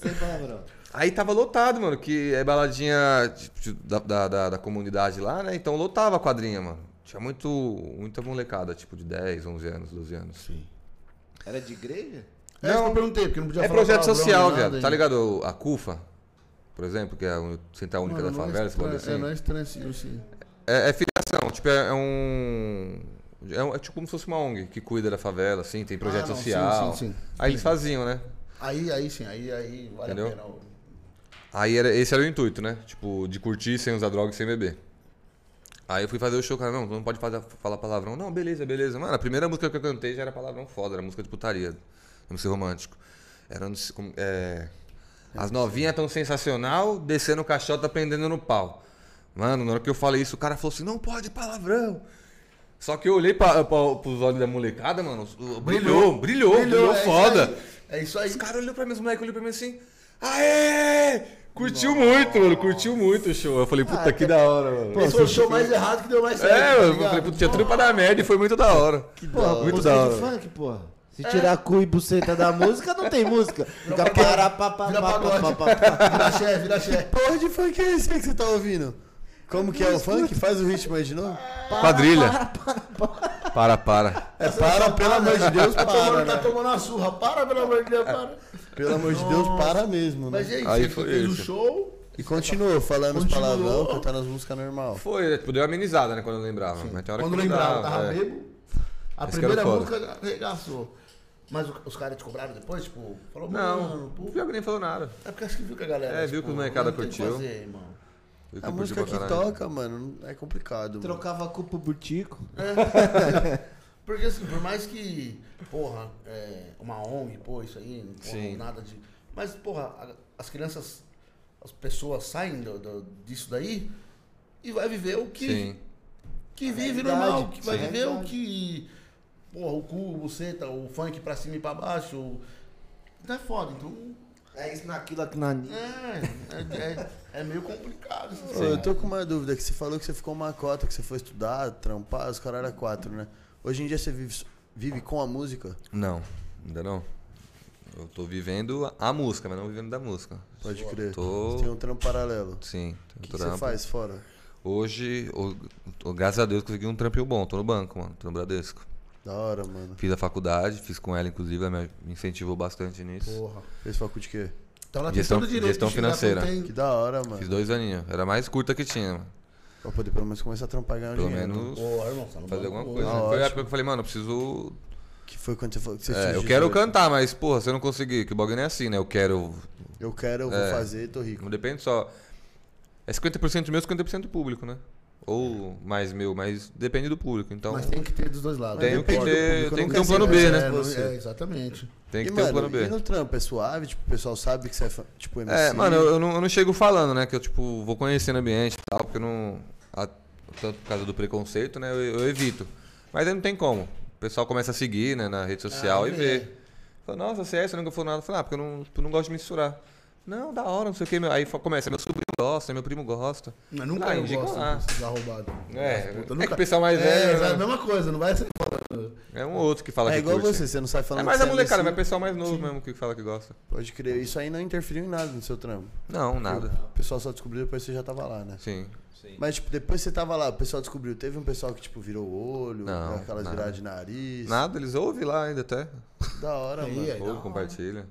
[SPEAKER 1] Sem palavrão.
[SPEAKER 3] Aí tava lotado, mano, que é baladinha tipo, da, da, da- da comunidade lá, né? Então lotava a quadrinha, mano. Tinha muito, muita molecada, tipo de 10, 11 anos, 12 anos. Sim.
[SPEAKER 1] Era de igreja?
[SPEAKER 5] É, isso que eu perguntei, porque não podia
[SPEAKER 3] É
[SPEAKER 5] falar
[SPEAKER 3] projeto
[SPEAKER 5] palavrão,
[SPEAKER 3] social,
[SPEAKER 5] nada,
[SPEAKER 3] viado. Tá
[SPEAKER 5] hein?
[SPEAKER 3] ligado? A CUFA, por exemplo, que é a Central Única
[SPEAKER 5] Mano,
[SPEAKER 3] da
[SPEAKER 5] não é
[SPEAKER 3] Favela, esse bagulho
[SPEAKER 5] estranho, É, não é
[SPEAKER 3] assim.
[SPEAKER 5] estranho assim, assim.
[SPEAKER 3] É, é filiação, tipo, é, é um. É, um- é tipo como se fosse uma ONG que cuida da favela, assim, tem projeto
[SPEAKER 5] Ah, não, sim,
[SPEAKER 3] social.
[SPEAKER 5] sim, sim.
[SPEAKER 3] Aí eles faziam, né?
[SPEAKER 5] Aí, aí sim, aí, aí vale
[SPEAKER 3] Entendeu?
[SPEAKER 5] a pena. o-
[SPEAKER 3] Aí era, esse era o intuito, né? Tipo, de curtir sem usar droga e sem beber. Aí eu fui fazer o show, cara, não, não pode fazer- falar palavrão. Não, beleza, beleza. Mano, a primeira música que eu cantei já era palavrão foda, era música de putaria. Era música romântico. Era no- como- é, As novinhas tão sensacional, descendo o caixota, prendendo no pau. Mano, na hora que eu falei isso, o cara falou assim, não pode palavrão. Só que eu olhei pra, pra, pros olhos da molecada, mano, brilhou, brilhou, brilhou,
[SPEAKER 5] é isso
[SPEAKER 3] foda.
[SPEAKER 5] aí, É isso aí.
[SPEAKER 3] Os caras olhou pra mim, os moleques olhou pra mim assim. Aê! Curtiu muito, mano. Curtiu muito o show. Eu falei, puta, que da hora, mano.
[SPEAKER 5] Esse foi o show mais errado que deu mais certo.
[SPEAKER 3] assim, é,
[SPEAKER 5] tá
[SPEAKER 3] eu
[SPEAKER 5] ligado?
[SPEAKER 3] falei, puta, tinha tudo pra dar merda e foi muito da hora.
[SPEAKER 1] Porra,
[SPEAKER 3] Muito
[SPEAKER 1] música
[SPEAKER 3] da
[SPEAKER 1] de
[SPEAKER 3] hora.
[SPEAKER 1] funk, porra. Se tirar cu e buceta da música, não tem música. Fica pará, pá, pá,
[SPEAKER 5] Vira
[SPEAKER 1] pá, pá,
[SPEAKER 5] pagode.
[SPEAKER 1] pá, pá, pá.
[SPEAKER 5] Vira chefe, vira chefe.
[SPEAKER 4] Porra de funk é esse aí que você tá ouvindo? Como que é o funk? Faz o ritmo aí de novo.
[SPEAKER 3] Quadrilha. Para, para.
[SPEAKER 4] É para, pelo amor de Deus,
[SPEAKER 5] Tá tomando,
[SPEAKER 4] para,
[SPEAKER 5] tá
[SPEAKER 4] né?
[SPEAKER 5] tomando uma surra. Para, pelo amor de Deus, para.
[SPEAKER 4] Pelo amor de Deus, para mesmo, né?
[SPEAKER 5] Mas e aí,
[SPEAKER 3] Aí
[SPEAKER 5] você
[SPEAKER 3] foi
[SPEAKER 5] fez o
[SPEAKER 3] isso.
[SPEAKER 5] show.
[SPEAKER 4] E continuou falando os
[SPEAKER 5] Continuou.
[SPEAKER 4] palavrão, cantando as músicas normal.
[SPEAKER 3] Foi, tipo, deu uma amenizada, né, quando eu lembrava. Mas tem hora
[SPEAKER 5] Quando
[SPEAKER 3] que não
[SPEAKER 5] lembrava,
[SPEAKER 3] dava,
[SPEAKER 5] tava
[SPEAKER 3] é.
[SPEAKER 5] bebo. A
[SPEAKER 3] Esse
[SPEAKER 5] primeira
[SPEAKER 3] cara é foda.
[SPEAKER 5] música arregaçou. Mas o- os caras te cobraram depois? Tipo, falou,
[SPEAKER 3] Não,
[SPEAKER 5] mano,
[SPEAKER 3] o
[SPEAKER 5] pô.
[SPEAKER 3] pior que nem falou nada.
[SPEAKER 5] É porque acho que viu que a galera.
[SPEAKER 3] É, viu
[SPEAKER 5] tipo,
[SPEAKER 3] que o molecada
[SPEAKER 5] não tem que
[SPEAKER 3] curtiu.
[SPEAKER 5] fazer, irmão.
[SPEAKER 3] Eu
[SPEAKER 4] A
[SPEAKER 3] curti
[SPEAKER 4] música
[SPEAKER 3] pra
[SPEAKER 4] que
[SPEAKER 3] caralho.
[SPEAKER 4] toca, mano, é complicado. mano.
[SPEAKER 1] Trocava cu pro butico.
[SPEAKER 5] Porque assim, por mais que, porra, é, uma ONG, pô, isso aí, porra,
[SPEAKER 3] Sim.
[SPEAKER 5] nada de. Mas, porra, a- as crianças, as pessoas saem do, do- disso daí e vai viver o que,
[SPEAKER 3] Sim.
[SPEAKER 5] que vive
[SPEAKER 1] Realidade,
[SPEAKER 5] normal, que vai
[SPEAKER 1] sim.
[SPEAKER 5] viver o
[SPEAKER 1] Realidade.
[SPEAKER 5] que. Porra, o cu, você tá, o funk pra cima e pra baixo. O... Então é foda, então.
[SPEAKER 1] É isso naquilo aqui na
[SPEAKER 5] É, é, é- é meio complicado isso. assim.
[SPEAKER 4] Ô, eu tô com uma dúvida, que você falou que você ficou uma cota, que você foi estudar, trampar, os caras eram quatro, né? Hoje em dia você vive, s- vive com a música?
[SPEAKER 3] Não, ainda não. Eu tô vivendo a- a música, mas não vivendo da música.
[SPEAKER 4] Pode crer.
[SPEAKER 3] Tô-
[SPEAKER 4] Você tem um trampo paralelo.
[SPEAKER 3] Sim, tô
[SPEAKER 4] O que, que você faz fora?
[SPEAKER 3] Hoje, o- o- graças a Deus, consegui um trampinho bom. Tô no banco, mano. Tô no Bradesco.
[SPEAKER 4] Da hora, mano.
[SPEAKER 3] Fiz a faculdade, fiz com ela, inclusive. Ela me me incentivou bastante nisso.
[SPEAKER 5] Porra.
[SPEAKER 4] Fez faculdade de quê?
[SPEAKER 5] Então ela
[SPEAKER 3] Gestão-
[SPEAKER 5] tem todo o direito
[SPEAKER 3] gestão
[SPEAKER 5] de chegar quando
[SPEAKER 3] financeira.
[SPEAKER 5] tem-
[SPEAKER 4] Que da hora,
[SPEAKER 3] Fiz
[SPEAKER 4] mano.
[SPEAKER 3] dois aninhos. Era a mais curta que tinha, mano.
[SPEAKER 4] Pra poder pelo menos começar a trampar e ganhar um
[SPEAKER 3] Pelo
[SPEAKER 4] dinheiro.
[SPEAKER 3] menos
[SPEAKER 5] Porra, irmão, tá no
[SPEAKER 3] fazer
[SPEAKER 5] banco,
[SPEAKER 3] alguma
[SPEAKER 5] porra.
[SPEAKER 3] coisa. né?
[SPEAKER 4] Ah,
[SPEAKER 3] Foi a
[SPEAKER 4] ótimo.
[SPEAKER 3] época que eu falei, mano, eu preciso.
[SPEAKER 4] Que foi quando você falou que você
[SPEAKER 3] É,
[SPEAKER 4] fez
[SPEAKER 3] eu quero
[SPEAKER 4] 18.
[SPEAKER 3] cantar, mas, porra, se eu não conseguir, que o bagulho não é assim, né? Eu quero.
[SPEAKER 4] Eu quero, eu
[SPEAKER 3] É.
[SPEAKER 4] vou fazer, tô rico.
[SPEAKER 3] Não depende só. É 50% meu, 50% público, né? Ou mais meu, mas depende do público. Então.
[SPEAKER 5] Mas tem que ter dos dois lados.
[SPEAKER 3] Tem
[SPEAKER 5] Não
[SPEAKER 3] que
[SPEAKER 5] pode-
[SPEAKER 3] ter-
[SPEAKER 5] o público
[SPEAKER 3] tem que
[SPEAKER 5] não
[SPEAKER 3] ter um
[SPEAKER 5] quer
[SPEAKER 3] plano
[SPEAKER 5] ser-
[SPEAKER 3] B,
[SPEAKER 5] é,
[SPEAKER 3] né?
[SPEAKER 5] não-
[SPEAKER 3] Você.
[SPEAKER 5] É, exatamente.
[SPEAKER 3] Tem que
[SPEAKER 4] e,
[SPEAKER 3] ter
[SPEAKER 4] mano,
[SPEAKER 3] um plano B.
[SPEAKER 4] E no trampo, é suave? Tipo, o pessoal sabe que você é, fa- tipo, MC?
[SPEAKER 3] É, mano, eu, eu não, eu não chego falando, né? Que eu, tipo, vou conhecendo o ambiente e tal, porque eu não. a- tanto por causa do preconceito, né? Eu, eu evito. Mas aí não tem como. O pessoal começa a seguir, né, na rede social
[SPEAKER 5] Ah,
[SPEAKER 3] e
[SPEAKER 5] vê.
[SPEAKER 3] vê. Fala, nossa, você é, você nunca falou nada. Fala, ah, porque eu não, eu não gosto de misturar. Não, da hora, não sei o que. Aí fa- começa, meu sobrinho gosta, meu primo gosta.
[SPEAKER 5] Mas nunca
[SPEAKER 3] Ah,
[SPEAKER 5] eu
[SPEAKER 3] indica
[SPEAKER 5] gosto
[SPEAKER 3] lá.
[SPEAKER 5] de precisar roubado.
[SPEAKER 3] É,
[SPEAKER 5] Nossa, puta,
[SPEAKER 3] é que o pessoal mais velho,
[SPEAKER 5] É,
[SPEAKER 3] né?
[SPEAKER 5] a mesma coisa, não vai ser.
[SPEAKER 3] É um ou outro que fala
[SPEAKER 4] É
[SPEAKER 3] que
[SPEAKER 4] igual
[SPEAKER 3] curte.
[SPEAKER 4] você, você não sabe falar
[SPEAKER 3] É mais a molecada, mas o pessoal mais novo mesmo que fala que gosta.
[SPEAKER 4] Pode crer. Isso aí não interferiu em nada no seu trampo.
[SPEAKER 3] Não, nada.
[SPEAKER 4] O pessoal só descobriu depois que você já tava lá, né?
[SPEAKER 3] Sim.
[SPEAKER 4] Mas, tipo, depois que você tava lá, o pessoal descobriu. Teve um pessoal que, tipo, virou o olho,
[SPEAKER 3] Não,
[SPEAKER 4] deu aquelas
[SPEAKER 3] nada.
[SPEAKER 4] viradas de nariz.
[SPEAKER 3] Nada, eles ouvem lá ainda até.
[SPEAKER 4] Da hora,
[SPEAKER 5] Aí,
[SPEAKER 4] mano. É.
[SPEAKER 5] aí,
[SPEAKER 3] Ouve,
[SPEAKER 5] não.
[SPEAKER 3] compartilha.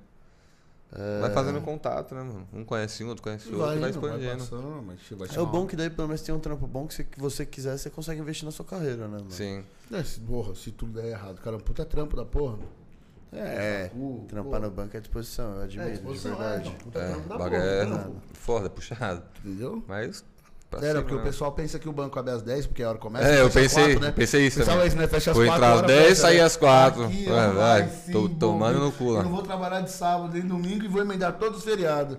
[SPEAKER 3] Vai fazendo contato, né, mano? Um conhece um, outro conhece o outro,
[SPEAKER 5] Vai,
[SPEAKER 3] vai,
[SPEAKER 5] não, vai
[SPEAKER 3] expandindo.
[SPEAKER 5] passando, mas vai
[SPEAKER 4] É o
[SPEAKER 5] chamar
[SPEAKER 4] bom que daí pelo menos tem um trampo bom que se que você quiser, você consegue investir na sua carreira, né, mano?
[SPEAKER 3] Sim.
[SPEAKER 5] um- É, se- porra, se tudo der errado, cara, é um puta trampo da porra.
[SPEAKER 4] É,
[SPEAKER 5] Uh,
[SPEAKER 4] trampar
[SPEAKER 5] porra.
[SPEAKER 4] no banco é disposição, eu admiro,
[SPEAKER 5] É, tipo,
[SPEAKER 4] de
[SPEAKER 5] sei lá,
[SPEAKER 4] verdade.
[SPEAKER 5] não, puta
[SPEAKER 3] É,
[SPEAKER 5] trampo da porra,
[SPEAKER 3] bagulho
[SPEAKER 4] tá
[SPEAKER 3] é
[SPEAKER 5] trampo,
[SPEAKER 3] foda, puxado.
[SPEAKER 5] Entendeu?
[SPEAKER 3] Mas. pra
[SPEAKER 4] É,
[SPEAKER 5] Era,
[SPEAKER 3] cima,
[SPEAKER 5] porque o
[SPEAKER 3] né?
[SPEAKER 5] pessoal pensa que o banco abre às 10, porque a hora começa.
[SPEAKER 3] É, eu
[SPEAKER 5] fecha às
[SPEAKER 3] pensei-
[SPEAKER 5] quatro, né?
[SPEAKER 3] pensei isso
[SPEAKER 5] O pessoal
[SPEAKER 3] também.
[SPEAKER 5] é né? Fecha às
[SPEAKER 3] Vou
[SPEAKER 5] 4
[SPEAKER 3] entrar às 10, sair às quatro.
[SPEAKER 5] Aqui,
[SPEAKER 3] Vai,
[SPEAKER 5] ó,
[SPEAKER 3] vai.
[SPEAKER 5] sim,
[SPEAKER 3] Tô
[SPEAKER 5] bom,
[SPEAKER 3] tomando
[SPEAKER 5] viu?
[SPEAKER 3] no cu lá.
[SPEAKER 5] Eu não vou trabalhar de sábado nem domingo e vou emendar todos os feriados.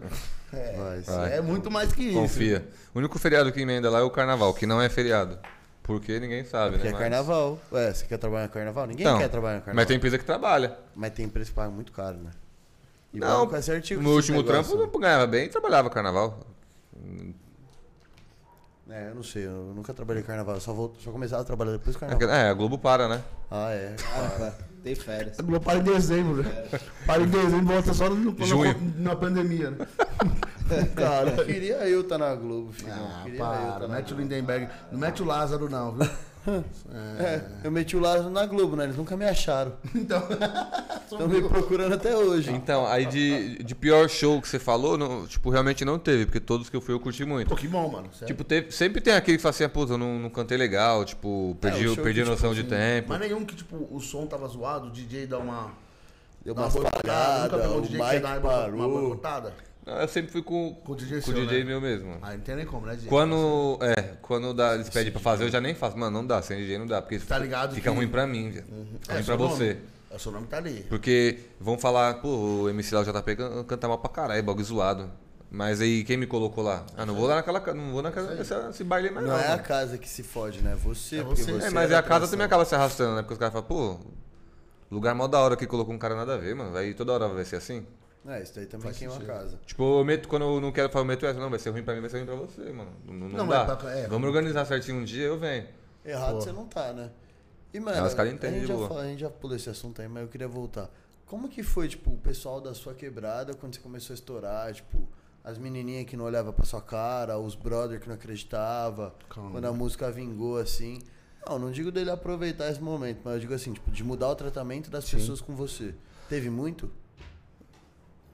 [SPEAKER 5] É,
[SPEAKER 4] Vai, sim.
[SPEAKER 5] é muito mais que isso.
[SPEAKER 3] Confia.
[SPEAKER 4] né?
[SPEAKER 3] O único feriado que emenda lá é o carnaval, que não é feriado. Porque ninguém sabe,
[SPEAKER 4] Porque
[SPEAKER 3] né?
[SPEAKER 4] é
[SPEAKER 3] mas-
[SPEAKER 4] carnaval. Ué, você quer trabalhar no carnaval? Ninguém
[SPEAKER 3] Então,
[SPEAKER 4] quer trabalhar no carnaval.
[SPEAKER 3] Mas tem empresa que trabalha.
[SPEAKER 4] Mas tem empresa que paga muito caro, né? E
[SPEAKER 3] Não,
[SPEAKER 4] banco é certinho.
[SPEAKER 3] No
[SPEAKER 4] com
[SPEAKER 3] meu
[SPEAKER 4] esses
[SPEAKER 3] último
[SPEAKER 4] negócios,
[SPEAKER 3] trampo eu não ganhava bem e trabalhava carnaval.
[SPEAKER 4] né? É, eu não sei, eu nunca trabalhei carnaval, eu só, vou, só começava a trabalhar depois do
[SPEAKER 3] É, que-
[SPEAKER 4] carnaval.
[SPEAKER 3] é, a Globo para, né?
[SPEAKER 4] Ah, é.
[SPEAKER 1] Tem férias.
[SPEAKER 5] É, Meu pai em dezembro, né? Para em dezembro, volta só no, na-
[SPEAKER 3] Junho.
[SPEAKER 5] Na, pandemia, né?
[SPEAKER 4] é Cara, queria eu estar na Globo, filho.
[SPEAKER 3] Ah,
[SPEAKER 4] queria eu
[SPEAKER 5] para,
[SPEAKER 4] tá na
[SPEAKER 5] mete o Lindenberg. Não mete o Lázaro, não, viu?
[SPEAKER 4] É, eu meti o Lázaro na Globo, né? Eles nunca me acharam.
[SPEAKER 5] Então,
[SPEAKER 4] Estão
[SPEAKER 5] um
[SPEAKER 4] me procurando até hoje.
[SPEAKER 3] Então, aí de, de pior show que você falou, não- tipo, realmente não teve, porque todos que eu fui eu curti muito.
[SPEAKER 5] pô, que bom, mano. sério.
[SPEAKER 3] Tipo, teve- sempre tem aquele que fala assim, ah, puta, eu não, não cantei legal,
[SPEAKER 5] É,
[SPEAKER 3] tipo, perdi,
[SPEAKER 4] o
[SPEAKER 3] o-
[SPEAKER 4] show
[SPEAKER 3] perdi a
[SPEAKER 4] que,
[SPEAKER 3] noção de tempo.
[SPEAKER 5] Mas nenhum que, tipo, o som tava zoado, o DJ dá uma.
[SPEAKER 4] Deu
[SPEAKER 5] dá
[SPEAKER 4] umas
[SPEAKER 5] boicotada, nunca
[SPEAKER 4] paradas,
[SPEAKER 5] pegou
[SPEAKER 4] o
[SPEAKER 5] DJ
[SPEAKER 4] Mike
[SPEAKER 5] que dá uma- uma
[SPEAKER 4] parou.
[SPEAKER 5] boicotada.
[SPEAKER 3] Não, Ah, eu sempre fui com,
[SPEAKER 5] Com o DJ
[SPEAKER 3] com
[SPEAKER 5] seu, né?
[SPEAKER 3] meu mesmo.
[SPEAKER 5] Ah, não tem nem como, né, DJ?
[SPEAKER 3] Quando, é, quando dá, eles pedem pra fazer, eu já nem faço. Mano, não dá, sem DJ não dá, porque
[SPEAKER 5] Tá ligado
[SPEAKER 3] fica
[SPEAKER 5] que-
[SPEAKER 3] ruim pra mim, velho. Fica
[SPEAKER 5] É,
[SPEAKER 3] ruim pra
[SPEAKER 5] seu nome.
[SPEAKER 3] você.
[SPEAKER 5] É, seu nome tá ali.
[SPEAKER 3] Porque vão falar, pô, o MC lá o JP can- tá canta mal pra caralho, bagulho zoado. Mas aí, quem me colocou lá? Ah, não vou lá naquela ca- não vou naquela essa- esse baile mais
[SPEAKER 4] Não
[SPEAKER 3] não,
[SPEAKER 4] é a
[SPEAKER 3] mano.
[SPEAKER 4] casa que se fode, né? Você,
[SPEAKER 5] É
[SPEAKER 4] porque
[SPEAKER 5] você.
[SPEAKER 4] você.
[SPEAKER 3] É, mas
[SPEAKER 4] era
[SPEAKER 3] a casa
[SPEAKER 4] atração.
[SPEAKER 3] também acaba se arrastando, né? Porque os caras falam, pô, lugar mó da hora que colocou um cara nada a ver, mano. Aí toda hora vai ser assim.
[SPEAKER 4] É, isso daí também queima a casa.
[SPEAKER 3] Tipo, eu meto, quando eu não quero falar, eu meto essa. Não, vai ser ruim pra mim, vai ser ruim pra você, mano. Não, não,
[SPEAKER 5] Não,
[SPEAKER 3] dá.
[SPEAKER 5] mas pra- é.
[SPEAKER 3] Vamos organizar certinho um dia, eu venho.
[SPEAKER 4] Errado
[SPEAKER 5] Pô.
[SPEAKER 4] você não tá, né? E, mano,
[SPEAKER 3] Ah, os caras
[SPEAKER 4] a,
[SPEAKER 3] entendem
[SPEAKER 4] gente
[SPEAKER 3] de
[SPEAKER 4] já
[SPEAKER 3] boa.
[SPEAKER 4] fala- a gente já pulou esse assunto aí, mas eu queria voltar. Como que foi, tipo, o pessoal da sua quebrada quando você começou a estourar, tipo, as menininhas que não olhavam pra sua cara, os brother que não acreditava, quando a música vingou, assim... Não, não digo dele aproveitar esse momento, mas eu digo assim, tipo, de mudar o tratamento das pessoas com você. Teve muito?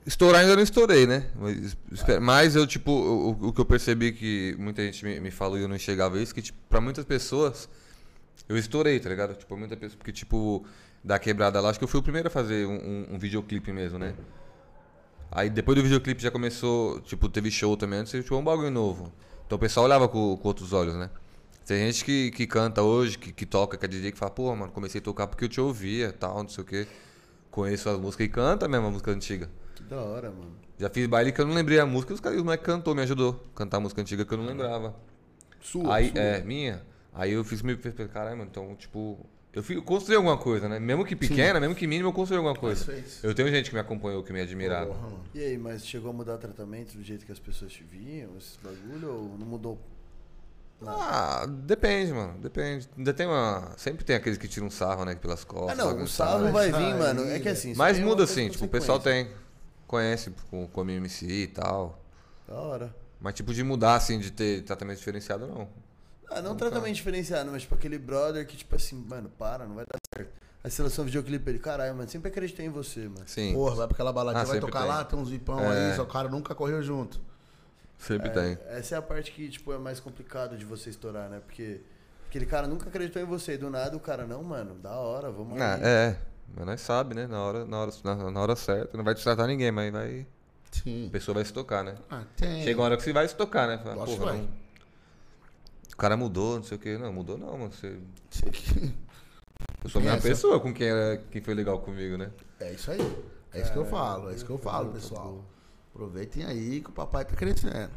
[SPEAKER 3] Estourar ainda não estourei, né? Mas, espe- mas eu, tipo, o, o que eu percebi que muita gente me, me falou e eu não enxergava isso, que, tipo, pra muitas pessoas, eu estourei, tá ligado? Tipo, muita pessoa, porque, tipo, da quebrada lá, acho que eu fui o primeiro a fazer um, um- um videoclipe mesmo, né? Aí depois do videoclipe já começou, tipo, teve show também antes, tipo, é um bagulho novo. Então o pessoal olhava com, com outros olhos, né? Tem gente que, que canta hoje, que, que toca, que é DJ, que fala, pô, mano, comecei a tocar porque eu te ouvia, tal, não sei o quê. Conheço as músicas e canta mesmo a música antiga.
[SPEAKER 4] Que da hora, mano.
[SPEAKER 3] Já fiz baile que eu não lembrei a música, os caras, os moleques cantou, me ajudou. a Cantar a música antiga que
[SPEAKER 4] Uhum.
[SPEAKER 3] eu não lembrava.
[SPEAKER 4] Sua,
[SPEAKER 3] Aí,
[SPEAKER 4] sua.
[SPEAKER 3] é, minha. Aí eu fiz meio pensei, caralho, mano, então, tipo, eu fui- eu construí alguma coisa, né? Mesmo que pequena, mesmo que mínima, eu construí
[SPEAKER 4] É
[SPEAKER 3] alguma coisa.
[SPEAKER 5] fez.
[SPEAKER 3] Eu tenho gente que me acompanhou, que me admirava.
[SPEAKER 5] Porra, mano.
[SPEAKER 4] E aí, mas chegou a mudar o tratamento do jeito que as pessoas te viam, esses bagulho, ou não mudou?
[SPEAKER 3] Ah, depende, mano, depende. Ainda tem uma. Sempre tem aqueles que tiram sarro, né? Pelas
[SPEAKER 4] Ah,
[SPEAKER 3] costas.
[SPEAKER 4] não,
[SPEAKER 3] bagunçaram,
[SPEAKER 4] o sarro
[SPEAKER 3] né?
[SPEAKER 4] vai vir,
[SPEAKER 5] Saída.
[SPEAKER 4] mano. É que assim. isso
[SPEAKER 3] Mas
[SPEAKER 4] aí é
[SPEAKER 3] muda
[SPEAKER 4] uma coisa
[SPEAKER 3] assim,
[SPEAKER 4] de
[SPEAKER 3] tipo, o pessoal
[SPEAKER 4] consequência.
[SPEAKER 3] tem. Conhece com, com a MMC e tal.
[SPEAKER 4] Da hora.
[SPEAKER 3] Mas, tipo, de mudar, assim, de ter tratamento diferenciado, não. tá.
[SPEAKER 4] Ah, não tratamento diferenciado, mas tipo aquele brother que, tipo assim, mano, para, não vai dar certo. Aí você lançou um videoclipe ele, caralho, mano, sempre acreditei em você, mano.
[SPEAKER 3] Sim.
[SPEAKER 5] Porra, vai pra aquela baladinha,
[SPEAKER 3] Ah,
[SPEAKER 5] vai
[SPEAKER 3] sempre
[SPEAKER 5] tocar
[SPEAKER 3] tem. É.
[SPEAKER 5] lá, tem uns vipão aí, só o cara nunca correu junto.
[SPEAKER 3] Sempre tem.
[SPEAKER 4] Essa é a parte que, tipo, é mais complicado de você estourar, né? Porque aquele cara nunca acreditou em você, e do nada o cara, não, mano, da hora, vamos
[SPEAKER 3] Ah,
[SPEAKER 4] aí.
[SPEAKER 3] é, mas nós sabe, né? Na hora, na hora, na, na hora certa, não vai destratar ninguém, mas vai.
[SPEAKER 5] Sim.
[SPEAKER 3] A pessoa vai se tocar, né?
[SPEAKER 5] Ah, tem.
[SPEAKER 3] Chega uma hora que você vai se tocar, né? Fala,
[SPEAKER 5] Lógico
[SPEAKER 3] porra,
[SPEAKER 5] que vai.
[SPEAKER 3] não- O cara mudou, não sei o quê. Não, mudou não, mano. Você... Eu sou a mesma
[SPEAKER 5] Essa.
[SPEAKER 3] pessoa com quem, era, quem foi legal comigo, né?
[SPEAKER 5] É isso aí. É isso que eu falo, é isso que eu falo, pessoal. Aproveitem aí que o papai tá crescendo.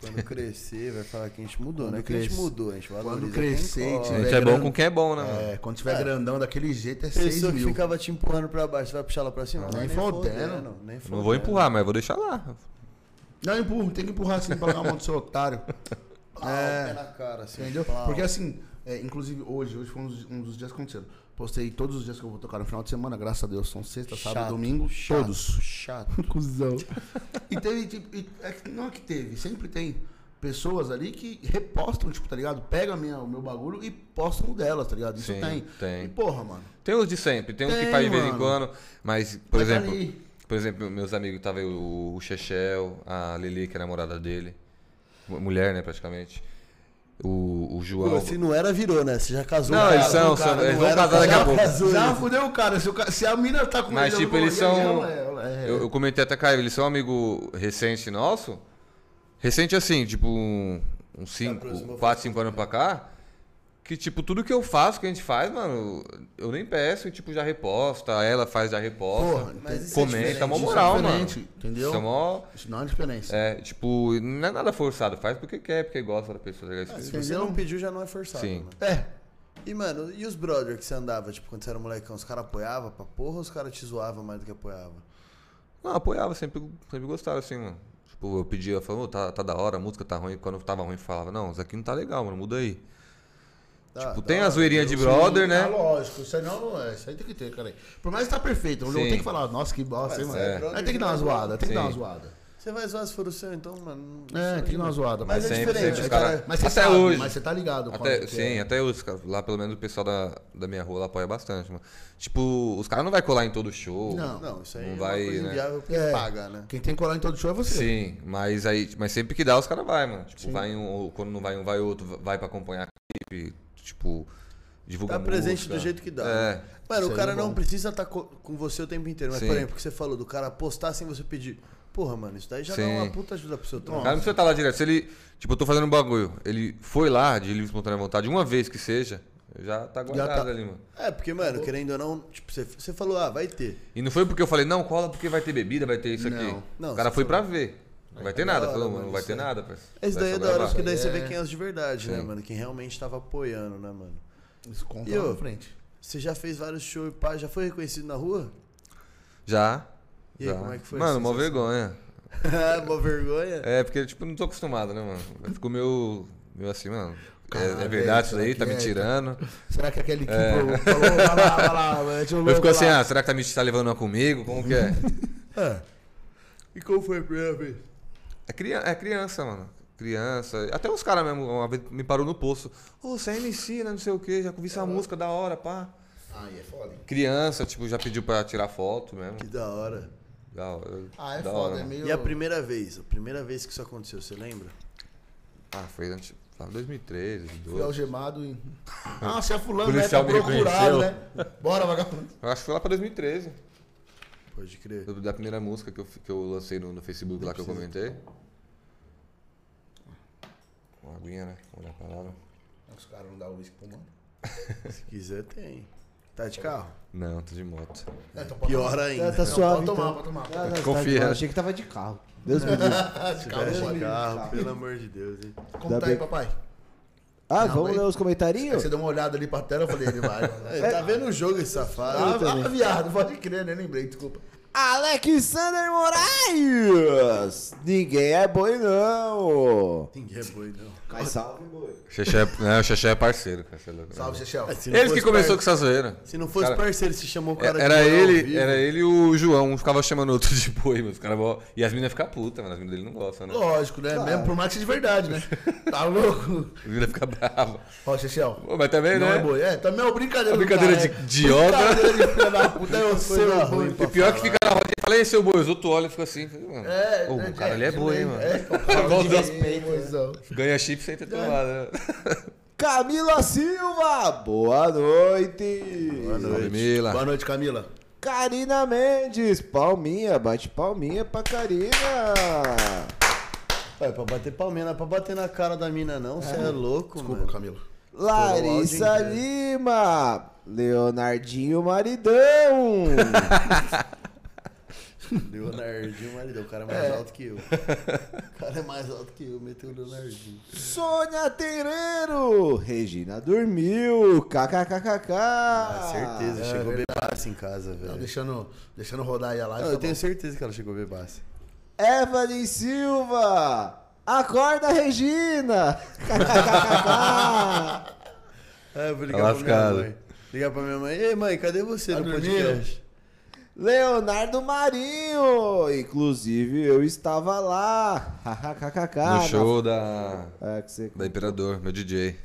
[SPEAKER 4] Quando crescer, vai falar que a gente mudou,
[SPEAKER 5] Quando
[SPEAKER 4] né? Que a gente
[SPEAKER 5] crescer.
[SPEAKER 4] mudou, a gente valoriza
[SPEAKER 5] Quando crescer,
[SPEAKER 4] quem corre.
[SPEAKER 3] A
[SPEAKER 5] tiver-
[SPEAKER 3] gente é bom
[SPEAKER 5] grande.
[SPEAKER 3] com quem é bom, né? mano?
[SPEAKER 5] É, quando tiver grandão daquele jeito é 6
[SPEAKER 4] Pessoa que
[SPEAKER 5] mil.
[SPEAKER 4] ficava te empurrando pra baixo, você vai puxar ela pra cima? Vai
[SPEAKER 5] nem fodendo.
[SPEAKER 4] nem
[SPEAKER 3] Não vou
[SPEAKER 4] fodendo.
[SPEAKER 3] empurrar, mas vou deixar lá.
[SPEAKER 5] Não, empurra, tem que empurrar assim pra pegar a mão do seu otário.
[SPEAKER 4] Ah,
[SPEAKER 5] É.
[SPEAKER 4] o pé na cara, assim.
[SPEAKER 5] Entendeu?
[SPEAKER 4] pau.
[SPEAKER 5] Porque assim, é, inclusive hoje, hoje foi um dos, um dos dias que aconteceu. Postei todos os dias que eu vou tocar no final de semana, graças a Deus, são sexta, sábado,
[SPEAKER 4] Chato,
[SPEAKER 5] domingo,
[SPEAKER 4] chato,
[SPEAKER 5] todos.
[SPEAKER 4] Chato.
[SPEAKER 5] Cusão. E teve, tipo, e- é que- não é que teve, sempre tem pessoas ali que repostam, tipo, tá ligado? Pega a minha, o meu bagulho e postam o delas, tá ligado? Isso
[SPEAKER 3] Sim,
[SPEAKER 5] tem.
[SPEAKER 3] tem.
[SPEAKER 5] E porra, mano.
[SPEAKER 3] Tem uns de sempre, tem uns que
[SPEAKER 5] Tem,
[SPEAKER 3] faz de vez em
[SPEAKER 5] mano.
[SPEAKER 3] quando, mas, por
[SPEAKER 5] Mas tá
[SPEAKER 3] exemplo,
[SPEAKER 5] ali.
[SPEAKER 3] por exemplo, meus amigos, tava aí o, o Chechel, a Lili, que é a namorada dele, mu- mulher, né, praticamente, o, o João.
[SPEAKER 4] Pô, se não era, virou, né? Você já casou.
[SPEAKER 3] Não,
[SPEAKER 4] cara.
[SPEAKER 3] eles são,
[SPEAKER 4] Não, cara,
[SPEAKER 3] são- eles
[SPEAKER 4] não
[SPEAKER 3] vão
[SPEAKER 4] era,
[SPEAKER 3] casar daqui a
[SPEAKER 4] já
[SPEAKER 3] pouco.
[SPEAKER 4] casou,
[SPEAKER 5] Já
[SPEAKER 4] eles.
[SPEAKER 5] fudeu o cara. Se, o ca- se a mina tá com
[SPEAKER 3] Mas,
[SPEAKER 5] ele,
[SPEAKER 3] tipo,
[SPEAKER 5] eu
[SPEAKER 3] eles
[SPEAKER 5] vou-
[SPEAKER 3] são-
[SPEAKER 5] ela- ela- é.
[SPEAKER 3] eu, eu comentei até com ele, eles são um amigo recente nosso, recente assim, tipo, um- uns 5,
[SPEAKER 4] aproximou
[SPEAKER 3] 4, 5 anos pra cá, que, tipo, tudo que eu faço, que a gente faz, mano, eu nem peço, e, tipo, já reposta, ela faz, já reposta,
[SPEAKER 5] Porra,
[SPEAKER 4] Mas isso é
[SPEAKER 3] comenta,
[SPEAKER 4] diferente,
[SPEAKER 3] é mó
[SPEAKER 5] isso é
[SPEAKER 3] moral, mano.
[SPEAKER 5] diferente, entendeu?
[SPEAKER 3] Isso é mó...
[SPEAKER 5] Isso não é diferença.
[SPEAKER 3] É, tipo, não é nada forçado, faz porque quer, porque gosta da pessoa. tá ligado?
[SPEAKER 4] Se
[SPEAKER 3] Isso-
[SPEAKER 4] você não pediu, já não é forçado.
[SPEAKER 3] Sim.
[SPEAKER 4] Mano.
[SPEAKER 5] É.
[SPEAKER 4] E, mano, e os brother que você andava, tipo, quando você era molecão, os caras apoiavam pra porra ou os caras te zoavam mais do que apoiavam?
[SPEAKER 3] Não, apoiava, sempre, sempre gostava, assim, mano. Tipo, eu pedia, falava, "Ô, tá, tá da hora, a música tá ruim. Quando tava ruim, falava, não, isso aqui não tá legal, mano, muda aí.
[SPEAKER 4] Tá,
[SPEAKER 3] tipo,
[SPEAKER 4] da
[SPEAKER 3] tem
[SPEAKER 4] hora. tá
[SPEAKER 3] a zoeirinha de brother,
[SPEAKER 5] Sim,
[SPEAKER 3] né?
[SPEAKER 5] Ah, lógico. Isso aí, não, não é, isso aí tem que ter, cara. Por mais que tá perfeito. Eu
[SPEAKER 3] Sim.
[SPEAKER 5] vou ter que falar, nossa, que bosta, hein, mano.
[SPEAKER 4] é.
[SPEAKER 5] Aí tem que dar uma zoada, tem que dar uma zoada.
[SPEAKER 4] Você vai zoar se for o seu, então, mano. não-
[SPEAKER 5] É, tem que dar uma zoada.
[SPEAKER 4] Mas é
[SPEAKER 3] sempre,
[SPEAKER 4] diferente,
[SPEAKER 3] sempre, os
[SPEAKER 4] né,
[SPEAKER 3] cara...
[SPEAKER 4] cara?
[SPEAKER 5] Mas você
[SPEAKER 3] até
[SPEAKER 5] sabe,
[SPEAKER 3] hoje.
[SPEAKER 5] Mas você tá ligado. qual
[SPEAKER 3] Até,
[SPEAKER 5] que
[SPEAKER 3] sim,
[SPEAKER 5] é.
[SPEAKER 3] até os caras. Lá pelo menos o pessoal da, da minha rua lá apoia bastante, mano. Tipo, os caras não vai colar em todo show.
[SPEAKER 5] Não.
[SPEAKER 4] Não, isso aí
[SPEAKER 3] Não
[SPEAKER 4] é
[SPEAKER 3] vai,
[SPEAKER 4] uma coisa
[SPEAKER 3] né?
[SPEAKER 4] inviável porque
[SPEAKER 5] É.
[SPEAKER 4] paga, né?
[SPEAKER 5] Quem tem que colar em todo show é você.
[SPEAKER 3] Sim, mas aí, mas sempre que dá, os caras vai, mano. Tipo, vai um, ou quando não vai um, vai outro, vai pra acompanhar clipe, tipo, divulga
[SPEAKER 4] Tá presente
[SPEAKER 3] música.
[SPEAKER 4] do jeito que dá.
[SPEAKER 3] É.
[SPEAKER 4] né? Mano,
[SPEAKER 5] Isso
[SPEAKER 4] o
[SPEAKER 5] aí
[SPEAKER 4] cara
[SPEAKER 5] é
[SPEAKER 4] não
[SPEAKER 5] bom.
[SPEAKER 4] precisa estar co- com você o tempo inteiro. Mas,
[SPEAKER 3] Sim.
[SPEAKER 4] por exemplo, o que você falou do cara postar sem você pedir. Porra, mano, isso daí já dá
[SPEAKER 3] Sim.
[SPEAKER 4] uma puta ajuda pro seu
[SPEAKER 3] O
[SPEAKER 4] trampo.
[SPEAKER 3] cara não precisa estar lá direto. Se ele, tipo, eu tô fazendo um bagulho, ele foi lá de livre e espontânea vontade, uma vez que seja, já tá guardado
[SPEAKER 5] tá.
[SPEAKER 3] ali, mano.
[SPEAKER 4] É, porque, mano, querendo ou não, tipo, você, você falou, ah, vai ter.
[SPEAKER 3] E não foi porque eu falei, não, cola porque vai ter bebida, vai ter isso aqui.
[SPEAKER 4] Não,
[SPEAKER 3] o cara
[SPEAKER 4] você É
[SPEAKER 3] foi pra ver. Não vai ter nada,
[SPEAKER 4] hora,
[SPEAKER 3] falou,
[SPEAKER 4] mano,
[SPEAKER 3] não vai
[SPEAKER 4] isso
[SPEAKER 3] ter
[SPEAKER 4] é-
[SPEAKER 3] nada, parceiro.
[SPEAKER 4] Isso
[SPEAKER 3] Vai
[SPEAKER 4] daí
[SPEAKER 3] só
[SPEAKER 4] é da hora,
[SPEAKER 3] gravar.
[SPEAKER 4] porque daí você vê
[SPEAKER 5] É.
[SPEAKER 4] quem é os de verdade, né,
[SPEAKER 3] Sim.
[SPEAKER 4] mano? Quem realmente tava apoiando, né, mano?
[SPEAKER 5] Isso conta
[SPEAKER 4] E
[SPEAKER 5] lá
[SPEAKER 4] eu?
[SPEAKER 5] na frente.
[SPEAKER 4] Você já fez vários shows e pá, já foi reconhecido na rua?
[SPEAKER 3] Já.
[SPEAKER 4] E aí,
[SPEAKER 3] Já.
[SPEAKER 4] como é que foi?
[SPEAKER 3] Mano, mó
[SPEAKER 4] uma
[SPEAKER 3] vergonha.
[SPEAKER 4] uma vergonha?
[SPEAKER 3] É, porque, tipo, não tô acostumado, né, mano? Eu fico meio, meio assim, mano. é-
[SPEAKER 5] Caralho,
[SPEAKER 3] é, verdade isso
[SPEAKER 5] será
[SPEAKER 3] aí?
[SPEAKER 5] que
[SPEAKER 3] Tá me
[SPEAKER 5] é?
[SPEAKER 4] então.
[SPEAKER 3] tirando.
[SPEAKER 5] Será que aquele que
[SPEAKER 3] É.
[SPEAKER 5] falou, falou, vai lá, vai lá, vai, deixa
[SPEAKER 3] Eu fico
[SPEAKER 5] ver
[SPEAKER 3] assim,
[SPEAKER 5] lá.
[SPEAKER 3] ah, será que tá me tá levando uma comigo? Como que é?
[SPEAKER 4] E como foi a primeira vez?
[SPEAKER 3] É, cria- é criança, mano. Criança. Até os caras mesmo, uma vez me parou no posto. Ô, você é MC, né? Não sei o quê. Já ouvi essa música da hora, pá.
[SPEAKER 5] Aí é foda, hein?
[SPEAKER 3] Criança, tipo, já pediu pra tirar foto mesmo.
[SPEAKER 4] Que da hora.
[SPEAKER 3] Da hora.
[SPEAKER 5] Ah, é
[SPEAKER 3] da
[SPEAKER 5] foda,
[SPEAKER 3] hora,
[SPEAKER 5] é
[SPEAKER 3] mano.
[SPEAKER 5] meio...
[SPEAKER 4] E a primeira vez? A primeira vez que isso aconteceu, você lembra?
[SPEAKER 3] Ah, foi antes. Lá em 2013,
[SPEAKER 5] Fui
[SPEAKER 3] 2012.
[SPEAKER 5] algemado e... Ah, você é fulano, né? Tá
[SPEAKER 3] Policial me
[SPEAKER 5] procurado, né? Bora, vagabundo.
[SPEAKER 3] Eu acho que foi lá pra 2013.
[SPEAKER 4] Pode crer.
[SPEAKER 3] do- Da primeira música que eu, fi- que eu lancei no, no Facebook lá que eu comentei. Uma aguinha, né? Olha a palavra.
[SPEAKER 5] Os caras não dão uísque pro mano.
[SPEAKER 4] Se quiser, tem. Tá de carro?
[SPEAKER 3] Não, tô de moto.
[SPEAKER 5] É, então pode
[SPEAKER 4] Pior
[SPEAKER 1] Tá,
[SPEAKER 4] ainda.
[SPEAKER 1] tá suave.
[SPEAKER 5] Pode tomar,
[SPEAKER 1] então.
[SPEAKER 5] pode tomar.
[SPEAKER 1] Ah, não, tá
[SPEAKER 3] Confia.
[SPEAKER 1] de boa. achei que tava de carro. Deus me livre.
[SPEAKER 5] tomar. Esse cara é
[SPEAKER 4] Cara de
[SPEAKER 5] foda.
[SPEAKER 4] carro, pelo amor de Deus, hein?
[SPEAKER 5] Como
[SPEAKER 1] Dá
[SPEAKER 5] tá aí,
[SPEAKER 1] bem.
[SPEAKER 5] papai?
[SPEAKER 1] Ah,
[SPEAKER 5] Não,
[SPEAKER 1] vamos
[SPEAKER 5] mas-
[SPEAKER 1] ler os
[SPEAKER 5] É que
[SPEAKER 1] comentários?
[SPEAKER 5] Você deu uma olhada ali pra tela, eu falei, ele vai. mano.
[SPEAKER 3] É.
[SPEAKER 4] Tá vendo o jogo esse safado?
[SPEAKER 5] Ah,
[SPEAKER 3] Tá.
[SPEAKER 1] Eu também.
[SPEAKER 5] ah, viado, pode crer, né? Lembrei, desculpa.
[SPEAKER 1] Alexander Moraes! Ninguém é boi, não!
[SPEAKER 4] Ninguém é boi, não.
[SPEAKER 1] Mas salve, boi.
[SPEAKER 3] Xexé, né, o Xexé é parceiro, cara. você é louco, né?
[SPEAKER 5] Salve, Chechel.
[SPEAKER 4] Ah, se não
[SPEAKER 3] Ele que
[SPEAKER 4] fosse
[SPEAKER 3] começou
[SPEAKER 4] par-
[SPEAKER 3] com essa zoeira.
[SPEAKER 4] Se não fosse
[SPEAKER 3] Cara,
[SPEAKER 4] parceiro, se chamou o cara
[SPEAKER 3] É, era
[SPEAKER 4] de moral
[SPEAKER 3] ele,
[SPEAKER 4] vivo.
[SPEAKER 3] era ele e o João, um ficava chamando o outro de boi, mas os caras vão- E as meninas ficam putas, mano. As meninas dele não gostam, né?
[SPEAKER 5] Lógico, né? Mesmo por mais que seja de verdade, né? Tá louco?
[SPEAKER 3] As meninas ficam bravas.
[SPEAKER 5] Ó, Chechel.
[SPEAKER 3] Pô, Mas também,
[SPEAKER 5] Não
[SPEAKER 3] né?
[SPEAKER 5] é boi. É, também é uma brincadeira.
[SPEAKER 3] É brincadeira
[SPEAKER 5] do cara,
[SPEAKER 3] de
[SPEAKER 5] é.
[SPEAKER 3] idiota.
[SPEAKER 5] Brincadeira de filha da puta, é eu sei.
[SPEAKER 4] Coisa
[SPEAKER 5] mano.
[SPEAKER 4] ruim,
[SPEAKER 3] E pior que fica na roda e fala, e aí, seu boi, os outros olham e ficam assim. Mano,
[SPEAKER 5] É,
[SPEAKER 3] ô,
[SPEAKER 5] é,
[SPEAKER 3] o cara ali é
[SPEAKER 5] é,
[SPEAKER 3] boi, hein, mano.
[SPEAKER 5] É,
[SPEAKER 3] Volta-
[SPEAKER 5] boizão.
[SPEAKER 3] Ganha chip sem ter tomado, né?
[SPEAKER 1] Camila Silva! Boa noite!
[SPEAKER 4] Boa noite.
[SPEAKER 3] Camila.
[SPEAKER 5] Boa noite, Camila.
[SPEAKER 1] Karina Mendes! Palminha, bate palminha pra Karina!
[SPEAKER 4] Ué, pra bater palminha, não é pra bater na cara da mina, não. Você é. louco,
[SPEAKER 5] Desculpa,
[SPEAKER 4] mano.
[SPEAKER 5] Camila.
[SPEAKER 1] Larissa
[SPEAKER 4] áudio
[SPEAKER 1] Lima! Leonardinho Maridão!
[SPEAKER 4] Leonardinho, marido, o cara é mais alto que eu. O cara é mais alto que eu, meteu o Leonardinho.
[SPEAKER 1] Sônia Tereiro! Regina dormiu! KKKKK!
[SPEAKER 4] Ah, certeza, chegou bebaça em casa,
[SPEAKER 5] Tá
[SPEAKER 4] velho.
[SPEAKER 5] deixando, deixando rodar aí a live.
[SPEAKER 4] Não,
[SPEAKER 5] tá
[SPEAKER 4] eu
[SPEAKER 5] bom.
[SPEAKER 4] tenho certeza que ela chegou bebaça.
[SPEAKER 1] Evelyn Silva! Acorda, Regina! KKKKK!
[SPEAKER 4] Ah, eu
[SPEAKER 3] Tá
[SPEAKER 4] vou ligar pra minha
[SPEAKER 3] lascado.
[SPEAKER 4] mãe. Ligar pra minha mãe. Ei, mãe, cadê você
[SPEAKER 5] Tá
[SPEAKER 4] no
[SPEAKER 5] dormindo?
[SPEAKER 4] podcast?
[SPEAKER 1] Leonardo Marinho! Inclusive, eu estava lá! KKKKK!
[SPEAKER 3] no show da,
[SPEAKER 1] É, que você...
[SPEAKER 3] da Imperador, meu DJ.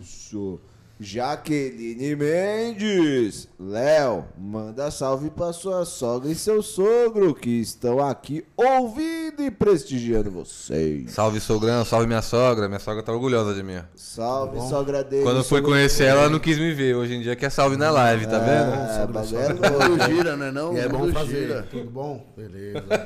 [SPEAKER 1] Isso! Jaqueline Mendes! Léo, manda salve pra sua sogra e seu sogro que estão aqui ouvindo e prestigiando vocês.
[SPEAKER 3] Salve sogrão, salve minha sogra. Minha sogra tá orgulhosa de mim. ó.
[SPEAKER 1] Salve, sogra dele.
[SPEAKER 3] Quando eu fui
[SPEAKER 1] sogra-
[SPEAKER 3] conhecer ela, ela não quis me ver. Hoje em dia quer salve na live, tá vendo?
[SPEAKER 1] É, bagulho é
[SPEAKER 4] Tudo
[SPEAKER 1] louco.
[SPEAKER 4] gira, não é não?
[SPEAKER 5] E é bom
[SPEAKER 4] Tudo
[SPEAKER 5] fazer.
[SPEAKER 4] gira.
[SPEAKER 5] Tudo bom? Beleza.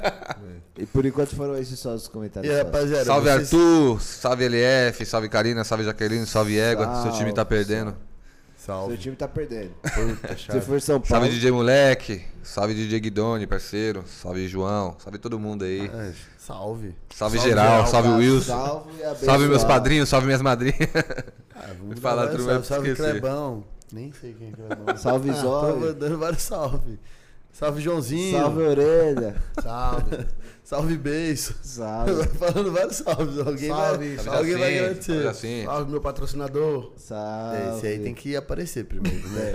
[SPEAKER 1] E por enquanto foram esses só os
[SPEAKER 4] E
[SPEAKER 1] comentários.
[SPEAKER 4] aí,
[SPEAKER 1] só.
[SPEAKER 4] rapaziada,
[SPEAKER 3] Salve
[SPEAKER 4] vocês-
[SPEAKER 3] Arthur, salve LF, salve Karina, salve Jaqueline, salve Égua. Seu time tá
[SPEAKER 1] Salve,
[SPEAKER 3] perdendo.
[SPEAKER 1] Seu
[SPEAKER 4] Salve.
[SPEAKER 1] time tá perdendo.
[SPEAKER 4] Puta,
[SPEAKER 1] Se
[SPEAKER 4] chave.
[SPEAKER 1] for São Paulo.
[SPEAKER 3] Salve DJ Moleque, salve DJ Guidoni, parceiro. Salve João, salve todo mundo aí.
[SPEAKER 4] Ah, Salve.
[SPEAKER 3] Salve geral, salve Wilson.
[SPEAKER 1] Salve, abençoado.
[SPEAKER 3] Salve meus padrinhos, salve minhas madrinhas.
[SPEAKER 4] Ah, vamos
[SPEAKER 3] Falar
[SPEAKER 4] dar vários
[SPEAKER 3] tudo,
[SPEAKER 4] salve,
[SPEAKER 3] vai
[SPEAKER 4] salve
[SPEAKER 3] esquecer.
[SPEAKER 4] Clebão. Nem sei quem é Clebão.
[SPEAKER 1] Salve, Zóio.
[SPEAKER 4] Tô mandando vários salve. Salve Joãozinho.
[SPEAKER 1] Salve,
[SPEAKER 4] Salve,
[SPEAKER 1] orelha.
[SPEAKER 5] Salve.
[SPEAKER 4] Beijo.
[SPEAKER 1] Salve.
[SPEAKER 4] Falando vários salves. Alguém
[SPEAKER 5] Salve,
[SPEAKER 4] vai,
[SPEAKER 5] salve
[SPEAKER 4] alguém vai
[SPEAKER 3] Jacinto,
[SPEAKER 4] agradecer.
[SPEAKER 3] salve Jacinto.
[SPEAKER 5] Salve, meu patrocinador.
[SPEAKER 1] Salve.
[SPEAKER 4] É, Esse aí tem que aparecer primeiro, né?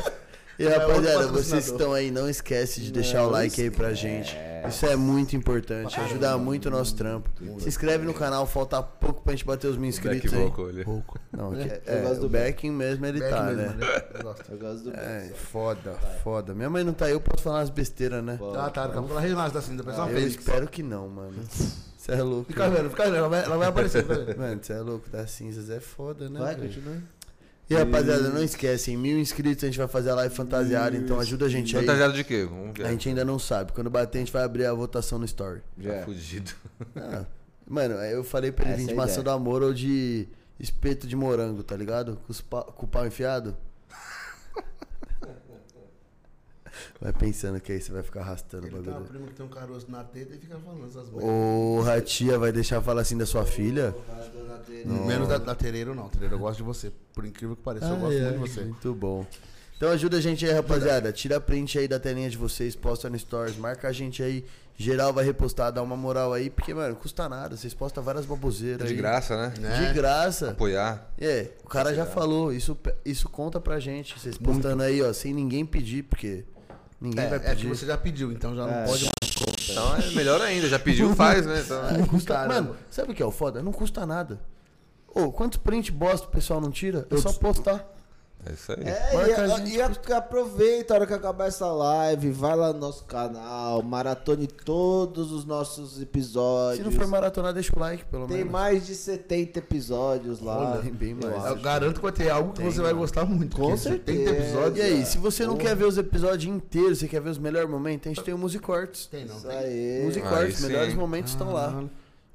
[SPEAKER 4] E
[SPEAKER 5] É outro
[SPEAKER 4] rapaziada, vocês que
[SPEAKER 5] patrocinador.
[SPEAKER 4] estão aí, não esquece de deixar o like aí pra gente. Isso é muito importante, ajuda muito o nosso trampo. Se inscreve no canal, falta pouco pra gente bater os mil inscritos
[SPEAKER 3] Back
[SPEAKER 4] aí.
[SPEAKER 3] vocal, ele.
[SPEAKER 4] Pouco. Não, é,
[SPEAKER 1] Eu
[SPEAKER 4] é,
[SPEAKER 1] gosto do
[SPEAKER 4] o backing mesmo ele
[SPEAKER 5] Back
[SPEAKER 4] tá,
[SPEAKER 5] mesmo,
[SPEAKER 4] né?
[SPEAKER 5] Eu gosto.
[SPEAKER 1] Eu gosto do
[SPEAKER 4] É, foda, foda. Minha mãe não tá aí, eu posso falar umas besteiras, né?
[SPEAKER 5] Ah, tá. Daqui a pouco ela renasce da cinta. Parece uma
[SPEAKER 4] Eu
[SPEAKER 5] fênix.
[SPEAKER 4] espero que não, mano. Você é louco.
[SPEAKER 5] Fica vendo, fica vendo. Ela vai, ela vai aparecer. fica vendo.
[SPEAKER 4] Mano, você é louco, das cinzas é foda, né?
[SPEAKER 1] Vai,
[SPEAKER 4] velho?
[SPEAKER 1] continua.
[SPEAKER 4] E rapaziada, não esquecem, mil inscritos a gente vai fazer a live fantasiada, então ajuda a gente aí.
[SPEAKER 3] Fantasiado de quê? Vamos
[SPEAKER 4] A
[SPEAKER 3] ver.
[SPEAKER 4] gente ainda não sabe. Quando bater, a gente vai abrir a votação no story.
[SPEAKER 3] Tá fudido.
[SPEAKER 4] Ah, mano, aí eu falei pra ele
[SPEAKER 1] Essa
[SPEAKER 4] vir de
[SPEAKER 1] é a
[SPEAKER 4] maçã
[SPEAKER 1] ideia.
[SPEAKER 4] do amor ou de espeto de morango, tá ligado? Com, os pa- com o pau enfiado. Vai pensando que aí você vai ficar arrastando o
[SPEAKER 5] Ele tem uma
[SPEAKER 4] bagulho.
[SPEAKER 5] prima que tem um caroço na teta e fica falando essas coisas.
[SPEAKER 4] Porra, tia, vai deixar falar assim da sua filha?
[SPEAKER 5] Menos da, da Tereiro, não. Tereiro, eu gosto de você. Por incrível que pareça, eu gosto
[SPEAKER 4] Ai,
[SPEAKER 5] muito de
[SPEAKER 4] ai,
[SPEAKER 5] você.
[SPEAKER 4] Muito bom. Então ajuda a gente aí, rapaziada. Tira print aí da telinha de vocês, posta no Stories, marca a gente aí. Geral vai repostar, dá uma moral aí, porque, mano, custa nada. Vocês postam várias baboseiras
[SPEAKER 3] De
[SPEAKER 4] aí.
[SPEAKER 3] graça, né?
[SPEAKER 5] né?
[SPEAKER 4] De graça.
[SPEAKER 3] Apoiar.
[SPEAKER 4] É, o cara já falou, isso, pe- isso conta pra gente. Vocês postando aí, ó, sem ninguém pedir, porque ninguém vai
[SPEAKER 5] É, é que
[SPEAKER 4] pedir.
[SPEAKER 5] você já pediu, então já não pode
[SPEAKER 3] Então é melhor ainda, já pediu, faz, né? Então,
[SPEAKER 4] Não custa,
[SPEAKER 5] Caramba.
[SPEAKER 4] mano, sabe o que é o foda? Não custa nada. Ô, quantos print bosta o pessoal não tira? É só postar.
[SPEAKER 3] é isso aí.
[SPEAKER 1] É, e,
[SPEAKER 4] Marca a
[SPEAKER 1] a-
[SPEAKER 4] gente.
[SPEAKER 1] e a- aproveita a hora que acabar essa live, vai lá no nosso canal, maratone todos os nossos
[SPEAKER 4] Se
[SPEAKER 1] episódios.
[SPEAKER 4] não for maratonar, deixa o like, pelo
[SPEAKER 1] Tem
[SPEAKER 4] menos.
[SPEAKER 1] mais de 70 episódios lá.
[SPEAKER 4] Olha, tem bem
[SPEAKER 1] eu
[SPEAKER 4] mais.
[SPEAKER 5] Eu
[SPEAKER 1] acho.
[SPEAKER 5] garanto que vai ter algo que você vai gostar muito.
[SPEAKER 1] Com
[SPEAKER 5] porque
[SPEAKER 1] certeza.
[SPEAKER 5] 70 episódios.
[SPEAKER 4] E aí, se você não quer ver os episódios inteiros, você quer ver os melhores momentos, a gente tem o Musicortes.
[SPEAKER 5] Tem não.
[SPEAKER 1] Isso aí.
[SPEAKER 4] Music
[SPEAKER 3] Aí
[SPEAKER 4] Arts,
[SPEAKER 3] sim.
[SPEAKER 4] melhores momentos estão lá.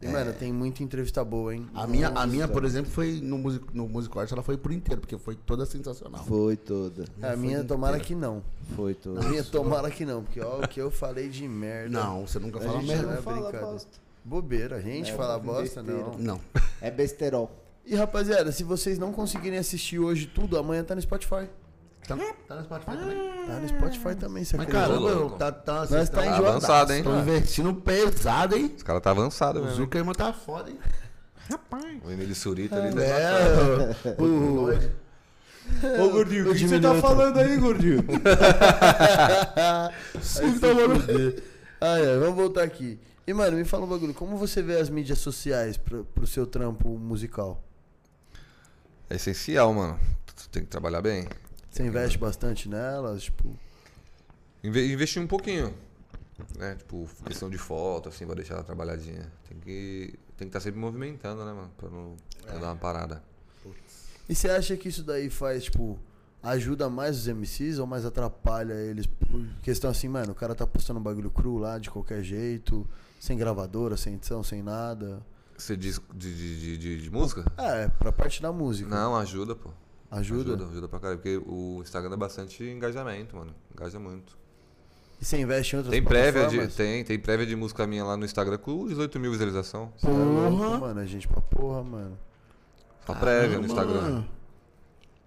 [SPEAKER 4] E, mano, tem muita entrevista boa, hein?
[SPEAKER 5] A minha, a minha, por exemplo, foi no music, no music Arts, ela foi por inteiro, porque foi toda sensacional.
[SPEAKER 1] Foi toda.
[SPEAKER 4] É, A minha, tomara que não.
[SPEAKER 1] Foi toda.
[SPEAKER 4] A minha, tomara que não, porque ó, o que eu falei de merda.
[SPEAKER 5] Não, você nunca
[SPEAKER 1] A
[SPEAKER 5] fala
[SPEAKER 1] gente
[SPEAKER 5] merda.
[SPEAKER 1] não
[SPEAKER 4] é
[SPEAKER 1] fala
[SPEAKER 4] brincadeira.
[SPEAKER 1] bosta.
[SPEAKER 4] Bobeira, a gente
[SPEAKER 1] É,
[SPEAKER 4] fala bosta,
[SPEAKER 1] besteira.
[SPEAKER 4] não.
[SPEAKER 5] Não.
[SPEAKER 1] É besterol.
[SPEAKER 4] E, rapaziada, se vocês não conseguirem assistir hoje tudo, amanhã tá no Spotify.
[SPEAKER 5] Tá, tá no Spotify também?
[SPEAKER 4] Tá no Spotify também, você
[SPEAKER 5] Mas
[SPEAKER 4] acredita?
[SPEAKER 5] caramba,
[SPEAKER 3] louco.
[SPEAKER 5] tá, tá,
[SPEAKER 4] Nós tá
[SPEAKER 5] tá-
[SPEAKER 4] enjoadaço.
[SPEAKER 3] avançado, hein?
[SPEAKER 5] Estão investindo pesado, hein?
[SPEAKER 3] Os caras tá avançado
[SPEAKER 5] O
[SPEAKER 3] mesmo. hein?
[SPEAKER 5] Zuckerman tá foda, hein?
[SPEAKER 3] O Emílio Surita ali. tá-
[SPEAKER 5] É, o,
[SPEAKER 1] Ô, gordinho,
[SPEAKER 4] o que que você tá
[SPEAKER 1] falando aí, gordinho?
[SPEAKER 4] Ai, tá maluco. Ai, ai, Ah, é, vamos voltar aqui. E, mano, me fala um bagulho. Como você vê as mídias sociais pro, pro seu trampo musical?
[SPEAKER 3] É essencial, mano. Tu tem que trabalhar bem.
[SPEAKER 4] Você investe bastante nelas? Tipo,
[SPEAKER 3] Inve- investir um pouquinho. Né? Tipo, questão de foto, assim, vai deixar ela trabalhadinha. Tem que. Tem que estar sempre movimentando, né, mano? Pra não pra dar uma parada.
[SPEAKER 4] E você acha que isso daí faz, tipo, ajuda mais os MCs ou mais atrapalha eles? Por questão assim, mano, o cara tá postando um bagulho cru lá de qualquer jeito, sem gravadora, sem edição, sem nada.
[SPEAKER 3] Você diz de, de, de, de- de música?
[SPEAKER 4] É, pra parte da música.
[SPEAKER 3] Não, ajuda, pô.
[SPEAKER 4] Ajuda?
[SPEAKER 3] Ajuda, ajuda pra caralho. Porque o Instagram dá bastante engajamento, mano. Engaja muito.
[SPEAKER 4] E você investe em outras
[SPEAKER 3] Tem prévia, de,
[SPEAKER 4] plataformas?
[SPEAKER 3] tem, tem prévia de música minha lá no Instagram com 18 mil visualização.
[SPEAKER 4] Cê é louco,
[SPEAKER 5] Porra!
[SPEAKER 4] mano, a gente pra porra, mano.
[SPEAKER 3] Só
[SPEAKER 4] Ah,
[SPEAKER 3] prévia no Instagram.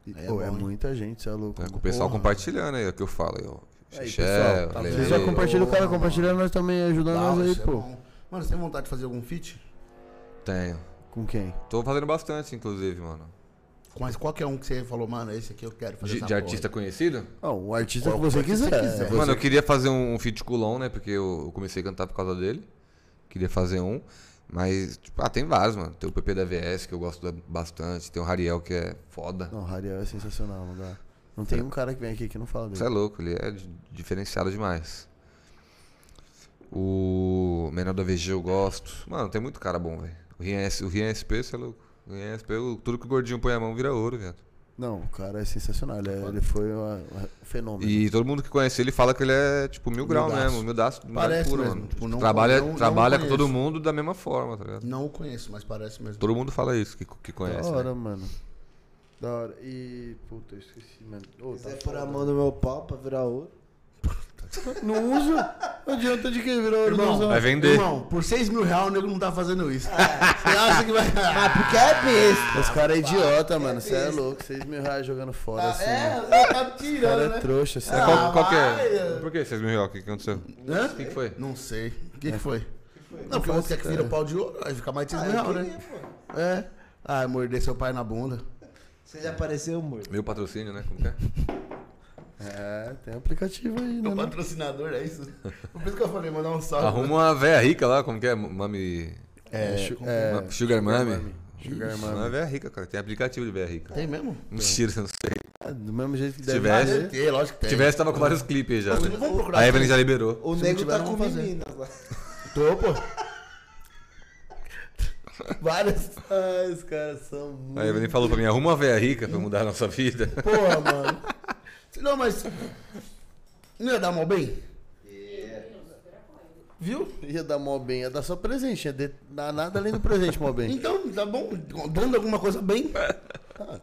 [SPEAKER 4] E,
[SPEAKER 5] Aí é
[SPEAKER 4] pô, é,
[SPEAKER 5] bom, hein?
[SPEAKER 4] muita gente, você é louco.
[SPEAKER 3] É, com o pessoal
[SPEAKER 5] Porra.
[SPEAKER 3] compartilhando aí, é o que eu falo aí, ó.
[SPEAKER 4] Aí,
[SPEAKER 3] Xexé,
[SPEAKER 4] pessoal,
[SPEAKER 5] tá
[SPEAKER 3] Lele.
[SPEAKER 5] vendo?
[SPEAKER 4] Vocês já compartilham o cara,
[SPEAKER 5] Porra,
[SPEAKER 4] compartilhando nós também, ajudando nós aí, pô.
[SPEAKER 5] é Mano, você tem vontade de fazer algum feat?
[SPEAKER 3] Tenho.
[SPEAKER 4] Com quem?
[SPEAKER 3] Tô fazendo bastante, inclusive, mano.
[SPEAKER 5] Mas qual que é um que você falou, mano, esse aqui eu quero fazer
[SPEAKER 3] De,
[SPEAKER 5] essa
[SPEAKER 3] de
[SPEAKER 5] porra.
[SPEAKER 3] artista conhecido?
[SPEAKER 4] Não, Ah, o artista
[SPEAKER 5] Qual
[SPEAKER 4] que você
[SPEAKER 5] artista
[SPEAKER 4] quiser.
[SPEAKER 5] você quiser.
[SPEAKER 4] Você-
[SPEAKER 3] Mano, eu queria fazer um feat com o Lon, né? Porque eu eu comecei a cantar por causa dele. Queria fazer um. Mas, tipo, ah, tem vários, mano. Tem o PP da VS, que eu gosto da- bastante. Tem o Rariel, que é foda.
[SPEAKER 4] Não, o Rariel é sensacional, não dá. Não tem um cara que vem aqui que não fala
[SPEAKER 3] Você é
[SPEAKER 4] dele.
[SPEAKER 3] louco, ele é di- diferenciado demais. O Menor da VG eu gosto. Mano, tem muito cara bom, velho. O Rian S- o Rian SP, você é louco. O Rian SP, o- tudo que o gordinho põe a mão vira ouro, viado.
[SPEAKER 4] Não, o cara é sensacional. Ele, é- ele foi uma- uma- um fenômeno.
[SPEAKER 3] E todo mundo que conhece ele fala que ele é, tipo, mil grau
[SPEAKER 5] Humildaço.
[SPEAKER 3] mesmo, humildaço do mais
[SPEAKER 5] Parece
[SPEAKER 3] puro,
[SPEAKER 5] mesmo,
[SPEAKER 3] mano.
[SPEAKER 5] tipo, não-
[SPEAKER 3] trabalha
[SPEAKER 5] não- não
[SPEAKER 3] trabalha com todo
[SPEAKER 5] conheço.
[SPEAKER 3] mundo da mesma forma, tá ligado?
[SPEAKER 5] Não o conheço, mas parece mesmo.
[SPEAKER 3] Todo mundo fala isso, que, que
[SPEAKER 4] da
[SPEAKER 3] conhece. né?
[SPEAKER 4] hora, mano. Da hora. E. Puta, eu esqueci, mano. Ô,
[SPEAKER 1] Se
[SPEAKER 4] tá
[SPEAKER 1] quiser pôr a
[SPEAKER 4] foda.
[SPEAKER 1] mão no meu pau pra virar outro.
[SPEAKER 4] Não usa. Não adianta de quem virou
[SPEAKER 5] Irmão,
[SPEAKER 4] ilusão.
[SPEAKER 3] vai vender.
[SPEAKER 5] Irmão, por 6 mil reais o nego não tá fazendo isso. Você acha que vai.
[SPEAKER 1] Ah, porque é besta.
[SPEAKER 4] Esse cara é idiota, mano. Você é louco. 6 mil reais jogando
[SPEAKER 5] Ah,
[SPEAKER 4] fora, assim. mano.
[SPEAKER 5] você tá
[SPEAKER 4] O cara
[SPEAKER 5] tirando,
[SPEAKER 4] é trouxa, assim.
[SPEAKER 3] Mas
[SPEAKER 5] Ah,
[SPEAKER 3] qual, qual que é? Por que vocês me riram? O que que aconteceu? O
[SPEAKER 5] Hã?
[SPEAKER 3] que, que foi?
[SPEAKER 5] Não sei. O que, que foi? Não, porque você quer que vira o pau de ouro, vai ficar mais de 6 mil reais, né? É. Ah, morder seu pai na bunda.
[SPEAKER 1] Você já apareceu muito.
[SPEAKER 3] Meu patrocínio, né? Como que é?
[SPEAKER 4] É, tem aplicativo aí, né?
[SPEAKER 5] Meu
[SPEAKER 4] não?
[SPEAKER 5] patrocinador, é isso? Por isso que eu falei, mandar um salve.
[SPEAKER 3] Arruma uma véia rica lá, como que é? Mami.
[SPEAKER 5] É,
[SPEAKER 3] Ma- Sugar Mami.
[SPEAKER 4] Sugar
[SPEAKER 3] Isso,
[SPEAKER 4] Mami.
[SPEAKER 3] Não é véia rica, cara. Tem aplicativo de véia rica.
[SPEAKER 5] Tem mesmo?
[SPEAKER 3] Mentira, eu não sei.
[SPEAKER 4] Ah, Do mesmo jeito que
[SPEAKER 3] Se
[SPEAKER 4] deve
[SPEAKER 3] tivesse-
[SPEAKER 4] fazer.
[SPEAKER 5] Tem, lógico que tem.
[SPEAKER 3] Se tivesse, tava com vários clipes aí já.
[SPEAKER 5] Vocês não vão procurar
[SPEAKER 3] A Evelyn
[SPEAKER 5] clipe.
[SPEAKER 3] já liberou.
[SPEAKER 1] O
[SPEAKER 5] Se não
[SPEAKER 1] nego
[SPEAKER 5] tiver,
[SPEAKER 1] tá
[SPEAKER 5] não
[SPEAKER 1] com
[SPEAKER 5] vou fazer.
[SPEAKER 1] meninas lá.
[SPEAKER 5] Tô, pô. Várias.
[SPEAKER 4] Ah, os caras são muito.
[SPEAKER 3] A Evelyn falou pra mim: arruma uma véia rica pra mudar a nossa vida.
[SPEAKER 5] Porra, mano. Não, mas. Não ia dar mal bem? Viu?
[SPEAKER 4] Ia dar mó bem, ia dar só presente. Ia de- dar nada além do presente, mó bem.
[SPEAKER 5] Então, tá bom. Dando alguma coisa bem.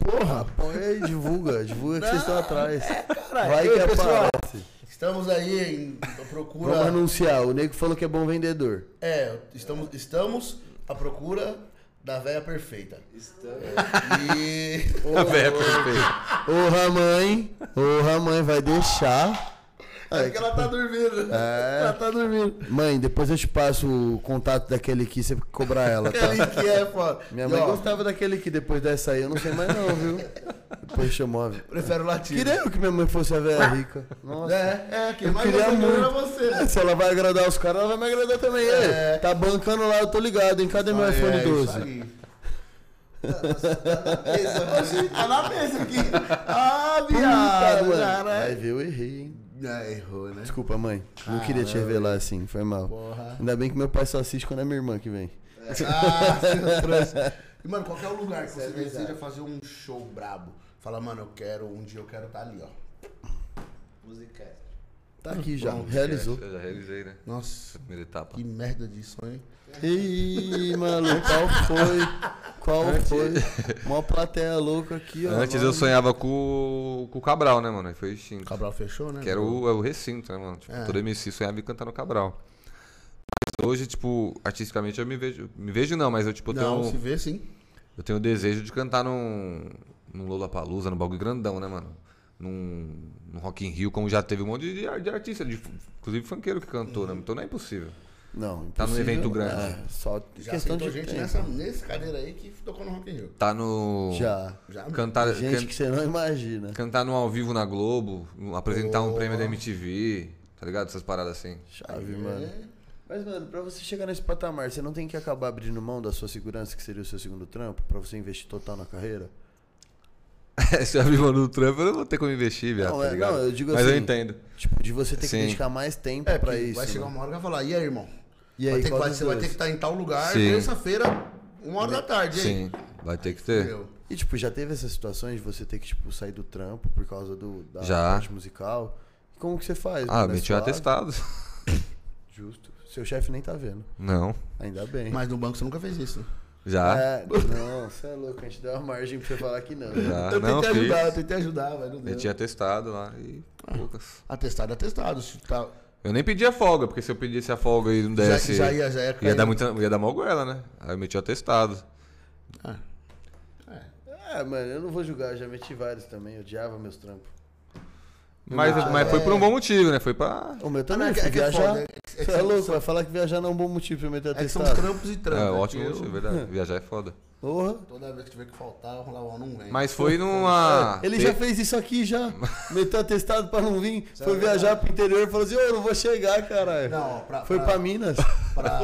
[SPEAKER 4] Porra! Ah, Põe aí, divulga, divulga que vocês estão atrás.
[SPEAKER 5] é, Caralho.
[SPEAKER 4] Vai que é
[SPEAKER 5] Ei, pessoal,
[SPEAKER 4] aparece.
[SPEAKER 5] Estamos aí em procura.
[SPEAKER 4] Vamos anunciar. O nego falou que é bom vendedor.
[SPEAKER 5] É, estamos, estamos à procura Da velha perfeita. É,
[SPEAKER 4] E.
[SPEAKER 3] Véia perfeita.
[SPEAKER 4] Porra, mãe. Porra, mãe, vai deixar.
[SPEAKER 5] É porque ela tá dormindo.
[SPEAKER 4] é.
[SPEAKER 5] Ela tá dormindo.
[SPEAKER 4] Mãe, depois eu te passo o contato daquele aqui, você cobrar ela, tá?
[SPEAKER 5] Aquele que é foda.
[SPEAKER 4] Minha mãe
[SPEAKER 5] E, ó,
[SPEAKER 4] gostava daquele aqui, depois dessa aí eu não sei mais não, viu? Depois chamou a...
[SPEAKER 5] Prefere o latido.
[SPEAKER 4] Queria eu que minha mãe fosse a velha rica. Nossa.
[SPEAKER 5] É, é, quem
[SPEAKER 4] Eu
[SPEAKER 5] mais
[SPEAKER 4] queria
[SPEAKER 5] gosta de dormir
[SPEAKER 4] muito.
[SPEAKER 5] é Ah. você.
[SPEAKER 4] É, se ela vai agradar os caras, ela vai me agradar também.
[SPEAKER 5] É.
[SPEAKER 4] Ei, tá bancando lá, eu tô ligado, hein? Cadê meu
[SPEAKER 5] Ah,
[SPEAKER 4] iPhone
[SPEAKER 5] é,
[SPEAKER 4] 12?
[SPEAKER 5] isso aí. Tá na mesa aqui. Ah,
[SPEAKER 4] Tá,
[SPEAKER 5] viado.
[SPEAKER 4] mano.
[SPEAKER 5] cara.
[SPEAKER 4] Aí viu, eu errei, hein?
[SPEAKER 5] Ah, errou, né?
[SPEAKER 4] Desculpa, mãe. Não queria te revelar assim, foi mal.
[SPEAKER 5] Porra.
[SPEAKER 4] Ainda bem que meu pai só assiste quando é minha irmã que vem.
[SPEAKER 5] Ah, você trouxe. E, mano, qualquer lugar que você deseja fazer um show brabo, fala, mano, eu quero, um dia eu quero estar ali, ó.
[SPEAKER 4] Tá aqui já, realizou.
[SPEAKER 3] Eu já realizei, né?
[SPEAKER 5] Nossa,
[SPEAKER 3] Primeira etapa.
[SPEAKER 5] que merda de sonho, hein?
[SPEAKER 4] Ih, mano, qual foi? Qual foi? Mó plateia louca aqui, ó.
[SPEAKER 3] Antes eu sonhava com, o- com o Cabral, né, mano? Aí foi extinto.
[SPEAKER 5] né? Cabral fechou, né?
[SPEAKER 3] Que era o, é o recinto, né, mano? Tipo,
[SPEAKER 5] É.
[SPEAKER 3] todo MC sonhava em cantar no Cabral. Mas hoje, tipo, artisticamente eu me vejo. Me vejo não, mas eu, tipo, eu
[SPEAKER 5] Não,
[SPEAKER 3] tenho,
[SPEAKER 5] se vê sim.
[SPEAKER 3] eu tenho o desejo de cantar num. num Lollapalooza, num bagulho grandão, né, mano? Num, num Rock in Rio, como já teve um monte de, ar- de artista, de, fu- inclusive funkeiro que cantou,
[SPEAKER 5] Uhum.
[SPEAKER 3] né? Então não é impossível.
[SPEAKER 4] Não,
[SPEAKER 3] Tá num
[SPEAKER 4] impossível.
[SPEAKER 3] evento grande.
[SPEAKER 4] É, só
[SPEAKER 5] Já
[SPEAKER 4] questão
[SPEAKER 5] sentou
[SPEAKER 4] de
[SPEAKER 5] gente
[SPEAKER 4] tempo.
[SPEAKER 5] nessa, nesse cadeira aí que tocou no Rock in Rio.
[SPEAKER 3] Tá no.
[SPEAKER 4] Já.
[SPEAKER 5] Já,
[SPEAKER 3] Cantar,
[SPEAKER 4] Gente
[SPEAKER 3] can-
[SPEAKER 4] que você não imagina.
[SPEAKER 3] cantar no ao vivo na Globo, apresentar um
[SPEAKER 5] Boa.
[SPEAKER 3] prêmio da MTV, tá ligado? Essas paradas assim.
[SPEAKER 5] É.
[SPEAKER 4] Chave, mano. é. Mas, mano, pra você chegar nesse patamar, você não tem que acabar abrindo mão da sua segurança, que seria o seu segundo trampo, pra você investir total na carreira?
[SPEAKER 3] Se eu abrir mão do trampo, eu não vou ter como investir, viado,
[SPEAKER 4] Não,
[SPEAKER 3] tá
[SPEAKER 4] é-
[SPEAKER 3] ligado?
[SPEAKER 4] não, eu digo
[SPEAKER 3] Mas eu
[SPEAKER 4] assim,
[SPEAKER 3] entendo.
[SPEAKER 4] Tipo, de você ter que
[SPEAKER 3] Sim.
[SPEAKER 4] dedicar mais tempo
[SPEAKER 5] É,
[SPEAKER 4] pra
[SPEAKER 5] porque
[SPEAKER 4] isso.
[SPEAKER 5] Vai chegar
[SPEAKER 4] né?
[SPEAKER 5] uma hora que vai falar, e aí, irmão?
[SPEAKER 4] E
[SPEAKER 5] vai
[SPEAKER 4] aí,
[SPEAKER 5] ter, que-
[SPEAKER 4] qual
[SPEAKER 5] vai-
[SPEAKER 4] dos
[SPEAKER 5] você vai ter
[SPEAKER 4] dois?
[SPEAKER 5] que estar em tal lugar,
[SPEAKER 3] Sim.
[SPEAKER 5] terça-feira, uma hora da tarde. e aí?
[SPEAKER 3] Sim, vai ter que ter.
[SPEAKER 5] Meu,
[SPEAKER 4] E, tipo, já teve essas situações de você ter que, tipo, sair do trampo por causa do, da
[SPEAKER 3] Já.
[SPEAKER 4] parte musical? E como que você faz?
[SPEAKER 3] Ah,
[SPEAKER 4] mano? É
[SPEAKER 3] meti um
[SPEAKER 4] suave?
[SPEAKER 3] atestado.
[SPEAKER 4] Justo. Seu chefe nem tá vendo.
[SPEAKER 3] Não,
[SPEAKER 4] Ainda bem.
[SPEAKER 5] Mas no banco você nunca fez isso. né?
[SPEAKER 3] já.
[SPEAKER 4] É, não, você é louco. A gente deu uma margem pra você falar que não. né?
[SPEAKER 3] tá?
[SPEAKER 5] eu
[SPEAKER 3] já Ah, não,
[SPEAKER 5] tentei
[SPEAKER 3] fiz.
[SPEAKER 5] ajudar, eu tentei ajudar, mas não deu.
[SPEAKER 3] Meti atestado lá e poucas.
[SPEAKER 5] Atestado, é atestado. Se tá-
[SPEAKER 3] Eu nem pedi a folga, porque se eu pedisse a folga e não
[SPEAKER 5] Já,
[SPEAKER 3] desse.
[SPEAKER 5] já ia, já ia cair.
[SPEAKER 3] ia dar muita, ia dar mal goela, né? Aí eu meti o atestado.
[SPEAKER 4] É, mano, eu não vou julgar. Eu já meti vários também. Eu odiava meus trampos.
[SPEAKER 3] Mas, mas foi por
[SPEAKER 4] é.
[SPEAKER 3] um bom motivo, né? Foi pra.
[SPEAKER 4] O meu
[SPEAKER 5] Ah,
[SPEAKER 4] também.
[SPEAKER 5] não,
[SPEAKER 4] fui
[SPEAKER 5] é que é
[SPEAKER 4] viajar.
[SPEAKER 5] foda, é
[SPEAKER 4] Você é, louco. Vai falar que viajar não é um bom motivo pra eu meter
[SPEAKER 5] É que são os
[SPEAKER 4] atestado.
[SPEAKER 5] trampos e trampos.
[SPEAKER 3] É,
[SPEAKER 5] né?
[SPEAKER 3] ótimo
[SPEAKER 5] Eu-
[SPEAKER 3] motivo, verdade. Viajar é foda.
[SPEAKER 4] Porra.
[SPEAKER 5] Toda vez que tiver que faltar, eu falava, ó, não vem.
[SPEAKER 3] Mas foi numa.
[SPEAKER 4] Ele
[SPEAKER 3] te-
[SPEAKER 4] já fez isso aqui já. Meteu atestado pra não vir. foi viajar pro interior e falou assim: Ô, eu não vou chegar, caralho.
[SPEAKER 5] Não, pra-
[SPEAKER 4] foi
[SPEAKER 5] pra-
[SPEAKER 4] pra, Minas.
[SPEAKER 5] Pra,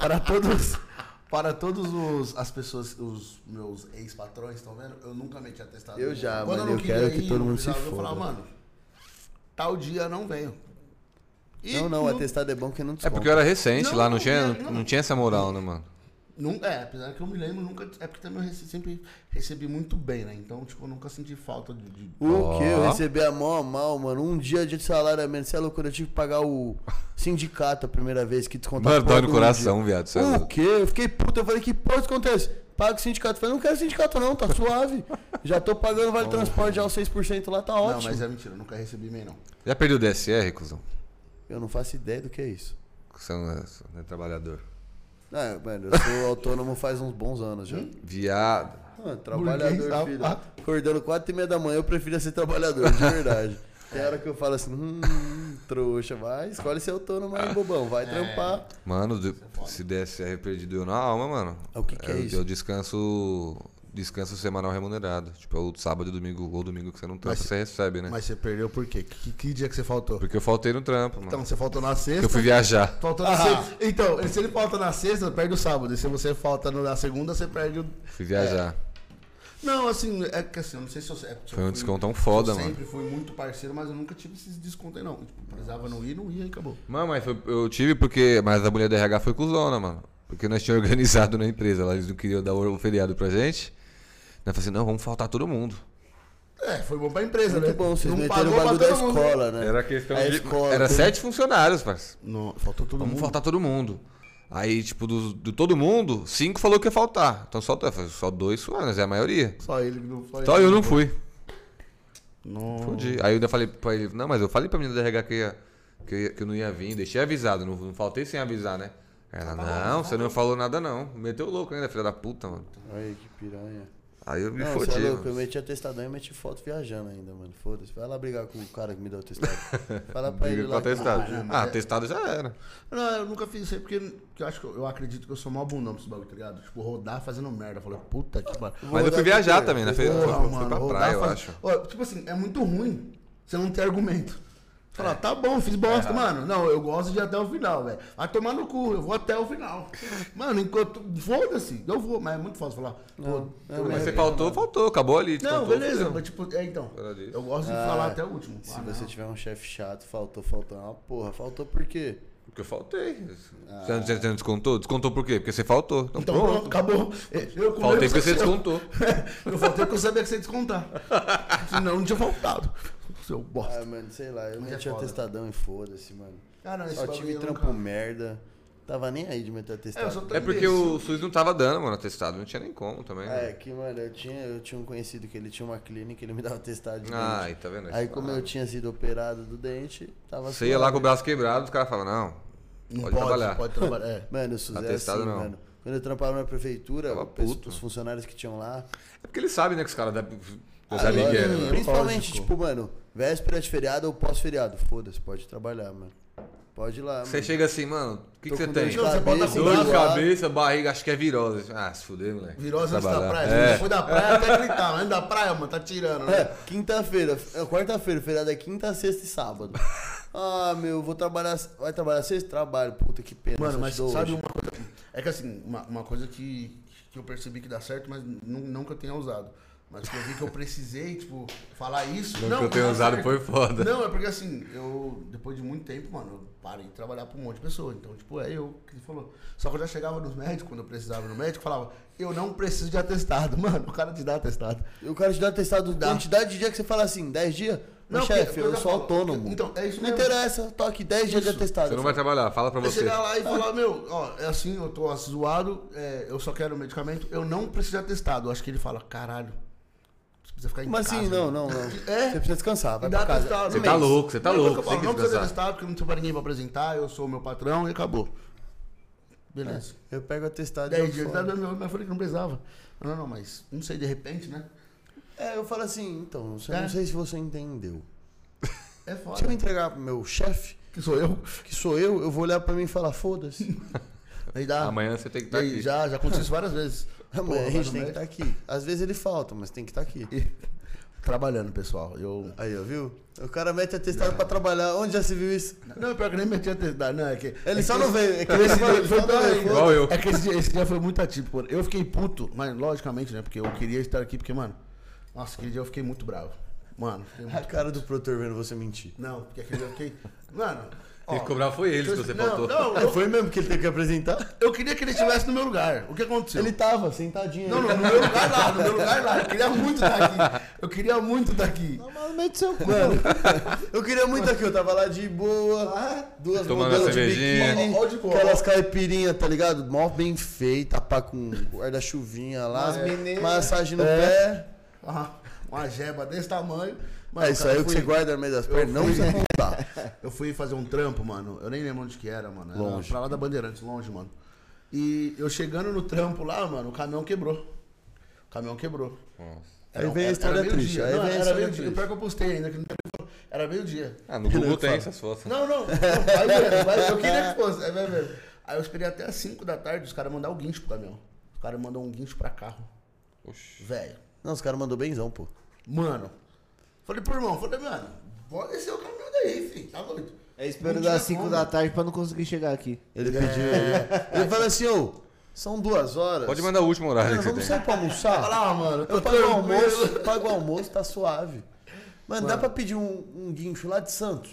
[SPEAKER 5] para todos, para todos os, as pessoas, os meus ex-patrões, estão vendo? Eu nunca meti atestado.
[SPEAKER 4] Eu já,
[SPEAKER 5] Quando
[SPEAKER 4] mano,
[SPEAKER 5] eu, não
[SPEAKER 4] eu
[SPEAKER 5] queria
[SPEAKER 4] quero que
[SPEAKER 5] ir,
[SPEAKER 4] todo
[SPEAKER 5] não
[SPEAKER 4] mundo se
[SPEAKER 5] precisava, Eu
[SPEAKER 4] foda.
[SPEAKER 5] falava, mano, tal dia eu não venho. E
[SPEAKER 4] não, não, o atestado é bom que não
[SPEAKER 3] É
[SPEAKER 4] desconta.
[SPEAKER 3] porque eu era recente
[SPEAKER 5] Não,
[SPEAKER 3] lá, não
[SPEAKER 5] não,
[SPEAKER 3] tinha,
[SPEAKER 5] não.
[SPEAKER 3] não tinha essa moral, né, mano?
[SPEAKER 5] nun- é, apesar que eu me lembro, nunca. É porque também eu rece- sempre recebi muito bem, né? Então, tipo, eu nunca senti falta de. de-
[SPEAKER 4] O que? Eu
[SPEAKER 3] Ó.
[SPEAKER 4] recebi a mó mal, mano. Um dia de salário a menos. Você é loucura, eu tive que pagar o sindicato a primeira vez que descontou.
[SPEAKER 3] Mano, dói no
[SPEAKER 4] um
[SPEAKER 3] coração, viado. cê é
[SPEAKER 4] O
[SPEAKER 3] louco.
[SPEAKER 4] quê? Eu fiquei puto. Eu falei, que porra que acontece? Paga o sindicato. Eu falei, não quero sindicato não, tá suave. Já tô pagando vale transporte já os 6% lá, tá ótimo.
[SPEAKER 5] Não, mas é mentira, eu nunca recebi bem, não.
[SPEAKER 3] Já perdeu o DSR, cuzão?
[SPEAKER 4] Eu não faço ideia do que é isso.
[SPEAKER 3] Você não é, você não é trabalhador.
[SPEAKER 4] Ah, mano, eu sou autônomo faz uns bons anos já.
[SPEAKER 3] Viado.
[SPEAKER 4] Ah, trabalhador,
[SPEAKER 5] Burguês,
[SPEAKER 4] filho.
[SPEAKER 5] rapaz.
[SPEAKER 4] Acordando quatro e meia da manhã, eu prefiro ser trabalhador, de verdade. Tem hora que eu falo assim, hum, trouxa, vai, escolhe ser autônomo aí, bobão, vai trampar.
[SPEAKER 3] Mano, de- se DSR é perdido eu na alma, mano.
[SPEAKER 4] Ah, o que que é
[SPEAKER 3] eu,
[SPEAKER 4] isso?
[SPEAKER 3] Eu descanso. Descanso semanal remunerado. Tipo, é o sábado e domingo, ou domingo que você não trampa,
[SPEAKER 5] Mas-
[SPEAKER 3] você recebe, né?
[SPEAKER 5] Mas você perdeu por quê? Que, que dia que você faltou?
[SPEAKER 3] Porque eu faltei no trampo, mano.
[SPEAKER 5] Então, você faltou na sexta.
[SPEAKER 3] eu fui Ah. viajar.
[SPEAKER 5] Faltou na sexta. Então, se ele falta na sexta, perde o sábado. E se você falta na segunda, você perde o.
[SPEAKER 3] Fui viajar.
[SPEAKER 4] É.
[SPEAKER 5] Não, assim, é que assim, eu não sei se eu. É, se
[SPEAKER 3] Foi
[SPEAKER 5] eu
[SPEAKER 3] um
[SPEAKER 5] fui-
[SPEAKER 3] descontão foda,
[SPEAKER 5] eu
[SPEAKER 3] mano.
[SPEAKER 5] sempre fui muito parceiro, mas eu nunca tive esses descontos aí, não. Tipo, precisava não ir, não ia e acabou.
[SPEAKER 3] Mano, mas foi- eu tive porque. Mas a mulher da RH foi cuzona, mano. Porque nós tínhamos organizado na empresa. Lá eles não queriam dar o feriado pra gente. Nós falamos assim, não, vamos faltar todo mundo.
[SPEAKER 5] É, foi bom pra empresa, né?
[SPEAKER 4] Muito bom, vocês
[SPEAKER 5] não
[SPEAKER 4] meteram o
[SPEAKER 5] pagou
[SPEAKER 4] bagulho
[SPEAKER 5] pra
[SPEAKER 4] da
[SPEAKER 5] todo mundo.
[SPEAKER 4] escola, né?
[SPEAKER 3] questão
[SPEAKER 4] A escola.
[SPEAKER 3] Era
[SPEAKER 4] tudo.
[SPEAKER 3] sete funcionários, parceiro.
[SPEAKER 5] Não, faltou todo
[SPEAKER 3] Vamos
[SPEAKER 5] mundo.
[SPEAKER 3] faltar todo mundo. Aí, tipo, do, do todo mundo, cinco falou que ia faltar. Então só, eu falei, só dois suaram, mas é a maioria.
[SPEAKER 5] Só ele que não foi.
[SPEAKER 3] Só eu não fui.
[SPEAKER 5] Não.
[SPEAKER 3] Fudi. Aí eu ainda falei pra ele, não, mas eu falei pra menina da RH que, ia- que, eu ia- que eu não ia vir, deixei avisado, não, não faltei sem avisar, né? Ela, não, você não falou nada não. Meteu o louco ainda, filha da puta, mano.
[SPEAKER 4] Olha que piranha.
[SPEAKER 3] Aí eu me
[SPEAKER 4] Não,
[SPEAKER 3] fodi.
[SPEAKER 4] você é louco, eu
[SPEAKER 3] mano.
[SPEAKER 4] meti atestadão e meti foto viajando ainda, mano. Foda-se. Vai lá brigar com o cara que me deu o atestado. Fala pra ele
[SPEAKER 3] Briga com
[SPEAKER 4] lá. que-
[SPEAKER 3] atestado.
[SPEAKER 5] Ah, não,
[SPEAKER 3] Ah,
[SPEAKER 5] mas é-
[SPEAKER 3] atestado já era.
[SPEAKER 5] Não, eu nunca fiz isso aí porque, porque eu, acho que eu, eu acredito que eu sou mó bundão pra esse bagulho, tá ligado? Tipo, rodar fazendo merda. Eu falei, puta que pariu.
[SPEAKER 3] Mas eu fui viajar também, né? Fui,
[SPEAKER 5] Porra,
[SPEAKER 3] fui- fui
[SPEAKER 5] mano,
[SPEAKER 3] pra
[SPEAKER 5] rodar
[SPEAKER 3] praia, eu
[SPEAKER 5] faz-
[SPEAKER 3] acho.
[SPEAKER 5] Ó, tipo assim, é muito ruim você não ter argumento. Falar, tá bom,
[SPEAKER 3] É.
[SPEAKER 5] fiz bosta, mano. Não, eu gosto de ir até o final, velho. Vai tomar no cu, eu vou até o final. mano, enquanto. Foda-se, eu vou, mas é muito fácil falar. Não,
[SPEAKER 3] Mas você faltou, faltou. Acabou ali.
[SPEAKER 5] não
[SPEAKER 3] faltou,
[SPEAKER 5] beleza,
[SPEAKER 3] fudeu.
[SPEAKER 5] mas tipo, é então.
[SPEAKER 3] Era disso.
[SPEAKER 5] Eu gosto de
[SPEAKER 4] Ah,
[SPEAKER 5] falar até o último.
[SPEAKER 4] Se
[SPEAKER 5] Ah,
[SPEAKER 4] você
[SPEAKER 5] não.
[SPEAKER 4] tiver um chefe chato, faltou, faltou. Ah, porra, faltou por quê?
[SPEAKER 3] Porque eu faltei.
[SPEAKER 4] Ah.
[SPEAKER 3] Você, não- você não descontou? Descontou por quê? Porque você faltou. Então,
[SPEAKER 5] Então
[SPEAKER 3] pronto.
[SPEAKER 5] pronto, acabou. Eu com
[SPEAKER 3] Faltei
[SPEAKER 5] medo
[SPEAKER 3] porque você
[SPEAKER 5] que eu-
[SPEAKER 3] descontou.
[SPEAKER 5] eu faltei porque eu sabia que você ia descontar. Senão eu não tinha faltado. Seu
[SPEAKER 4] Ah,
[SPEAKER 5] bosta.
[SPEAKER 4] mano, sei lá. Eu
[SPEAKER 5] Mas é
[SPEAKER 4] meti
[SPEAKER 5] foda.
[SPEAKER 4] atestadão e foda-se, mano.
[SPEAKER 5] Cara,
[SPEAKER 4] Só tive trampo merda. Tava nem aí de meter
[SPEAKER 5] É, eu só
[SPEAKER 4] atestado.
[SPEAKER 5] tô
[SPEAKER 3] É porque o SUS não tava dando, mano, atestado. Não tinha nem como também.
[SPEAKER 4] É,
[SPEAKER 3] né?
[SPEAKER 4] que, mano, eu tinha, eu tinha um conhecido que ele tinha uma clínica, ele me dava testado de
[SPEAKER 3] Ah,
[SPEAKER 4] dente.
[SPEAKER 3] aí tá vendo?
[SPEAKER 4] Aí,
[SPEAKER 3] Isso,
[SPEAKER 4] como
[SPEAKER 3] mano.
[SPEAKER 4] eu tinha sido operado do dente, tava
[SPEAKER 3] Você ia lá
[SPEAKER 4] suave.
[SPEAKER 3] com o braço quebrado, os caras falavam, não,
[SPEAKER 5] Não
[SPEAKER 3] pode, trabalhar.
[SPEAKER 5] Pode trabalhar. É.
[SPEAKER 4] Mano, o SUS é
[SPEAKER 3] Atestado
[SPEAKER 4] assim,
[SPEAKER 3] não.
[SPEAKER 4] mano. Quando eu trampava na prefeitura,
[SPEAKER 3] Tava
[SPEAKER 4] o pes-
[SPEAKER 3] puto.
[SPEAKER 4] os funcionários que tinham lá.
[SPEAKER 3] É porque eles sabem, né, que os caras da... Eu
[SPEAKER 4] Ah,
[SPEAKER 3] sabia que
[SPEAKER 4] mano,
[SPEAKER 3] era. né?
[SPEAKER 4] Principalmente,
[SPEAKER 5] Lógico.
[SPEAKER 4] tipo, mano, véspera de feriado ou pós-feriado. Foda-se, pode trabalhar, mano. Pode ir lá,
[SPEAKER 3] Você
[SPEAKER 4] mano.
[SPEAKER 3] chega assim, mano, o que, que
[SPEAKER 4] Tô
[SPEAKER 3] você
[SPEAKER 4] com
[SPEAKER 3] tem?
[SPEAKER 4] dor de
[SPEAKER 5] Não, você bota
[SPEAKER 4] cabeça,
[SPEAKER 5] com
[SPEAKER 3] Dor de
[SPEAKER 4] zoado.
[SPEAKER 3] cabeça, barriga, acho que é virose. Ah, se fuder, moleque.
[SPEAKER 5] Virose antes da
[SPEAKER 3] Trabalhar.
[SPEAKER 5] praia.
[SPEAKER 3] É.
[SPEAKER 5] Depois da praia até gritar. Antes da praia, mano, tá tirando, né?
[SPEAKER 4] É, quinta-feira, é, quarta-feira, feriado é quinta, sexta e sábado. Ah, meu, vou trabalhar. Vai trabalhar sexta? Trabalho, puta que pena.
[SPEAKER 5] Mano,
[SPEAKER 4] só
[SPEAKER 5] mas
[SPEAKER 4] te dou
[SPEAKER 5] sabe
[SPEAKER 4] hoje.
[SPEAKER 5] uma coisa? É que assim, uma, uma coisa que, que eu percebi que dá certo, mas nu- nunca tenha usado. Mas que eu vi que eu precisei, tipo, falar isso.
[SPEAKER 3] Não,
[SPEAKER 5] não,
[SPEAKER 3] que eu tenho
[SPEAKER 5] dá
[SPEAKER 3] usado
[SPEAKER 5] certo.
[SPEAKER 3] foi foda.
[SPEAKER 5] Não, é porque assim, eu, depois de muito tempo, mano, eu parei de trabalhar pra um monte de pessoa. Então, tipo, é eu que ele falou. Só que eu já chegava nos médicos, quando eu precisava ir no médico, falava, eu não preciso de atestado. Mano, o cara te dá atestado.
[SPEAKER 4] Eu quero te dar atestado da
[SPEAKER 5] Dá.
[SPEAKER 4] quantidade de dia que você fala assim, 10 dias? Não,
[SPEAKER 5] Não,
[SPEAKER 4] chefe,
[SPEAKER 5] porque-
[SPEAKER 4] eu
[SPEAKER 5] eu já
[SPEAKER 4] sou
[SPEAKER 5] falo,
[SPEAKER 4] autônomo.
[SPEAKER 5] então, é isso
[SPEAKER 4] Não
[SPEAKER 5] mesmo.
[SPEAKER 4] interessa, tô aqui 10 dias de atestado.
[SPEAKER 3] Você não vai trabalhar, fala pra
[SPEAKER 5] Você
[SPEAKER 3] você.
[SPEAKER 5] chegar lá e falar, meu, ó, é assim, eu tô zoado, é, eu só quero medicamento, eu não preciso de atestado. Eu acho que ele fala, caralho, você precisa ficar em
[SPEAKER 4] Mas
[SPEAKER 5] casa.
[SPEAKER 4] assim,
[SPEAKER 3] né?
[SPEAKER 4] não, não, não.
[SPEAKER 5] É?
[SPEAKER 4] Você precisa descansar, vai
[SPEAKER 5] E dá
[SPEAKER 4] pra casa.
[SPEAKER 5] atestado.
[SPEAKER 3] Você tá
[SPEAKER 5] Mas-
[SPEAKER 3] louco, você tá
[SPEAKER 5] Não,
[SPEAKER 3] louco,
[SPEAKER 5] eu falo,
[SPEAKER 3] você
[SPEAKER 5] Não
[SPEAKER 3] que
[SPEAKER 5] precisa de
[SPEAKER 3] descansar.
[SPEAKER 5] atestado, porque não tem pra ninguém pra apresentar, eu sou o meu patrão e acabou. Beleza.
[SPEAKER 4] Eu pego atestado e eu
[SPEAKER 5] Dez dias,
[SPEAKER 4] falo.
[SPEAKER 5] tá, meu, mas eu falei que não precisava. Não, não, mas não sei, de repente, né?
[SPEAKER 4] É, eu falo assim, então, você
[SPEAKER 5] É.
[SPEAKER 4] não sei se você entendeu.
[SPEAKER 5] É
[SPEAKER 4] Se eu
[SPEAKER 5] foda.
[SPEAKER 4] entregar pro meu chefe,
[SPEAKER 5] Que sou eu.
[SPEAKER 4] que sou eu, eu vou olhar pra mim e falar, foda-se.
[SPEAKER 5] Aí dá.
[SPEAKER 3] Amanhã você tem que
[SPEAKER 5] E
[SPEAKER 3] estar
[SPEAKER 5] aí,
[SPEAKER 3] Tá aqui.
[SPEAKER 5] já, já aconteceu isso várias vezes.
[SPEAKER 4] Amanhã a
[SPEAKER 5] Porra,
[SPEAKER 4] gente
[SPEAKER 5] vai
[SPEAKER 4] tem
[SPEAKER 5] no
[SPEAKER 4] que estar aqui. Às vezes ele falta, mas tem que estar aqui. tá-
[SPEAKER 5] Trabalhando, pessoal. Eu
[SPEAKER 4] Aí, ó, viu? O cara mete
[SPEAKER 5] É.
[SPEAKER 4] atestado pra trabalhar. Onde já se viu isso?
[SPEAKER 5] Não, pior que nem meti atestado. Não, é que.
[SPEAKER 4] Ele
[SPEAKER 5] é
[SPEAKER 4] só
[SPEAKER 5] que
[SPEAKER 4] não
[SPEAKER 5] esse-
[SPEAKER 4] veio. É que
[SPEAKER 5] é que
[SPEAKER 4] ele
[SPEAKER 5] esse
[SPEAKER 4] falou,
[SPEAKER 5] dia- foi
[SPEAKER 4] ele só não
[SPEAKER 5] pra-
[SPEAKER 4] veio.
[SPEAKER 3] Igual eu.
[SPEAKER 5] É que esse dia, esse dia foi muito atípico. mano. Eu fiquei puto, mas logicamente, né? Porque eu queria estar aqui, porque, mano. Nossa, aquele dia eu fiquei muito bravo. Mano, fiquei
[SPEAKER 4] A
[SPEAKER 5] muito...
[SPEAKER 4] cara do produtor vendo você mentir.
[SPEAKER 5] Não, porque aquele dia eu fiquei. Mano.
[SPEAKER 3] Quem
[SPEAKER 5] ó,
[SPEAKER 3] cobrar foi eles que você
[SPEAKER 5] não,
[SPEAKER 3] faltou.
[SPEAKER 5] Não,
[SPEAKER 4] Ah,
[SPEAKER 5] eu, Então.
[SPEAKER 4] foi mesmo que ele teve que apresentar?
[SPEAKER 5] eu queria que ele estivesse no meu lugar. O que aconteceu?
[SPEAKER 4] Ele tava sentadinho.
[SPEAKER 5] Não, não, no meu lugar lá, no meu lugar lá. Eu queria muito estar aqui. Eu queria muito estar aqui.
[SPEAKER 4] Normalmente seu cu. Mano, eu queria muito aqui, eu tava lá de boa, duas
[SPEAKER 3] Tomando
[SPEAKER 4] bodelas
[SPEAKER 3] a cervejinha.
[SPEAKER 4] biquíni,
[SPEAKER 5] Ó, ó, de boa,
[SPEAKER 4] aquelas
[SPEAKER 5] ó.
[SPEAKER 4] caipirinha, tá ligado? Mó bem feita, pá, com guarda-chuvinha lá, massagem no
[SPEAKER 5] É.
[SPEAKER 4] pé.
[SPEAKER 5] Ah, uma jeba desse tamanho. Mano,
[SPEAKER 4] Mas É, isso
[SPEAKER 5] cara,
[SPEAKER 4] aí
[SPEAKER 5] eu
[SPEAKER 4] o que
[SPEAKER 5] fui-
[SPEAKER 4] você guarda no meio das pernas não
[SPEAKER 5] fui-
[SPEAKER 4] precisa contar.
[SPEAKER 5] Eu fui fazer um trampo, mano. Eu nem lembro onde que era, mano. Era
[SPEAKER 4] Longe.
[SPEAKER 5] Pra lá da Bandeirantes, longe, mano. E eu chegando no trampo lá, mano, o caminhão quebrou. O caminhão quebrou. Era-
[SPEAKER 4] Aí vem a
[SPEAKER 5] era-
[SPEAKER 4] história
[SPEAKER 5] era meio
[SPEAKER 4] triste,
[SPEAKER 5] dia.
[SPEAKER 4] aí
[SPEAKER 5] Não,
[SPEAKER 4] vem a
[SPEAKER 5] era
[SPEAKER 4] história
[SPEAKER 5] meio dia.
[SPEAKER 4] triste.
[SPEAKER 5] Pior que eu postei ainda. Que não era meio dia.
[SPEAKER 3] Ah, no Google
[SPEAKER 4] louco,
[SPEAKER 3] tem
[SPEAKER 4] fala.
[SPEAKER 3] essas fotos. né?
[SPEAKER 5] Não, não. Vai mesmo, vai. Eu queria que fosse. É, vai mesmo. Aí eu esperei até as 5 da tarde os caras mandaram o guincho pro caminhão. Os caras mandam um guincho pra carro.
[SPEAKER 3] Oxi.
[SPEAKER 5] Velho.
[SPEAKER 4] Não, os caras mandou benzão, pô.
[SPEAKER 5] Mano. Falei pro irmão, falei, mano, bora descer o caminhão daí, filho. Tá doido.
[SPEAKER 1] É esperando
[SPEAKER 5] Não
[SPEAKER 1] das
[SPEAKER 5] tinha
[SPEAKER 1] 5
[SPEAKER 5] como.
[SPEAKER 1] da tarde pra não conseguir chegar aqui.
[SPEAKER 4] um Ele pediu. Ele, ele falou assim, ô, são duas horas.
[SPEAKER 3] Pode mandar o último horário
[SPEAKER 4] Mano,
[SPEAKER 3] que você
[SPEAKER 4] vamos
[SPEAKER 3] tem.
[SPEAKER 4] sair pra almoçar?
[SPEAKER 5] Olha lá, mano.
[SPEAKER 4] Eu pago o
[SPEAKER 5] tranquilo.
[SPEAKER 4] almoço, pago o almoço, tá suave. Mano, dá pra pedir um, um guincho lá de Santos?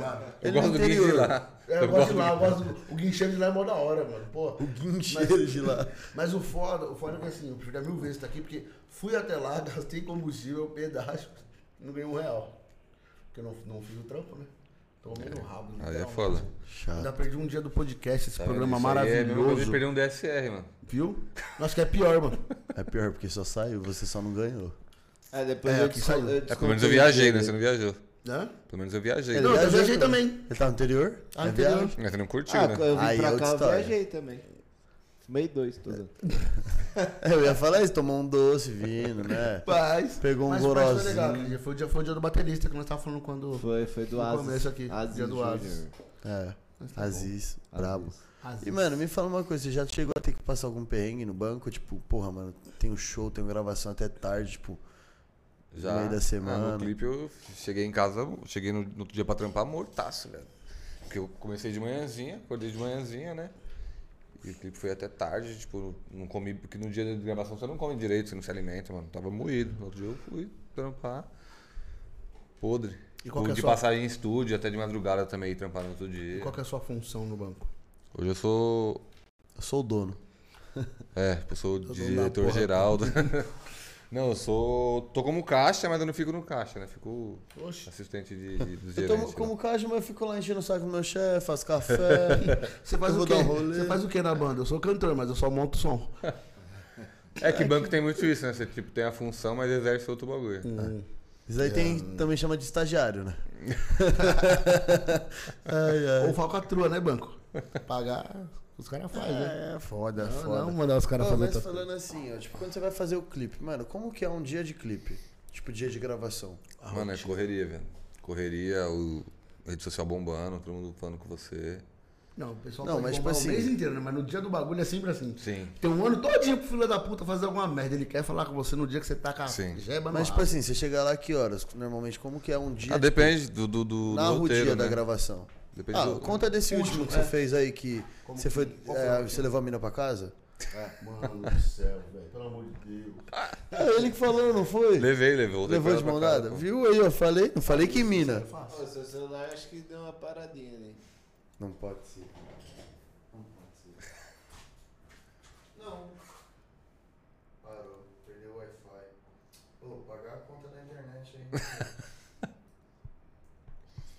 [SPEAKER 5] Mano.
[SPEAKER 3] Eu
[SPEAKER 4] Ele
[SPEAKER 3] gosto
[SPEAKER 4] no
[SPEAKER 3] do Guincho de
[SPEAKER 4] interior.
[SPEAKER 3] lá.
[SPEAKER 5] É, eu gosto de lá, eu gosto do. O guincheiro de lá é mó da hora, mano. Pô. O
[SPEAKER 4] guincheiro de lá.
[SPEAKER 5] Mas o foda, o foda é que assim, eu prefiro mil vezes estar aqui, porque fui até lá, gastei combustível, pedágio, não ganhei um real. Porque eu não, não fiz o trampo, né? Tomei no rabo.
[SPEAKER 3] Aí é
[SPEAKER 5] literalmente.
[SPEAKER 3] foda.
[SPEAKER 5] Ainda perdi um dia do podcast, esse
[SPEAKER 3] Tá vendo?
[SPEAKER 5] programa
[SPEAKER 3] Isso aí É a mesma coisa
[SPEAKER 5] maravilhoso.
[SPEAKER 3] de perder um DSR, mano.
[SPEAKER 5] Viu? Acho que é pior, mano.
[SPEAKER 4] É pior, porque só saiu, você só não ganhou.
[SPEAKER 1] É, depois
[SPEAKER 5] É,
[SPEAKER 1] eu
[SPEAKER 5] aqui
[SPEAKER 1] descon-
[SPEAKER 5] saiu.
[SPEAKER 1] eu
[SPEAKER 3] É, pelo menos eu
[SPEAKER 1] descontei
[SPEAKER 3] viajei, né?
[SPEAKER 1] dele.
[SPEAKER 3] Você não tá viajou.
[SPEAKER 5] Hã?
[SPEAKER 3] Pelo menos eu viajei.
[SPEAKER 5] Não, né? eu
[SPEAKER 4] viajou,
[SPEAKER 5] viajei
[SPEAKER 4] cara.
[SPEAKER 5] também.
[SPEAKER 4] Ele tá no interior?
[SPEAKER 5] Ah,
[SPEAKER 4] É
[SPEAKER 5] interior.
[SPEAKER 4] viagem?
[SPEAKER 3] Mas você não curtiu,
[SPEAKER 1] Ah,
[SPEAKER 3] né?
[SPEAKER 1] eu vim
[SPEAKER 4] Aí é
[SPEAKER 1] pra
[SPEAKER 4] outra
[SPEAKER 1] cá, eu
[SPEAKER 4] história.
[SPEAKER 1] viajei também. Fumei dois, tô dando.
[SPEAKER 4] É, Eu ia falar isso, tomou um doce vindo, né?
[SPEAKER 5] Mas.
[SPEAKER 4] Pegou um
[SPEAKER 5] Mas foi legal.
[SPEAKER 4] gorozinho.
[SPEAKER 5] aquele dia. Foi o dia, foi o dia do baterista que nós tava falando quando.
[SPEAKER 1] Foi, foi do
[SPEAKER 5] No
[SPEAKER 1] Asis.
[SPEAKER 5] começo aqui,
[SPEAKER 1] Asis
[SPEAKER 5] dia do
[SPEAKER 1] Júnior.
[SPEAKER 5] Asis.
[SPEAKER 4] É,
[SPEAKER 5] tá bom.
[SPEAKER 4] Aziz, brabo.
[SPEAKER 1] Asis.
[SPEAKER 5] Aziz.
[SPEAKER 4] E, mano, me fala uma coisa, você já chegou a ter que passar algum perrengue no banco? Tipo, porra, mano, tem um show, tem gravação até tarde, tipo... No meio da
[SPEAKER 3] Ah,
[SPEAKER 4] semana.
[SPEAKER 3] no clipe eu cheguei em casa, cheguei no, no outro dia pra trampar mortaço, velho. Porque eu comecei de manhãzinha, acordei de manhãzinha, né? E o clipe foi até tarde, tipo, não comi, porque no dia da gravação você não come direito, você não se alimenta, mano. Tava moído. No outro dia eu fui trampar. Podre.
[SPEAKER 5] E qual que é a
[SPEAKER 3] de
[SPEAKER 5] sua-
[SPEAKER 3] passar em estúdio até de madrugada também, trampar no outro dia.
[SPEAKER 5] Qual que é a sua função no banco?
[SPEAKER 3] Hoje eu sou.
[SPEAKER 4] Eu sou o dono.
[SPEAKER 3] É, eu sou
[SPEAKER 5] dono da
[SPEAKER 3] diretor
[SPEAKER 5] porra
[SPEAKER 3] geral. do- não, eu sou. tô como caixa, mas eu não fico no caixa, né? Fico
[SPEAKER 5] Oxe.
[SPEAKER 3] assistente de, de dos
[SPEAKER 4] Eu
[SPEAKER 3] gerentes.
[SPEAKER 4] tomo
[SPEAKER 3] né?
[SPEAKER 4] como caixa, mas eu fico lá enchendo o saco do meu chefe, faço café.
[SPEAKER 5] Você faz
[SPEAKER 4] Eu
[SPEAKER 5] o
[SPEAKER 4] vou
[SPEAKER 5] quê?
[SPEAKER 4] dar um rolê.
[SPEAKER 5] Você faz o quê na banda? Eu sou cantor, mas eu só monto som.
[SPEAKER 3] É que banco tem muito isso, né? Você tipo, tem a função, mas exerce outro bagulho.
[SPEAKER 4] Hum. Isso aí tem, também chama de estagiário, né? ai, ai.
[SPEAKER 5] Ou falcatrua, né, banco? Pagar, os caras fazem, né?
[SPEAKER 4] É, foda,
[SPEAKER 5] Não,
[SPEAKER 4] foda.
[SPEAKER 5] não mandar os caras
[SPEAKER 4] Ô, mas
[SPEAKER 5] fazer outra-
[SPEAKER 4] falando assim, ó, tipo, quando você vai fazer o clipe, mano, como que é um dia de clipe? Tipo, dia de gravação.
[SPEAKER 3] Mano, é correria, velho. Correria, o rede social bombando, todo mundo falando com você.
[SPEAKER 5] Não, o pessoal
[SPEAKER 4] Não,
[SPEAKER 5] não,
[SPEAKER 4] mas,
[SPEAKER 5] mas
[SPEAKER 4] tipo assim-
[SPEAKER 5] o mês inteiro, né? Mas no dia do bagulho é sempre assim.
[SPEAKER 3] Sim.
[SPEAKER 5] Tem um ano todinho pro filho da puta fazer alguma merda. Ele quer falar com você no dia que você tá com a
[SPEAKER 3] Sim.
[SPEAKER 5] jeba no
[SPEAKER 4] Mas, tipo
[SPEAKER 5] rabo.
[SPEAKER 4] assim, você chega lá que horas? Normalmente, como que é um dia?
[SPEAKER 3] Ah,
[SPEAKER 4] de
[SPEAKER 3] depende do, do, do,
[SPEAKER 4] clipe?
[SPEAKER 3] do
[SPEAKER 4] Narra o
[SPEAKER 3] roteiro,
[SPEAKER 4] dia
[SPEAKER 3] né?
[SPEAKER 4] da gravação.
[SPEAKER 3] Depende
[SPEAKER 4] ah,
[SPEAKER 3] do-
[SPEAKER 4] conta desse último, que você fez aí que
[SPEAKER 5] Como
[SPEAKER 4] você
[SPEAKER 5] que-
[SPEAKER 4] foi.
[SPEAKER 5] qual
[SPEAKER 4] é,
[SPEAKER 5] foi o
[SPEAKER 4] você levou a mina pra casa?
[SPEAKER 5] Ah, Mano do céu, velho. Pelo amor de Deus.
[SPEAKER 4] É ele que falou, não foi?
[SPEAKER 3] Levei, levou.
[SPEAKER 4] Levou de mão dada? Viu aí, eu falei? Não falei que mina.
[SPEAKER 1] Ô, seu celular acho que deu uma paradinha ali.
[SPEAKER 4] Não pode ser. Não pode ser. Não. Parou. Perdeu o Wi-Fi. Pô, pagar a conta da internet aí. né?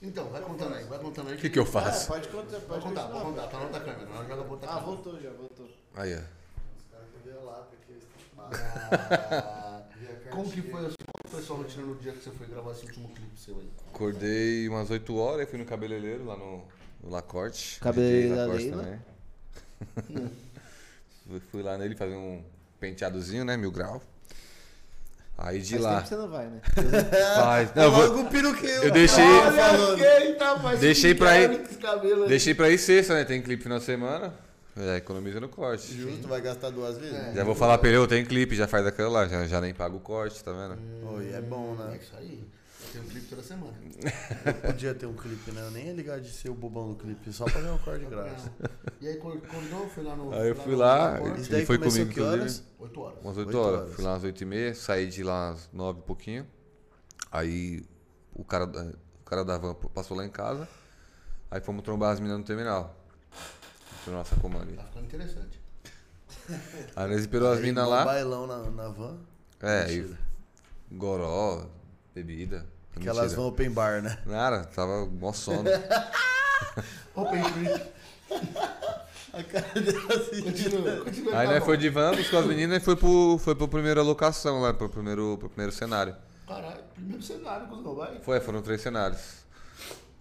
[SPEAKER 5] Então, vai contando aí, vai contando aí.
[SPEAKER 3] O que, que eu
[SPEAKER 1] Ah,
[SPEAKER 3] faço?
[SPEAKER 1] pode contar,
[SPEAKER 5] Vai
[SPEAKER 1] pode
[SPEAKER 5] contar, vai
[SPEAKER 1] continuar.
[SPEAKER 5] contar. Tá na outra câmera. Na hora joga pra outra
[SPEAKER 1] Ah,
[SPEAKER 5] câmera.
[SPEAKER 1] voltou já, voltou.
[SPEAKER 3] Aí, ó.
[SPEAKER 4] Os caras perderam a lata aqui. eles tão-
[SPEAKER 5] Ah.
[SPEAKER 4] E a carne
[SPEAKER 5] Como que
[SPEAKER 4] cheia.
[SPEAKER 5] foi a sua, como foi a sua rotina no dia que você foi gravar esse último clipe seu aí?
[SPEAKER 3] Acordei umas 8 horas, aí fui no cabeleireiro lá no, no Lacorte.
[SPEAKER 1] Cabeleireiro
[SPEAKER 3] DJ
[SPEAKER 1] da
[SPEAKER 4] né?
[SPEAKER 3] Lacorte
[SPEAKER 1] Leila.
[SPEAKER 3] também. Fui- fui lá nele fazer um penteadozinho, né? Mil grau. Aí de
[SPEAKER 1] Faz
[SPEAKER 3] lá.
[SPEAKER 1] tempo que você não vai, né?
[SPEAKER 4] um
[SPEAKER 3] Faz. Não, eu vou-
[SPEAKER 4] É, Logo o peruqueiro.
[SPEAKER 3] eu deixei-
[SPEAKER 5] Tá
[SPEAKER 4] né?
[SPEAKER 5] Eita, mas
[SPEAKER 3] Deixei
[SPEAKER 5] que
[SPEAKER 3] pra
[SPEAKER 5] cara,
[SPEAKER 3] ele-
[SPEAKER 5] que cabelo aí.
[SPEAKER 3] Deixei pra ir sexta, né? Tem clipe final de semana. Já economiza no corte.
[SPEAKER 4] Justo, vai gastar duas vezes?
[SPEAKER 3] Já vou falar pra ele, ô, tem clipe, já faz aquela lá, já, já nem paga o corte, tá vendo?
[SPEAKER 4] Oi, é bom,
[SPEAKER 5] É
[SPEAKER 4] né?
[SPEAKER 5] isso aí. Eu tenho um clipe toda semana.
[SPEAKER 4] Podia ter um clipe, né? Eu nem ia ligar de ser o bobão do clipe, só pra ganhar um cor de graça.
[SPEAKER 5] E aí, quando eu fui lá no.
[SPEAKER 3] Aí eu fui lá,
[SPEAKER 5] no-
[SPEAKER 4] Isso
[SPEAKER 3] Ele
[SPEAKER 4] daí
[SPEAKER 3] foi
[SPEAKER 4] começou
[SPEAKER 3] comigo,
[SPEAKER 4] que
[SPEAKER 3] inclusive.
[SPEAKER 4] horas?
[SPEAKER 5] 8 horas.
[SPEAKER 3] Umas 8
[SPEAKER 4] Oito
[SPEAKER 3] horas.
[SPEAKER 4] horas.
[SPEAKER 3] Fui lá às 8 e meia, saí de lá às 9 e pouquinho. Aí o cara, da- o cara da van passou lá em casa. Aí fomos trombar as meninas no terminal. No nossa comando.
[SPEAKER 5] Tá ficando interessante.
[SPEAKER 3] Aí nós esperou as
[SPEAKER 4] Aí,
[SPEAKER 3] meninas
[SPEAKER 4] um
[SPEAKER 3] lá.
[SPEAKER 4] bailão na, na van.
[SPEAKER 3] É, e
[SPEAKER 4] Mentira.
[SPEAKER 3] goró, bebida.
[SPEAKER 4] Que elas
[SPEAKER 3] Mentira.
[SPEAKER 4] vão open bar, né?
[SPEAKER 3] Nada, tava mó sono.
[SPEAKER 5] Open clip.
[SPEAKER 4] A cara dela assim.
[SPEAKER 5] Continua, continua.
[SPEAKER 3] Aí
[SPEAKER 5] tá
[SPEAKER 3] né,
[SPEAKER 5] bom.
[SPEAKER 3] foi de van, buscou as meninas e foi pro, foi pro primeira locação lá, pro primeiro, pro primeiro cenário.
[SPEAKER 5] Caralho, primeiro cenário, quando vai.
[SPEAKER 3] Foi, foram três cenários.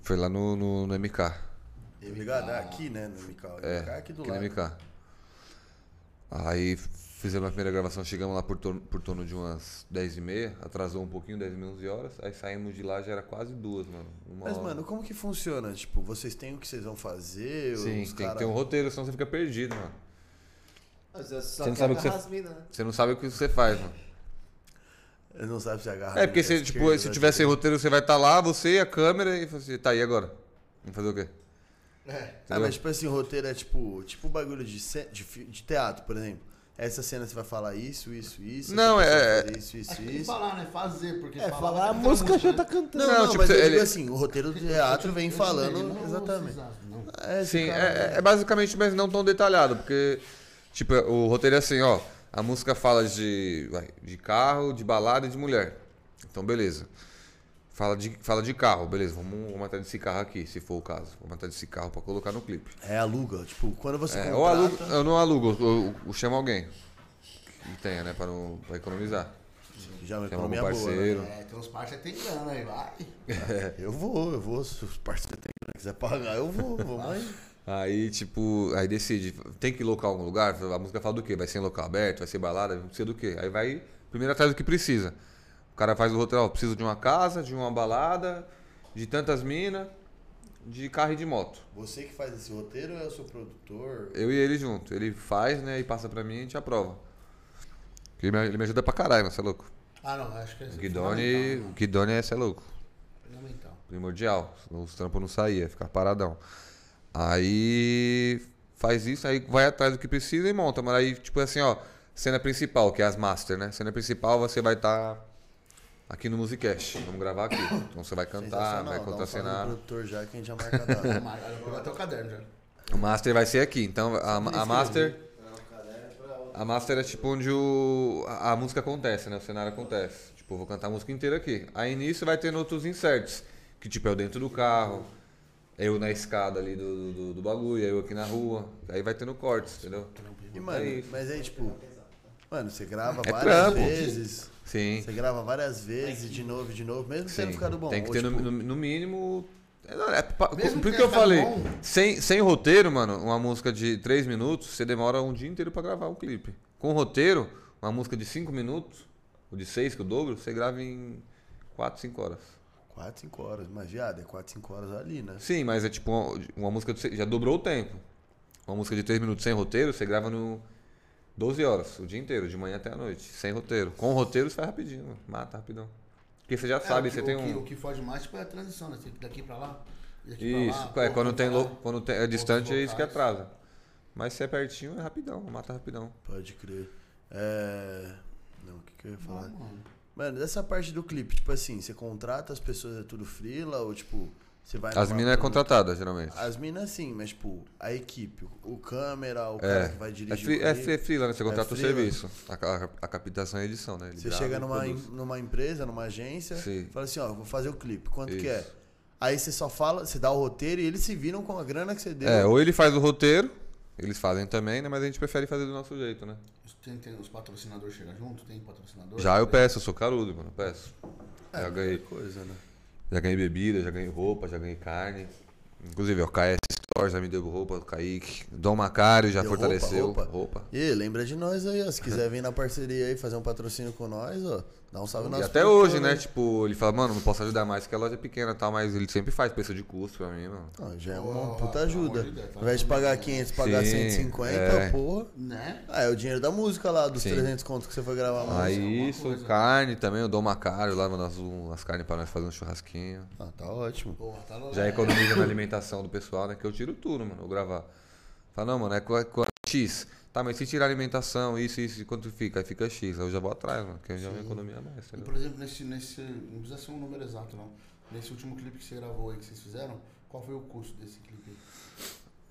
[SPEAKER 3] Foi lá no, no, no MK.
[SPEAKER 4] Ligado? É aqui, né? No Mical.
[SPEAKER 3] É,
[SPEAKER 4] É, aqui do
[SPEAKER 3] aqui
[SPEAKER 4] lado.
[SPEAKER 3] no MK. Aí fizemos a primeira gravação, chegamos lá por torno, por torno de umas 10 e meia, atrasou um pouquinho, 10 e meia, 11 horas. Aí saímos de lá, já era quase duas, mano. Uma
[SPEAKER 4] Mas,
[SPEAKER 3] hora.
[SPEAKER 4] mano, como que funciona? Tipo, vocês têm o que vocês vão fazer?
[SPEAKER 3] Sim,
[SPEAKER 4] os
[SPEAKER 3] tem
[SPEAKER 4] cara-
[SPEAKER 3] que ter um roteiro, senão você fica perdido, mano.
[SPEAKER 1] Ah, Você só
[SPEAKER 3] Você não
[SPEAKER 1] quer
[SPEAKER 3] sabe o que você-
[SPEAKER 1] agarrar as minas, né?
[SPEAKER 3] Você não sabe o que você faz, mano.
[SPEAKER 4] Eles não sabem se agarra.
[SPEAKER 3] É, porque se, tipo, se tiver sem roteiro, você vai estar lá, você e a câmera, e você tá aí agora. Vamos fazer o quê?
[SPEAKER 5] É.
[SPEAKER 4] Ah, mas tipo assim, roteiro é tipo. Tipo bagulho de, ce- de, fi- de teatro, por exemplo. Essa cena você vai falar isso, isso, isso.
[SPEAKER 3] Não,
[SPEAKER 4] essa
[SPEAKER 3] é-
[SPEAKER 4] pessoa vai fazer Isso, isso,
[SPEAKER 5] Acho que tem que
[SPEAKER 4] isso.
[SPEAKER 5] falar, né? Fazer, porque.
[SPEAKER 1] É, falar a música já tá cantando.
[SPEAKER 4] Não,
[SPEAKER 3] Não,
[SPEAKER 4] não,
[SPEAKER 3] tipo,
[SPEAKER 4] mas eu
[SPEAKER 3] ele-
[SPEAKER 4] digo assim, o roteiro do teatro vem falando exatamente. É, esse
[SPEAKER 3] Sim,
[SPEAKER 4] cara-
[SPEAKER 3] é, é basicamente, mas não tão detalhado, porque, tipo, o roteiro é assim, ó, a música fala de, vai, de carro, de balada e de mulher. Então, beleza. Fala de, fala de carro, beleza, vamos, vamos atrás desse carro aqui, se for o caso. Vamos atrás desse carro pra colocar no clipe.
[SPEAKER 4] É aluga, tipo, quando você
[SPEAKER 3] É,
[SPEAKER 4] contrata...
[SPEAKER 3] ou alugo, eu não alugo, eu, eu, eu chamo alguém que tenha, né, pra, não, pra economizar.
[SPEAKER 5] Sim.
[SPEAKER 4] Já é uma
[SPEAKER 3] Chama algum
[SPEAKER 4] economia boa.
[SPEAKER 3] parceiro.
[SPEAKER 4] Né?
[SPEAKER 5] É, tem uns parceiros que tem grana aí, vai.
[SPEAKER 4] Eu vou, eu vou. Se os parceiros têm grana, quiser pagar, eu vou. Vamos aí.
[SPEAKER 3] Aí, tipo, aí decide, tem que local algum lugar? A música fala do quê? Vai ser em local aberto? Vai ser balada? Precisa do quê? Aí vai primeiro atrás do que precisa. O cara faz o roteiro, ó, preciso de uma casa, de uma balada, de tantas minas, de carro e de moto.
[SPEAKER 4] Você que faz esse roteiro é o seu produtor?
[SPEAKER 3] Eu e ele junto. Ele faz, né, e passa pra mim e a gente aprova. Ele me, ele me ajuda pra caralho, mas você é louco.
[SPEAKER 5] Ah, não, acho que é né?
[SPEAKER 3] O Guidoni, o Guidoni é, você é louco.
[SPEAKER 5] Fundamental.
[SPEAKER 3] primordial. senão Os trampos não saía, ficava paradão. Aí faz isso, aí vai atrás do que precisa e monta. Mas aí, tipo assim, ó, cena principal, que é as master, né? Cena principal você vai estar aqui no Musicast. Vamos gravar aqui. Então você vai cantar, vai
[SPEAKER 4] dá um
[SPEAKER 3] contar
[SPEAKER 4] salve
[SPEAKER 3] cenário.
[SPEAKER 4] pro produtor já que a gente já marca a data.
[SPEAKER 5] Tomara, cara, eu vou até o caderno já.
[SPEAKER 3] O master vai ser aqui. Então a, a master. A master é tipo onde o, a, a música acontece, né? O cenário acontece. Tipo, eu vou cantar a música inteira aqui. Aí nisso vai tendo outros inserts. Que tipo, é o dentro do carro, eu na escada ali do, do, do bagulho, eu aqui na rua. Aí vai tendo cortes, entendeu?
[SPEAKER 4] E, mano, mas aí, tipo... Mano, você grava
[SPEAKER 3] É
[SPEAKER 4] várias
[SPEAKER 3] trampo.
[SPEAKER 4] vezes.
[SPEAKER 3] Sim.
[SPEAKER 4] Você grava várias vezes, de novo, de novo, mesmo
[SPEAKER 3] Sim.
[SPEAKER 4] tendo ficado bom.
[SPEAKER 3] Tem que
[SPEAKER 4] Ou,
[SPEAKER 3] ter no,
[SPEAKER 4] tipo,
[SPEAKER 3] no- no mínimo. é, não, é pa-
[SPEAKER 5] Mesmo
[SPEAKER 3] por
[SPEAKER 5] que
[SPEAKER 3] que eu
[SPEAKER 5] tenha ficado
[SPEAKER 3] falei?
[SPEAKER 5] bom.
[SPEAKER 3] Sem, sem roteiro, mano, uma música de 3 minutos, você demora um dia inteiro pra gravar um clipe. Com roteiro, uma música de 5 minutos, ou de 6, que eu dobro, você grava em 4, 5 horas.
[SPEAKER 4] 4, 5 horas. Mas, viado, é 4, 5 horas ali, né?
[SPEAKER 3] Sim, mas é tipo uma, uma música. de se- já dobrou o tempo. Uma música de 3 minutos sem roteiro, você grava no 12 horas, o dia inteiro, de manhã até a noite, sem roteiro. Com roteiro, você faz rapidinho, mano. Mata rapidão. Porque você já sabe,
[SPEAKER 5] É, o
[SPEAKER 3] você
[SPEAKER 5] que-
[SPEAKER 3] tem
[SPEAKER 5] o
[SPEAKER 3] um.
[SPEAKER 5] que, O que foge mais tipo, é a transição, né? Você tem Daqui pra lá, daqui pra
[SPEAKER 3] Isso,
[SPEAKER 5] lá,
[SPEAKER 3] é,
[SPEAKER 5] porra,
[SPEAKER 3] quando, tem
[SPEAKER 5] pra lá.
[SPEAKER 3] lo- quando tem- é distante é isso que atrasa. Mas se é pertinho, é rapidão, mata rapidão.
[SPEAKER 4] Pode crer. É... Não, o que, que eu ia falar?
[SPEAKER 5] "Ah, mano.
[SPEAKER 4] Mano, dessa parte do clipe, tipo assim, você contrata as pessoas, é tudo freela ou, tipo, você vai...
[SPEAKER 3] As
[SPEAKER 4] numa
[SPEAKER 3] minas é
[SPEAKER 4] produ-
[SPEAKER 3] contratada, geralmente.
[SPEAKER 4] As minas sim, mas, tipo, a equipe, o- o câmera, o
[SPEAKER 3] É,
[SPEAKER 4] cara que vai
[SPEAKER 3] é,
[SPEAKER 4] dirigir
[SPEAKER 3] free,
[SPEAKER 4] o
[SPEAKER 3] é
[SPEAKER 4] clipe.
[SPEAKER 3] free- freela, né? Você contrata o
[SPEAKER 4] freela.
[SPEAKER 3] serviço. A, ca- a captação e edição, né? Ele
[SPEAKER 4] Você
[SPEAKER 3] grava
[SPEAKER 4] chega
[SPEAKER 3] e
[SPEAKER 4] numa,
[SPEAKER 3] produz.
[SPEAKER 4] em- numa empresa, numa agência,
[SPEAKER 3] Sim.
[SPEAKER 4] fala assim, ó, vou fazer o clipe, quanto que é?
[SPEAKER 3] Isso.
[SPEAKER 4] Aí você só fala, você dá o roteiro e eles se viram com a grana que você deu.
[SPEAKER 3] É, ou ele faz o roteiro, eles fazem também, né? Mas a gente prefere fazer do nosso jeito, né?
[SPEAKER 5] Tem, tem os patrocinadores chegam junto? Tem patrocinador?
[SPEAKER 3] Já eu peço, eu sou carudo, mano, eu peço.
[SPEAKER 4] É.
[SPEAKER 3] já ganhei.
[SPEAKER 4] coisa, né?
[SPEAKER 3] Já ganhei bebida, já ganhei roupa, já ganhei carne. Inclusive, o KS Store já me deu roupa, o Kaique. Dom Macário já
[SPEAKER 4] Deu roupa,
[SPEAKER 3] fortaleceu.
[SPEAKER 4] roupa?
[SPEAKER 3] roupa.
[SPEAKER 4] E lembra de nós aí, ó. Se quiser vir na parceria aí, fazer um patrocínio com nós, ó. Dá um salve
[SPEAKER 3] E
[SPEAKER 4] nós.
[SPEAKER 3] até hoje, né? Tipo, ele fala, mano, não posso ajudar mais porque a loja é pequena e tal, mas ele sempre faz preço de custo pra mim, mano.
[SPEAKER 4] já é
[SPEAKER 5] Ó,
[SPEAKER 4] uma
[SPEAKER 5] ó,
[SPEAKER 4] puta
[SPEAKER 5] pelo
[SPEAKER 4] ajuda.
[SPEAKER 5] amor de Deus,
[SPEAKER 4] Ao invés de pagar 500, pagar
[SPEAKER 3] tipo, Sim,
[SPEAKER 4] 150,
[SPEAKER 3] é.
[SPEAKER 4] porra.
[SPEAKER 5] Né?
[SPEAKER 4] Ah, é o dinheiro da música lá, dos
[SPEAKER 3] Sim.
[SPEAKER 4] 300 contos que você foi gravar. mano.
[SPEAKER 5] é
[SPEAKER 3] Aí isso, carne também, eu dou uma cara, eu lavo nas, umas carnes pra nós fazer um churrasquinho.
[SPEAKER 4] Ah, tá ótimo.
[SPEAKER 5] Porra, tá lá.
[SPEAKER 3] Já é- economiza na alimentação do pessoal, né? Que eu tiro tudo, mano, eu gravar. Fala, não, mano, é com a- com a X. Tá, mas se tirar alimentação, isso, isso, quanto fica? Aí fica X. Aí eu já vou atrás, mano, que eu já vou economia mais, tá
[SPEAKER 5] E,
[SPEAKER 3] entendeu?
[SPEAKER 5] Por exemplo, nesse, nesse. Não precisa ser um número exato, não. Nesse último clipe que você gravou aí, que vocês fizeram, qual foi o custo desse clipe?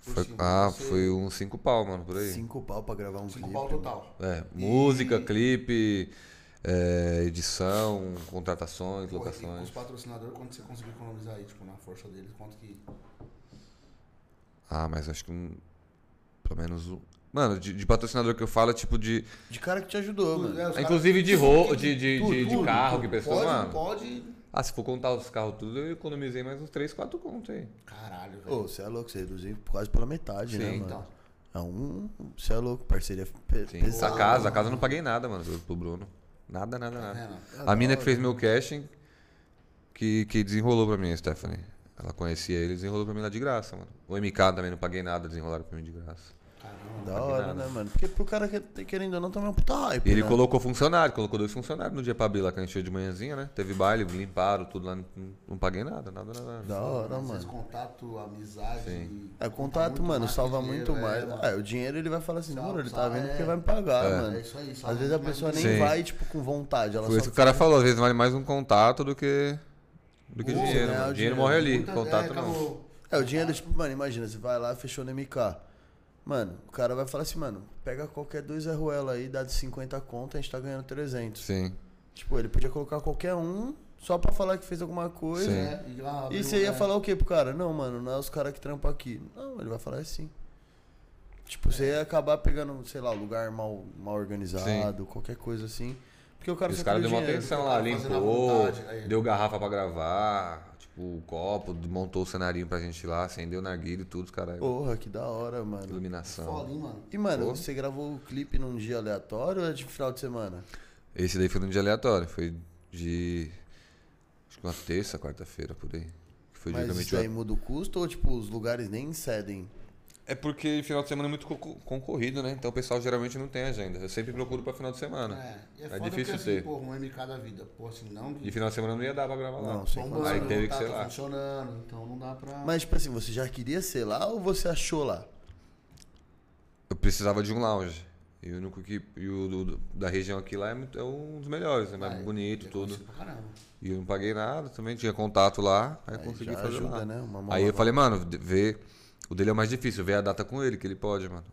[SPEAKER 5] Por
[SPEAKER 3] Foi-
[SPEAKER 5] cima,
[SPEAKER 3] ah,
[SPEAKER 5] você-
[SPEAKER 3] foi uns 5 pau, mano, por aí.
[SPEAKER 4] Cinco pau pra gravar um
[SPEAKER 5] Cinco
[SPEAKER 4] clipe.
[SPEAKER 5] pau total.
[SPEAKER 3] É, música, clipe, é, edição, contratações,
[SPEAKER 5] Porra, e com
[SPEAKER 3] locações.
[SPEAKER 5] os patrocinadores, quanto você conseguiu economizar aí, tipo, na força deles, quanto que.
[SPEAKER 3] Ah, mas acho que um, pelo menos um. Mano, de, de patrocinador que eu falo é tipo de.
[SPEAKER 4] De cara que te ajudou, mano.
[SPEAKER 5] É, os
[SPEAKER 3] inclusive
[SPEAKER 5] caras-
[SPEAKER 3] de roupa, de, de,
[SPEAKER 5] Tudo,
[SPEAKER 3] de- de
[SPEAKER 5] tudo,
[SPEAKER 3] carro
[SPEAKER 5] tudo.
[SPEAKER 3] que pessoa,
[SPEAKER 5] pode,
[SPEAKER 3] mano.
[SPEAKER 5] Pode.
[SPEAKER 3] Ah, se for contar os carros tudo, eu economizei mais uns 3, 4 contos aí.
[SPEAKER 5] Caralho, velho.
[SPEAKER 4] Ô, você é louco, você reduziu quase pela metade,
[SPEAKER 3] Sim,
[SPEAKER 4] né, mano?
[SPEAKER 5] então.
[SPEAKER 4] É um. Você é louco, parceria pe
[SPEAKER 3] Sim.
[SPEAKER 4] pesada.
[SPEAKER 3] A casa, a casa eu não paguei nada, mano, pro- pro Bruno. Nada, nada,
[SPEAKER 5] É,
[SPEAKER 3] nada.
[SPEAKER 5] não.
[SPEAKER 4] Ah.
[SPEAKER 3] A mina que fez meu casting, que, que desenrolou pra mim, a Stephanie. Ela conhecia ele e desenrolou pra mim lá de graça, mano. O MK também não paguei nada, desenrolaram pra mim de graça.
[SPEAKER 5] Caramba.
[SPEAKER 4] Da hora, né, mano? Porque pro cara que tá querendo ou não também é um puta hype.
[SPEAKER 3] E ele
[SPEAKER 4] né?
[SPEAKER 3] colocou funcionário, colocou dois funcionários no dia pra abrir lá, que a gente foi de manhãzinha, né? Teve baile, limparam tudo lá, não, não paguei nada, nada, nada.
[SPEAKER 4] Da hora,
[SPEAKER 5] Vocês
[SPEAKER 4] mano.
[SPEAKER 5] contato, amizade.
[SPEAKER 4] É,
[SPEAKER 5] conta
[SPEAKER 4] contato,
[SPEAKER 5] muito
[SPEAKER 4] mano,
[SPEAKER 5] mais que
[SPEAKER 4] salva
[SPEAKER 5] dinheiro,
[SPEAKER 4] muito mais.
[SPEAKER 5] é,
[SPEAKER 4] Ah, o dinheiro ele vai falar assim,
[SPEAKER 5] Salva,
[SPEAKER 4] mano, ele tá
[SPEAKER 5] salva,
[SPEAKER 4] vendo
[SPEAKER 5] é.
[SPEAKER 4] porque vai me pagar,
[SPEAKER 5] É.
[SPEAKER 4] mano.
[SPEAKER 5] É isso aí, salva
[SPEAKER 4] Às vezes a
[SPEAKER 5] muito mais
[SPEAKER 4] pessoa nem
[SPEAKER 3] Sim.
[SPEAKER 4] vai, tipo, com vontade. Ela
[SPEAKER 3] Foi
[SPEAKER 4] só
[SPEAKER 3] isso que o cara falou, às vezes vale mais um contato do que, do que
[SPEAKER 5] Ou, né,
[SPEAKER 3] dinheiro.
[SPEAKER 4] o
[SPEAKER 3] mano. dinheiro,
[SPEAKER 4] dinheiro. né?
[SPEAKER 3] morre ali,
[SPEAKER 5] Muita-
[SPEAKER 3] contato
[SPEAKER 5] é,
[SPEAKER 3] não.
[SPEAKER 5] acabou.
[SPEAKER 4] É, o dinheiro, tipo, mano, imagina, você vai lá, fechou no MK. Mano, o cara vai falar assim, mano, pega qualquer dois arruela aí, dá de 50 conto, a gente tá ganhando 300.
[SPEAKER 3] Sim,
[SPEAKER 4] Tipo, ele podia colocar qualquer um só pra falar que fez alguma coisa.
[SPEAKER 3] Sim.
[SPEAKER 5] É, e lá abriu,
[SPEAKER 4] E você ia
[SPEAKER 5] é,
[SPEAKER 4] falar o que pro cara? Não, mano, não é os caras que trampam aqui. Não, ele vai falar assim. Tipo, você ia acabar pegando, sei lá, lugar mal, mal organizado, qualquer coisa assim. Porque o cara
[SPEAKER 3] Os
[SPEAKER 4] só
[SPEAKER 3] caras
[SPEAKER 4] queria
[SPEAKER 3] deu uma
[SPEAKER 4] o dinheiro. tá
[SPEAKER 3] atenção lá,
[SPEAKER 5] fazendo à
[SPEAKER 3] limpou,
[SPEAKER 5] vontade,
[SPEAKER 4] né?
[SPEAKER 5] aí.
[SPEAKER 3] deu garrafa pra gravar, tipo, o copo, montou o cenarinho pra gente lá, acendeu narguilho e tudo, cara.
[SPEAKER 4] Porra, que da hora, mano.
[SPEAKER 3] Iluminação.
[SPEAKER 5] É Foda, hein, mano?
[SPEAKER 4] E, mano,
[SPEAKER 3] Porra.
[SPEAKER 4] você gravou o clipe num dia aleatório ou é de final de semana?
[SPEAKER 3] Esse daí foi num dia aleatório, foi de. Acho que uma terça, quarta-feira, por aí. Que Foi
[SPEAKER 4] Mas
[SPEAKER 3] justamente
[SPEAKER 4] isso
[SPEAKER 3] o-
[SPEAKER 4] aí muda o custo ou, tipo, os lugares nem cedem?
[SPEAKER 3] É porque final de semana é muito co- concorrido, né? Então o pessoal geralmente não tem agenda. Eu sempre procuro pra final de semana.
[SPEAKER 5] É, e é,
[SPEAKER 3] É
[SPEAKER 5] foda
[SPEAKER 3] difícil
[SPEAKER 5] porque, assim,
[SPEAKER 3] ter.
[SPEAKER 5] Porra, um MK da vida. Pô, assim, não.
[SPEAKER 3] E final de semana não ia dar pra gravar lá.
[SPEAKER 4] Não, sei
[SPEAKER 5] bombando,
[SPEAKER 3] Aí teve que
[SPEAKER 5] tá,
[SPEAKER 3] ser
[SPEAKER 5] tá
[SPEAKER 3] lá.
[SPEAKER 5] funcionando, então não dá pra.
[SPEAKER 4] Mas, tipo assim, você já queria ser lá ou você achou lá?
[SPEAKER 3] Eu precisava de um lounge. E o único que. E o do- do- da região aqui lá é, muito- é um dos melhores, é mais
[SPEAKER 5] Ah, é.
[SPEAKER 3] bonito,
[SPEAKER 5] é
[SPEAKER 3] tudo.
[SPEAKER 5] conhecido pra caramba.
[SPEAKER 3] E eu não paguei nada, também tinha contato lá, aí, eu
[SPEAKER 4] Aí
[SPEAKER 3] consegui
[SPEAKER 4] já
[SPEAKER 3] fazer
[SPEAKER 4] ajuda,
[SPEAKER 3] lá.
[SPEAKER 4] né? Uma mão
[SPEAKER 3] aí eu
[SPEAKER 4] lavada.
[SPEAKER 3] falei, mano, de- vê, o dele é o mais difícil, vê a data com ele, que ele pode, mano.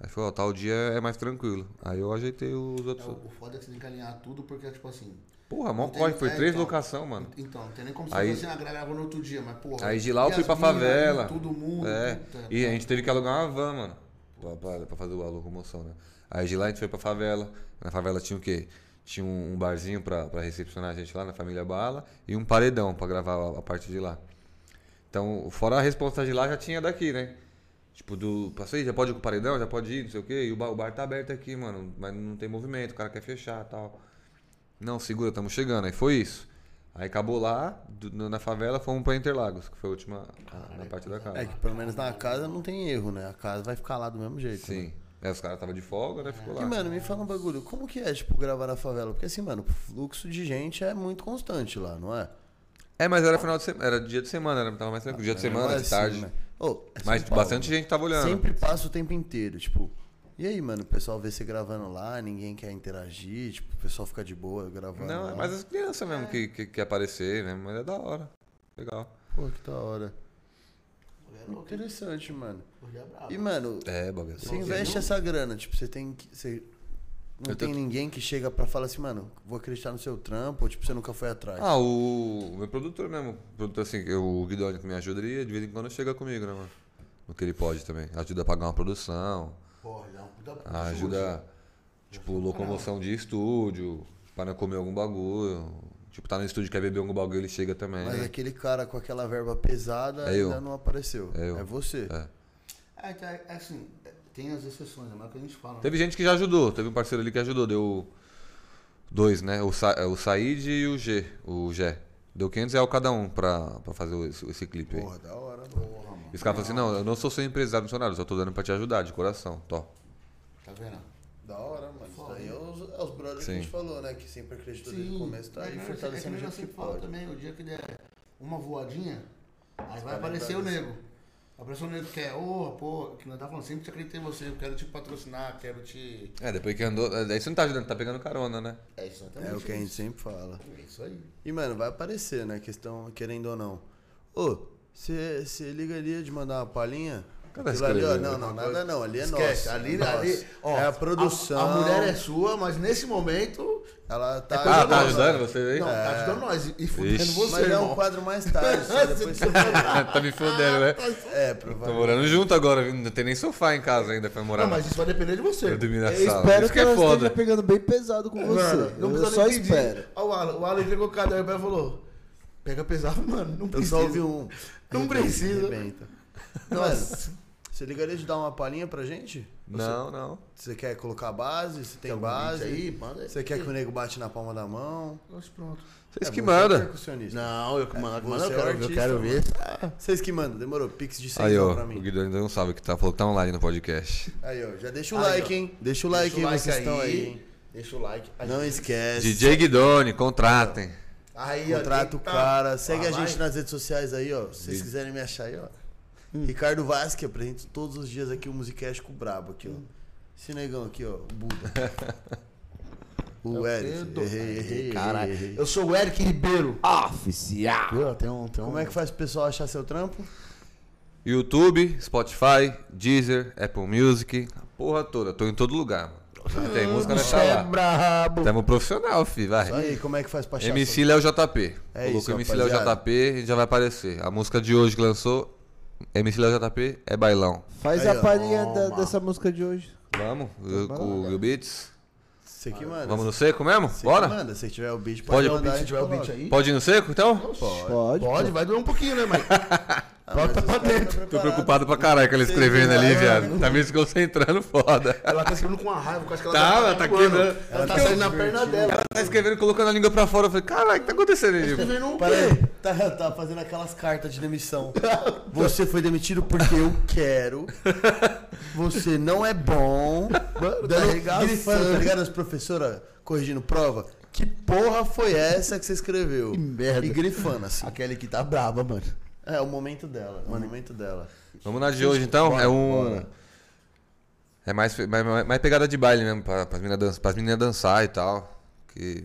[SPEAKER 3] Aí falou, ó, tal dia é mais tranquilo. Aí eu ajeitei os
[SPEAKER 5] É,
[SPEAKER 3] outros.
[SPEAKER 4] Então,
[SPEAKER 5] o, o foda é que você tem que alinhar tudo, porque, tipo assim.
[SPEAKER 3] Porra, mó
[SPEAKER 5] não tem-
[SPEAKER 3] corre, foi
[SPEAKER 5] é,
[SPEAKER 3] três
[SPEAKER 5] então.
[SPEAKER 3] locação, mano.
[SPEAKER 5] Então, não tem nem como
[SPEAKER 3] Aí-
[SPEAKER 5] você fazer assim, ah, gravou no outro dia, mas, porra.
[SPEAKER 3] Aí de lá eu
[SPEAKER 5] e
[SPEAKER 3] fui
[SPEAKER 5] as
[SPEAKER 3] pra
[SPEAKER 5] minas,
[SPEAKER 3] favela.
[SPEAKER 5] Todo mundo.
[SPEAKER 3] É,
[SPEAKER 4] né?
[SPEAKER 5] puta,
[SPEAKER 3] e a
[SPEAKER 5] tá.
[SPEAKER 3] gente teve que alugar uma van, mano, pra, pra- pra fazer a locomoção, né? Aí de lá a gente foi pra favela. Na favela tinha o quê? Tinha um, um barzinho pra, pra recepcionar a gente lá na Família Bala e um paredão pra gravar a, a parte de lá. Então, fora a resposta de lá, já tinha daqui, né? Tipo, do. Passei, já pode ir com o paredão, já pode ir, não sei o quê. E o bar, o bar tá aberto aqui, mano. Mas não tem movimento, o cara quer fechar e tal. Não, segura, estamos chegando. Aí foi isso. Aí acabou lá, do- na- na favela, fomos pra Interlagos, que foi a última. a- na parte da casa.
[SPEAKER 4] É que pelo menos na casa não tem erro, né? A casa vai ficar lá do mesmo jeito. né?
[SPEAKER 3] Sim. É, os caras estavam de folga, né? Ficou lá.
[SPEAKER 4] E, mano, me fala um bagulho. Como que é, tipo, gravar na favela? Porque, assim, mano, o fluxo de gente é muito constante lá, não é?
[SPEAKER 3] É, mas era final de semana. Era dia de semana, era, tava mais tranquilo. Dia de semana,
[SPEAKER 4] Não é
[SPEAKER 3] de tarde.
[SPEAKER 4] assim, né? Ô, é São
[SPEAKER 3] Mas
[SPEAKER 4] Paulo,
[SPEAKER 3] bastante né?
[SPEAKER 4] mano.
[SPEAKER 3] gente tava olhando.
[SPEAKER 4] Sempre passa o tempo inteiro, tipo... E aí, mano, o pessoal vê você gravando lá, ninguém quer interagir, tipo, o pessoal fica de boa gravando
[SPEAKER 3] Não,
[SPEAKER 4] lá.
[SPEAKER 3] é mais as crianças mesmo que, que, que aparecer, né? Mas é da hora. Legal.
[SPEAKER 4] Pô, que da hora. Interessante, mano.
[SPEAKER 5] Porra, é brabo.
[SPEAKER 4] E, mano,
[SPEAKER 3] É, bagulho.
[SPEAKER 4] você investe essa grana, tipo, você tem que... Você... Não
[SPEAKER 3] Eu
[SPEAKER 4] tem
[SPEAKER 3] tento-
[SPEAKER 4] ninguém que chega pra falar assim, mano, vou acreditar no seu trampo, ou, tipo, você nunca foi atrás.
[SPEAKER 3] Ah, o meu produtor mesmo. O produtor, assim, que o Guidoni que me ajuda, ele de vez em quando chega comigo, né, mano? No que ele pode também. Ajuda a pagar uma produção.
[SPEAKER 5] Porra, dá um puta puta
[SPEAKER 3] ajuda,
[SPEAKER 5] chute.
[SPEAKER 3] tipo, locomoção de estúdio, para comer algum bagulho. Tipo, tá no estúdio, quer beber algum bagulho, ele chega também. né?
[SPEAKER 4] Mas é aquele cara com aquela verba pesada
[SPEAKER 3] É eu.
[SPEAKER 4] ainda não apareceu.
[SPEAKER 3] É eu.
[SPEAKER 4] É você.
[SPEAKER 3] É.
[SPEAKER 5] É, então, é, é assim, é, tem as exceções, é mais o que a gente fala.
[SPEAKER 3] Teve gente que já ajudou, teve um parceiro ali que ajudou, deu dois, né? O, Sa o Said e o G, o Gé. Deu 500 reais cada um pra, pra fazer esse, esse clipe aí.
[SPEAKER 4] Porra, da hora, mano.
[SPEAKER 5] Porra, mano.
[SPEAKER 3] E os caras falaram assim, não, eu não sou seu empresário funcionário, só tô dando pra te ajudar, de coração, tó.
[SPEAKER 5] Tá vendo?
[SPEAKER 4] Da hora, mano. Isso daí é os, é os brothers que a
[SPEAKER 3] Sim.
[SPEAKER 4] gente falou, né? Que sempre acreditou desde o começo, tá
[SPEAKER 5] é,
[SPEAKER 4] aí
[SPEAKER 5] que nem eu-
[SPEAKER 4] fortalecendo
[SPEAKER 5] é que nem eu
[SPEAKER 4] o jeito que
[SPEAKER 5] sempre falo
[SPEAKER 4] pode.
[SPEAKER 5] também, o dia que der uma voadinha, aí vai aparecer o nego. Apareceu o nego que quer, ô, pô, que nós tá falando, sempre te acreditei em você, eu quero te patrocinar, quero te.
[SPEAKER 3] É, depois que andou, é, daí você não tá ajudando, tá pegando carona, né?
[SPEAKER 5] É exatamente
[SPEAKER 4] É o que a gente sempre fala.
[SPEAKER 5] É isso aí.
[SPEAKER 4] E, mano, vai aparecer, né? Questão, querendo ou não. Ô, você ligaria de mandar uma palhinha?
[SPEAKER 3] Cara,
[SPEAKER 4] Aquilo ali, ó,
[SPEAKER 3] escreveu,
[SPEAKER 4] não,
[SPEAKER 3] né?
[SPEAKER 4] não, nada não, ali é
[SPEAKER 5] Esquece,
[SPEAKER 4] nosso.
[SPEAKER 5] ali,
[SPEAKER 4] é nosso.
[SPEAKER 5] ali, ó,
[SPEAKER 4] é a produção.
[SPEAKER 5] A, a mulher é sua, mas nesse momento. É
[SPEAKER 4] Ela tá.
[SPEAKER 3] Ah, tá
[SPEAKER 5] nossa.
[SPEAKER 3] ajudando você aí?
[SPEAKER 5] Não, tá ajudando nós e, e fudendo
[SPEAKER 3] Ixi.
[SPEAKER 5] você,
[SPEAKER 4] Mas é
[SPEAKER 5] irmão. É
[SPEAKER 4] um quadro mais tarde, só depois você vai.
[SPEAKER 3] tá me fudendo, né?
[SPEAKER 4] É,
[SPEAKER 3] Tô
[SPEAKER 4] provavelmente.
[SPEAKER 3] morando junto agora, não tem nem sofá em casa ainda pra morar.
[SPEAKER 5] Não, mas isso vai depender de você.
[SPEAKER 3] Eu dormi na
[SPEAKER 1] Eu
[SPEAKER 3] sala.
[SPEAKER 1] espero
[SPEAKER 3] Isso
[SPEAKER 1] que,
[SPEAKER 3] que é
[SPEAKER 1] ela
[SPEAKER 3] foda.
[SPEAKER 1] esteja pegando bem pesado com você. eu
[SPEAKER 5] não precisa
[SPEAKER 1] só
[SPEAKER 5] nem pedir.
[SPEAKER 1] espero.
[SPEAKER 5] Ó, o Alan, o Alan entregou o caderno pra ela e falou: Pega pesado, mano, não
[SPEAKER 4] Eu
[SPEAKER 5] precisa.
[SPEAKER 4] só ouvi um.
[SPEAKER 5] Não precisa.
[SPEAKER 4] Arrebenta. Mano,
[SPEAKER 5] Nossa.
[SPEAKER 4] você ligaria de dar uma palhinha pra gente?
[SPEAKER 3] Não, não.
[SPEAKER 4] Você quer colocar base? Você tem,
[SPEAKER 5] algum
[SPEAKER 4] base?
[SPEAKER 5] beat um aí? Manda aí.
[SPEAKER 4] Você quer que o nego bate na palma da mão?
[SPEAKER 5] Nossa, pronto.
[SPEAKER 3] Vocês
[SPEAKER 4] É,
[SPEAKER 3] que
[SPEAKER 4] você
[SPEAKER 3] mandam.
[SPEAKER 4] é percussionista.
[SPEAKER 5] Não, eu que mando.
[SPEAKER 4] Você
[SPEAKER 5] mano, eu
[SPEAKER 4] é
[SPEAKER 5] quero,
[SPEAKER 4] artista,
[SPEAKER 5] eu quero ver.
[SPEAKER 4] Vocês que mandam, demorou. Pix de 100
[SPEAKER 3] Aí, ó,
[SPEAKER 4] pra
[SPEAKER 3] o
[SPEAKER 4] mim.
[SPEAKER 3] Guidoni não sabe que tá, falou que tá online no podcast.
[SPEAKER 4] Aí, ó, já deixa o
[SPEAKER 5] Aí,
[SPEAKER 4] like,
[SPEAKER 5] ó.
[SPEAKER 4] hein? Deixa o like,
[SPEAKER 5] Deixa o
[SPEAKER 4] hein?
[SPEAKER 5] like
[SPEAKER 4] Vocês estão aí,
[SPEAKER 5] aí.
[SPEAKER 4] hein?
[SPEAKER 5] Deixa o like. Aí,
[SPEAKER 4] Não esquece.
[SPEAKER 3] DJ Guidoni, contratem.
[SPEAKER 5] aí ó,
[SPEAKER 4] Contrata
[SPEAKER 5] eita.
[SPEAKER 4] o cara. Segue
[SPEAKER 5] Ah,
[SPEAKER 4] a gente
[SPEAKER 5] vai. Hum.
[SPEAKER 4] nas redes sociais aí, ó. Se vocês quiserem me achar aí, ó. Ricardo Vasque, apresento todos os dias aqui o Musicast com o Brabo aqui,
[SPEAKER 5] Hum.
[SPEAKER 4] ó. Esse negão aqui, ó. O Buda. O Eric.
[SPEAKER 5] Pedro.
[SPEAKER 4] Errei, errei,
[SPEAKER 5] Caralho.
[SPEAKER 4] errei, errei.
[SPEAKER 5] Eu sou o Eric Ribeiro.
[SPEAKER 1] Oficial.
[SPEAKER 5] Eu, tem um, tem um.
[SPEAKER 4] Como é que faz o pessoal achar seu trampo?
[SPEAKER 3] YouTube, Spotify, Deezer, Apple Music, a porra toda. Tô em todo lugar, mano. Se
[SPEAKER 4] Hum,
[SPEAKER 3] Tem música, vai estar lá.
[SPEAKER 5] brabo.
[SPEAKER 3] Tamo profissional, fi,
[SPEAKER 4] E
[SPEAKER 3] vai.
[SPEAKER 4] é aí, como é que faz pra achar
[SPEAKER 3] MC
[SPEAKER 4] seu
[SPEAKER 3] Léo JP.
[SPEAKER 4] É
[SPEAKER 3] Colocou
[SPEAKER 4] isso,
[SPEAKER 3] MC Léo
[SPEAKER 4] rapaziada.
[SPEAKER 3] JP e já vai aparecer. A música de hoje que lançou, MC Léo JP, é bailão.
[SPEAKER 1] Faz
[SPEAKER 4] Aí,
[SPEAKER 1] a
[SPEAKER 4] ó. Então
[SPEAKER 1] palhinha da- dessa música de hoje.
[SPEAKER 3] Vamos? Eu- Com o Will Beats.
[SPEAKER 4] Você
[SPEAKER 5] Ah,
[SPEAKER 4] que manda.
[SPEAKER 3] Vamos no seco mesmo?
[SPEAKER 4] Você que
[SPEAKER 3] Bora?
[SPEAKER 4] manda. Se tiver o beat,
[SPEAKER 3] Pode-
[SPEAKER 4] mandar,
[SPEAKER 5] Se
[SPEAKER 4] a gente
[SPEAKER 5] tiver o
[SPEAKER 4] coloca.
[SPEAKER 5] beat aí.
[SPEAKER 3] Pode ir no seco, então?
[SPEAKER 1] Pode.
[SPEAKER 5] Pode, vai durar um pouquinho, né, mas.
[SPEAKER 4] Ah, mas
[SPEAKER 5] Bota
[SPEAKER 4] os
[SPEAKER 5] pra
[SPEAKER 4] caras tá
[SPEAKER 5] dentro.
[SPEAKER 3] Tô
[SPEAKER 4] preparado.
[SPEAKER 3] preocupado pra caralho com ela escrevendo ali, viado. Tá me desconcentrando foda.
[SPEAKER 5] Ela tá escrevendo com uma raiva, quase que ela
[SPEAKER 3] Tá,
[SPEAKER 5] tá.
[SPEAKER 3] ela tá
[SPEAKER 5] voando.
[SPEAKER 3] quebrando.
[SPEAKER 5] Ela tá saindo na perna dela.
[SPEAKER 3] Ela tá escrevendo e colocando a língua pra fora. Eu falei, caralho, o que tá acontecendo ali?
[SPEAKER 5] Escrevendo um
[SPEAKER 4] Para
[SPEAKER 5] quê?
[SPEAKER 4] aí. Tá, tá fazendo aquelas cartas de demissão. Você foi demitido porque eu quero. Você não é bom. Dando,
[SPEAKER 5] tá arregaçando.
[SPEAKER 4] grifando, tá ligado? As professoras corrigindo prova. Que porra foi essa que você escreveu? Que merda. E grifando assim.
[SPEAKER 5] Aquele que tá brava, mano.
[SPEAKER 4] É, é o momento dela. É o momento dela.
[SPEAKER 3] Vamos na de hoje, então? É um... É mais, mais, mais- mais pegada de baile mesmo, pra, pras meninas dançar, meninas dançar e tal. Que...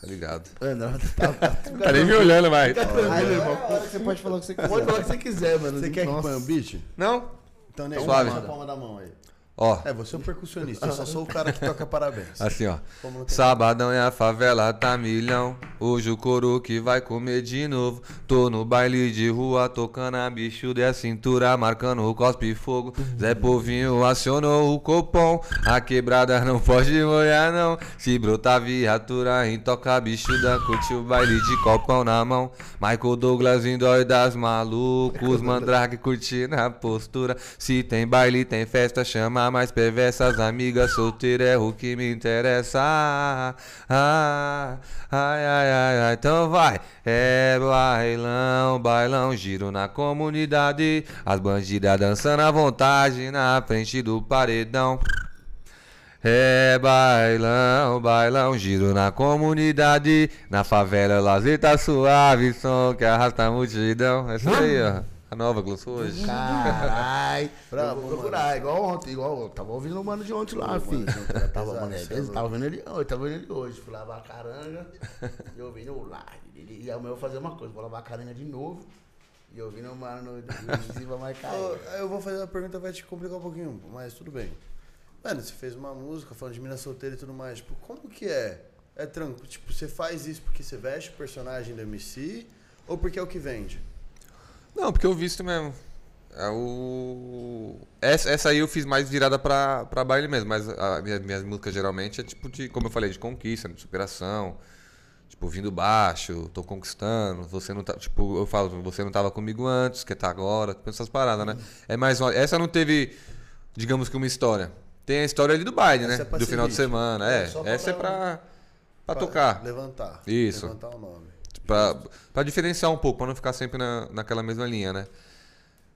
[SPEAKER 3] Tá ligado.
[SPEAKER 5] Mano, ela tá. tá-
[SPEAKER 3] Tá nem me olhando mais.
[SPEAKER 1] Aí, meu irmão, agora você pode falar o que você
[SPEAKER 5] Pode
[SPEAKER 1] quiser.
[SPEAKER 5] falar o é que você quiser, mano.
[SPEAKER 4] Você quer que
[SPEAKER 5] Nossa.
[SPEAKER 4] põe um beat?
[SPEAKER 3] Não?
[SPEAKER 4] Então, nego,
[SPEAKER 3] Suave.
[SPEAKER 4] põe na palma da mão aí.
[SPEAKER 3] Ó,
[SPEAKER 4] É, você é um percussionista. Eu só sou o cara que toca parabéns.
[SPEAKER 3] Assim, ó.
[SPEAKER 4] Como não tem-
[SPEAKER 3] Sabadão é a favela, tá milhão. Hoje o coro que vai comer de novo. Tô no baile de rua, tocando a bicho da cintura, marcando o cospe e fogo. Zé Povinho acionou o copom. A quebrada não pode molhar, não. Se brotar viatura, em toca bichuda, curte o baile de copão na mão. Michael Douglas em dói das malucos, mandrake curtindo a postura. Se tem baile, tem festa, chama mais perversas amigas, solteira é o que me interessa. Ah, ah, ai, ai, ai, ai, então vai. É bailão, bailão, giro na comunidade. As bandidas dançando à vontade na frente do paredão. É bailão, bailão, giro na comunidade. Na favela, lazer tá suave, som que arrasta a multidão. Essa aí, ó. A nova glossou hoje.
[SPEAKER 5] Caralho.
[SPEAKER 4] Bravo,
[SPEAKER 5] vou procurar, igual ontem, igual eu tava ouvindo o mano de ontem lá, filho. tava, mano, é, eu tava vendo ele hoje, tava vendo ele hoje. Fui lavar a caranga, e eu ouvindo lá. E aí o meu fazer uma coisa, vou lavar a caranga de novo. E eu ouvindo o mano do Ziva mais
[SPEAKER 4] Ô,
[SPEAKER 5] cair.
[SPEAKER 4] Eu vou fazer uma pergunta vai te complicar um pouquinho, mas tudo bem. Mano, você fez uma música falando de mina solteira e tudo mais. Tipo, como que é? É tranquilo. Tipo, você faz isso porque você veste o personagem do MC ou porque é o que vende?
[SPEAKER 3] Não, porque eu visto mesmo. É o... essa, essa aí eu fiz mais virada pra, pra baile mesmo, mas a, minha, minhas músicas geralmente é tipo de, como eu falei, de conquista, de superação. Tipo, vindo baixo, tô conquistando, você não tá. Tipo, eu falo, você não tava comigo antes, quer tá agora, tipo essas paradas,
[SPEAKER 4] Uhum.
[SPEAKER 3] né? É mais uma. Essa não teve, digamos que uma história. Tem a história ali do baile,
[SPEAKER 4] Essa é
[SPEAKER 3] né?
[SPEAKER 4] pra
[SPEAKER 3] do
[SPEAKER 4] ser
[SPEAKER 3] final de
[SPEAKER 4] ritmo.
[SPEAKER 3] semana, é.
[SPEAKER 4] só pra
[SPEAKER 3] essa é
[SPEAKER 4] dar um-
[SPEAKER 3] pra, pra tocar.
[SPEAKER 4] Levantar.
[SPEAKER 3] Isso.
[SPEAKER 4] Levantar o nome.
[SPEAKER 3] Pra, pra diferenciar um pouco, pra não ficar sempre na, naquela mesma linha, né?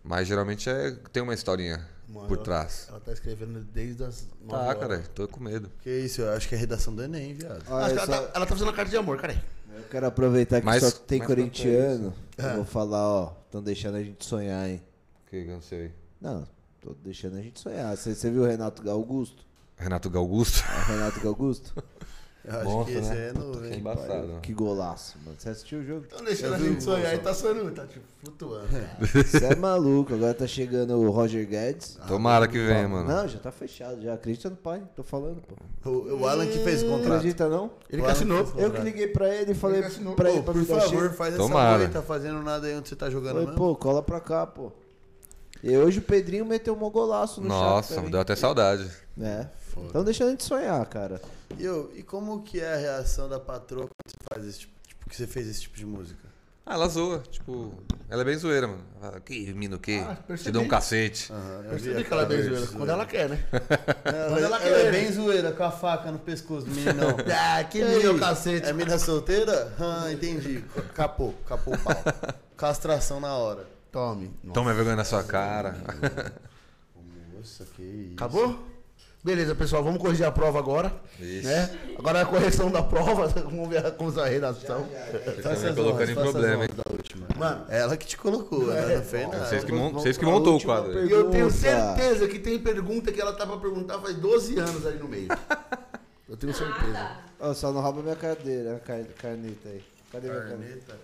[SPEAKER 3] Mas geralmente é, tem uma historinha
[SPEAKER 5] Mano,
[SPEAKER 3] por
[SPEAKER 5] ela-
[SPEAKER 3] trás.
[SPEAKER 5] Ela tá escrevendo desde as. nove
[SPEAKER 3] Tá,
[SPEAKER 5] horas.
[SPEAKER 3] cara, tô com medo.
[SPEAKER 4] Que isso, eu acho que é a redação do Enem, viado.
[SPEAKER 5] Acho
[SPEAKER 1] Olha,
[SPEAKER 5] que ela,
[SPEAKER 1] só,
[SPEAKER 5] tá, ela tá fazendo uma carta de amor, cara.
[SPEAKER 1] eu quero aproveitar que
[SPEAKER 3] Mas-
[SPEAKER 1] só tem
[SPEAKER 3] mas é
[SPEAKER 1] corintiano. Eu vou falar, ó. Estão deixando a gente sonhar, hein?
[SPEAKER 3] O que que eu não sei?
[SPEAKER 1] Não, tô deixando a gente sonhar. Você você viu o Renato Augusto?
[SPEAKER 3] Renato Galgusto?
[SPEAKER 1] O Renato Augusto?
[SPEAKER 4] Eu acho
[SPEAKER 3] Nossa,
[SPEAKER 4] que esse
[SPEAKER 3] né?
[SPEAKER 4] aí é novo, hein?
[SPEAKER 3] Embaçado.
[SPEAKER 1] Que golaço, mano. Você assistiu o jogo?
[SPEAKER 5] Então deixando a gente sonhar e tá sonhando, tá tipo flutuando. cara.
[SPEAKER 1] Você é maluco. Agora tá chegando o Roger Guedes.
[SPEAKER 3] Tomara que venha, mano.
[SPEAKER 1] Não, já tá fechado. Já acredita no pai. Tô falando, pô.
[SPEAKER 4] O, o Alan que fez o
[SPEAKER 1] Não
[SPEAKER 4] contrato.
[SPEAKER 1] acredita, não?
[SPEAKER 5] Ele que assinou.
[SPEAKER 1] Eu que liguei pra ele e falei
[SPEAKER 5] Ele assinou.
[SPEAKER 1] pra ele
[SPEAKER 4] Ô,
[SPEAKER 1] pra tá
[SPEAKER 4] por
[SPEAKER 1] me dar
[SPEAKER 4] favor,
[SPEAKER 1] favor.
[SPEAKER 4] faz
[SPEAKER 3] Tomara.
[SPEAKER 4] essa boa aí, tá fazendo nada aí onde você tá jogando
[SPEAKER 1] Falei,
[SPEAKER 4] mesmo.
[SPEAKER 1] pô, cola pra cá, pô. E hoje o Pedrinho meteu um golaço no
[SPEAKER 3] Nossa,
[SPEAKER 1] chat.
[SPEAKER 3] me deu até saudade.
[SPEAKER 1] É. Então deixa a gente sonhar, cara.
[SPEAKER 4] E, eu, e como que é a reação da patroa quando você faz esse tipo, tipo, que você fez esse tipo de música?
[SPEAKER 3] Ah, ela zoa. Tipo, ela é bem zoeira, mano. Ela fala, Que mina o quê?
[SPEAKER 5] Ah,
[SPEAKER 3] Te
[SPEAKER 5] percebi.
[SPEAKER 3] dou um cacete.
[SPEAKER 1] Ah,
[SPEAKER 4] Aham, eu vi
[SPEAKER 5] Percebi
[SPEAKER 4] a
[SPEAKER 5] que ela é
[SPEAKER 4] cara
[SPEAKER 5] bem
[SPEAKER 4] dela,
[SPEAKER 5] zoeira. Quando ela quer, né?
[SPEAKER 4] Ela,
[SPEAKER 5] Quando ela
[SPEAKER 4] ela
[SPEAKER 5] quer.
[SPEAKER 4] é bem zoeira, com a faca no pescoço do meninão.
[SPEAKER 5] Ah, que
[SPEAKER 4] E aí,
[SPEAKER 5] lindo, cacete.
[SPEAKER 4] É mina solteira? Ah, entendi. Capou, capou o pau. Castração na hora.
[SPEAKER 5] Tome.
[SPEAKER 3] Toma vergonha na sua cara.
[SPEAKER 4] Nossa, que isso.
[SPEAKER 5] Acabou? Beleza, pessoal, vamos corrigir a prova agora.
[SPEAKER 3] Isso.
[SPEAKER 5] Né? Agora a correção da prova, vamos ver como está a redação.
[SPEAKER 3] Vocês estão me colocando em problema, hein?
[SPEAKER 5] Mano,
[SPEAKER 4] Ela que te colocou, ela não fez nada.
[SPEAKER 3] Vocês que,
[SPEAKER 1] Ah, Vamos-
[SPEAKER 3] mon-
[SPEAKER 1] vamos
[SPEAKER 3] vocês que
[SPEAKER 1] pra
[SPEAKER 3] montou o
[SPEAKER 1] última
[SPEAKER 3] quadro. aí.
[SPEAKER 5] e eu tenho
[SPEAKER 1] Pergunta.
[SPEAKER 5] certeza que tem pergunta que ela tá pra perguntar faz 12 anos ali no meio. Eu tenho certeza.
[SPEAKER 1] Ó, só não rouba minha cadeira, a car- carneta aí. Cadê minha caneta?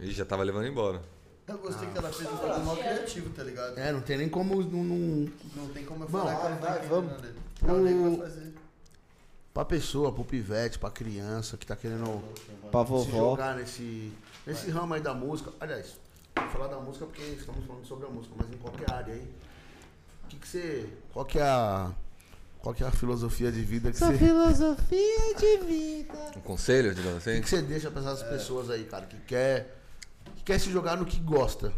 [SPEAKER 3] Ih, já tava levando embora.
[SPEAKER 4] Eu gostei que ela fez um bagulho mal criativo, tá ligado?
[SPEAKER 5] É, não tem nem como. Não, não-
[SPEAKER 4] Não tem como eu
[SPEAKER 5] Não,
[SPEAKER 4] falar que ela
[SPEAKER 1] vai,
[SPEAKER 4] tá
[SPEAKER 1] vamos.
[SPEAKER 4] entendendo ali. Ela nem
[SPEAKER 5] Pro-
[SPEAKER 4] vai fazer.
[SPEAKER 5] Pra pessoa, pro pivete, pra criança que tá querendo
[SPEAKER 1] Pra
[SPEAKER 5] se
[SPEAKER 1] vovó.
[SPEAKER 5] jogar nesse, nesse ramo aí da música. Aliás, vou falar da música porque estamos falando sobre é a música, mas em qualquer área aí. O que, que você. Qual que é a. Qual que é a filosofia de vida que você.
[SPEAKER 1] filosofia é de vida.
[SPEAKER 3] Um conselho, digamos
[SPEAKER 5] O que,
[SPEAKER 3] assim?
[SPEAKER 5] que você deixa pra essas pessoas aí, cara, que quer, que quer se jogar no que gosta?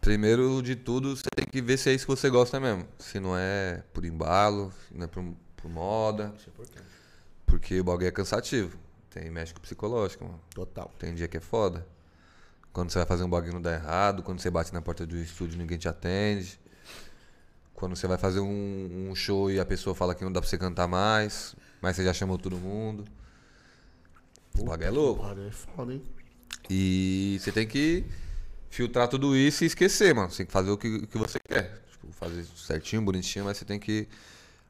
[SPEAKER 3] Primeiro de tudo, você tem que ver se é isso que você gosta mesmo. Se não é por embalo, se não é por, por moda.
[SPEAKER 4] é
[SPEAKER 3] Porque o bagulho é cansativo. Tem mexe com o psicológico, mano.
[SPEAKER 5] Total.
[SPEAKER 3] Tem dia que é foda. Quando você vai fazer um bagulho não dá errado, quando você bate na porta do estúdio ninguém te atende. Quando você vai fazer um, um show e a pessoa fala que não dá pra você cantar mais, mas você já chamou todo mundo. O bagulho é louco.
[SPEAKER 5] Olha, é foda, hein?
[SPEAKER 3] E você tem que filtrar tudo isso e esquecer, mano. Você tem que fazer o que, o que você quer. Tipo, fazer certinho, bonitinho, mas você tem que.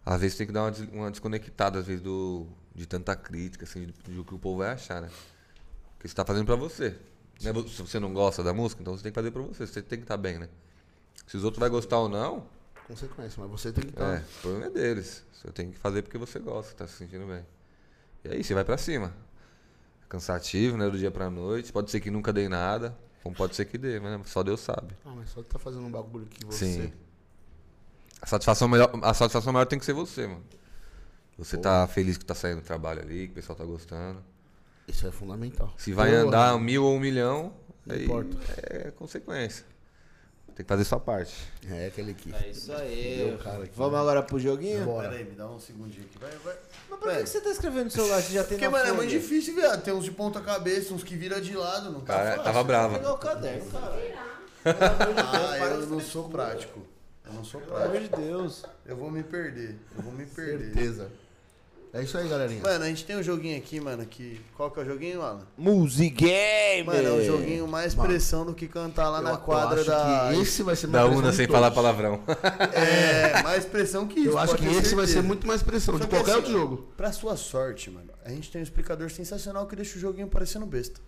[SPEAKER 3] Às vezes tem que dar uma, des- uma desconectada, às vezes, do, de tanta crítica, assim, de, de o que o povo vai achar, né? Porque você tá fazendo pra você. Né? Vo- Se você não gosta da música, então você tem que fazer pra você. Você tem que estar bem, né? Se os outros vão gostar ou não,
[SPEAKER 5] Consequência, mas você tem que tá estar.
[SPEAKER 3] é, o problema é deles. Você tem que fazer porque você gosta, tá se sentindo bem. E aí, você vai pra cima. É cansativo, né? Do dia pra noite. Pode ser que nunca dê nada, como pode ser que dê, mas só Deus sabe.
[SPEAKER 5] Ah, mas só tá fazendo um bagulho que você.
[SPEAKER 3] Sim. A satisfação, melhor, a satisfação maior tem que ser você, mano. Você tá feliz que tá saindo do trabalho ali, que o pessoal tá gostando.
[SPEAKER 5] Isso é fundamental.
[SPEAKER 3] Se vai
[SPEAKER 5] Porra,
[SPEAKER 3] andar mil ou um milhão,
[SPEAKER 5] Não
[SPEAKER 3] aí
[SPEAKER 5] importa.
[SPEAKER 3] é consequência. Tem que fazer sua parte.
[SPEAKER 5] É aquele que.
[SPEAKER 7] É isso aí.
[SPEAKER 1] Vamos agora pro joguinho?
[SPEAKER 5] Bora.
[SPEAKER 4] Pera aí, me dá um segundinho aqui. Vai, vai.
[SPEAKER 1] Mas por que, que você tá escrevendo no celular? Você já tem
[SPEAKER 4] Porque,
[SPEAKER 1] na
[SPEAKER 4] mano, é
[SPEAKER 1] folha?
[SPEAKER 4] muito difícil, viado. Tem uns de ponta cabeça, uns que vira de lado, não tá
[SPEAKER 3] Cara,
[SPEAKER 4] fácil.
[SPEAKER 3] tava
[SPEAKER 1] Pegar
[SPEAKER 3] brava.
[SPEAKER 1] o caderno, cara.
[SPEAKER 4] Ah,
[SPEAKER 1] Para
[SPEAKER 4] eu
[SPEAKER 1] de
[SPEAKER 4] não
[SPEAKER 1] ser
[SPEAKER 4] sou prático. Eu não sou
[SPEAKER 1] Pelo amor
[SPEAKER 4] prático.
[SPEAKER 1] de Deus.
[SPEAKER 4] Eu vou me perder. Eu vou me perder.
[SPEAKER 5] Certeza. É isso aí, galerinha.
[SPEAKER 4] Mano, a gente tem um joguinho aqui, mano, que... Qual que é o joguinho, Alan?
[SPEAKER 1] Music Game!
[SPEAKER 4] Mano, é um joguinho mais pressão do que cantar lá
[SPEAKER 5] Eu-
[SPEAKER 4] na
[SPEAKER 5] eu
[SPEAKER 4] quadra
[SPEAKER 5] acho
[SPEAKER 4] da...
[SPEAKER 5] que esse vai ser mais
[SPEAKER 3] Da
[SPEAKER 5] pressão
[SPEAKER 3] una
[SPEAKER 5] de
[SPEAKER 3] sem
[SPEAKER 5] todos.
[SPEAKER 3] falar palavrão.
[SPEAKER 4] É, mais pressão que isso.
[SPEAKER 5] Eu acho
[SPEAKER 4] pode
[SPEAKER 5] que esse
[SPEAKER 4] ter
[SPEAKER 5] vai ser
[SPEAKER 4] certeza.
[SPEAKER 5] muito mais pressão
[SPEAKER 4] Só
[SPEAKER 5] de
[SPEAKER 4] que
[SPEAKER 5] qualquer
[SPEAKER 4] assim,
[SPEAKER 5] outro jogo.
[SPEAKER 4] Pra sua sorte, mano, a gente tem um explicador sensacional que deixa o joguinho parecendo besta.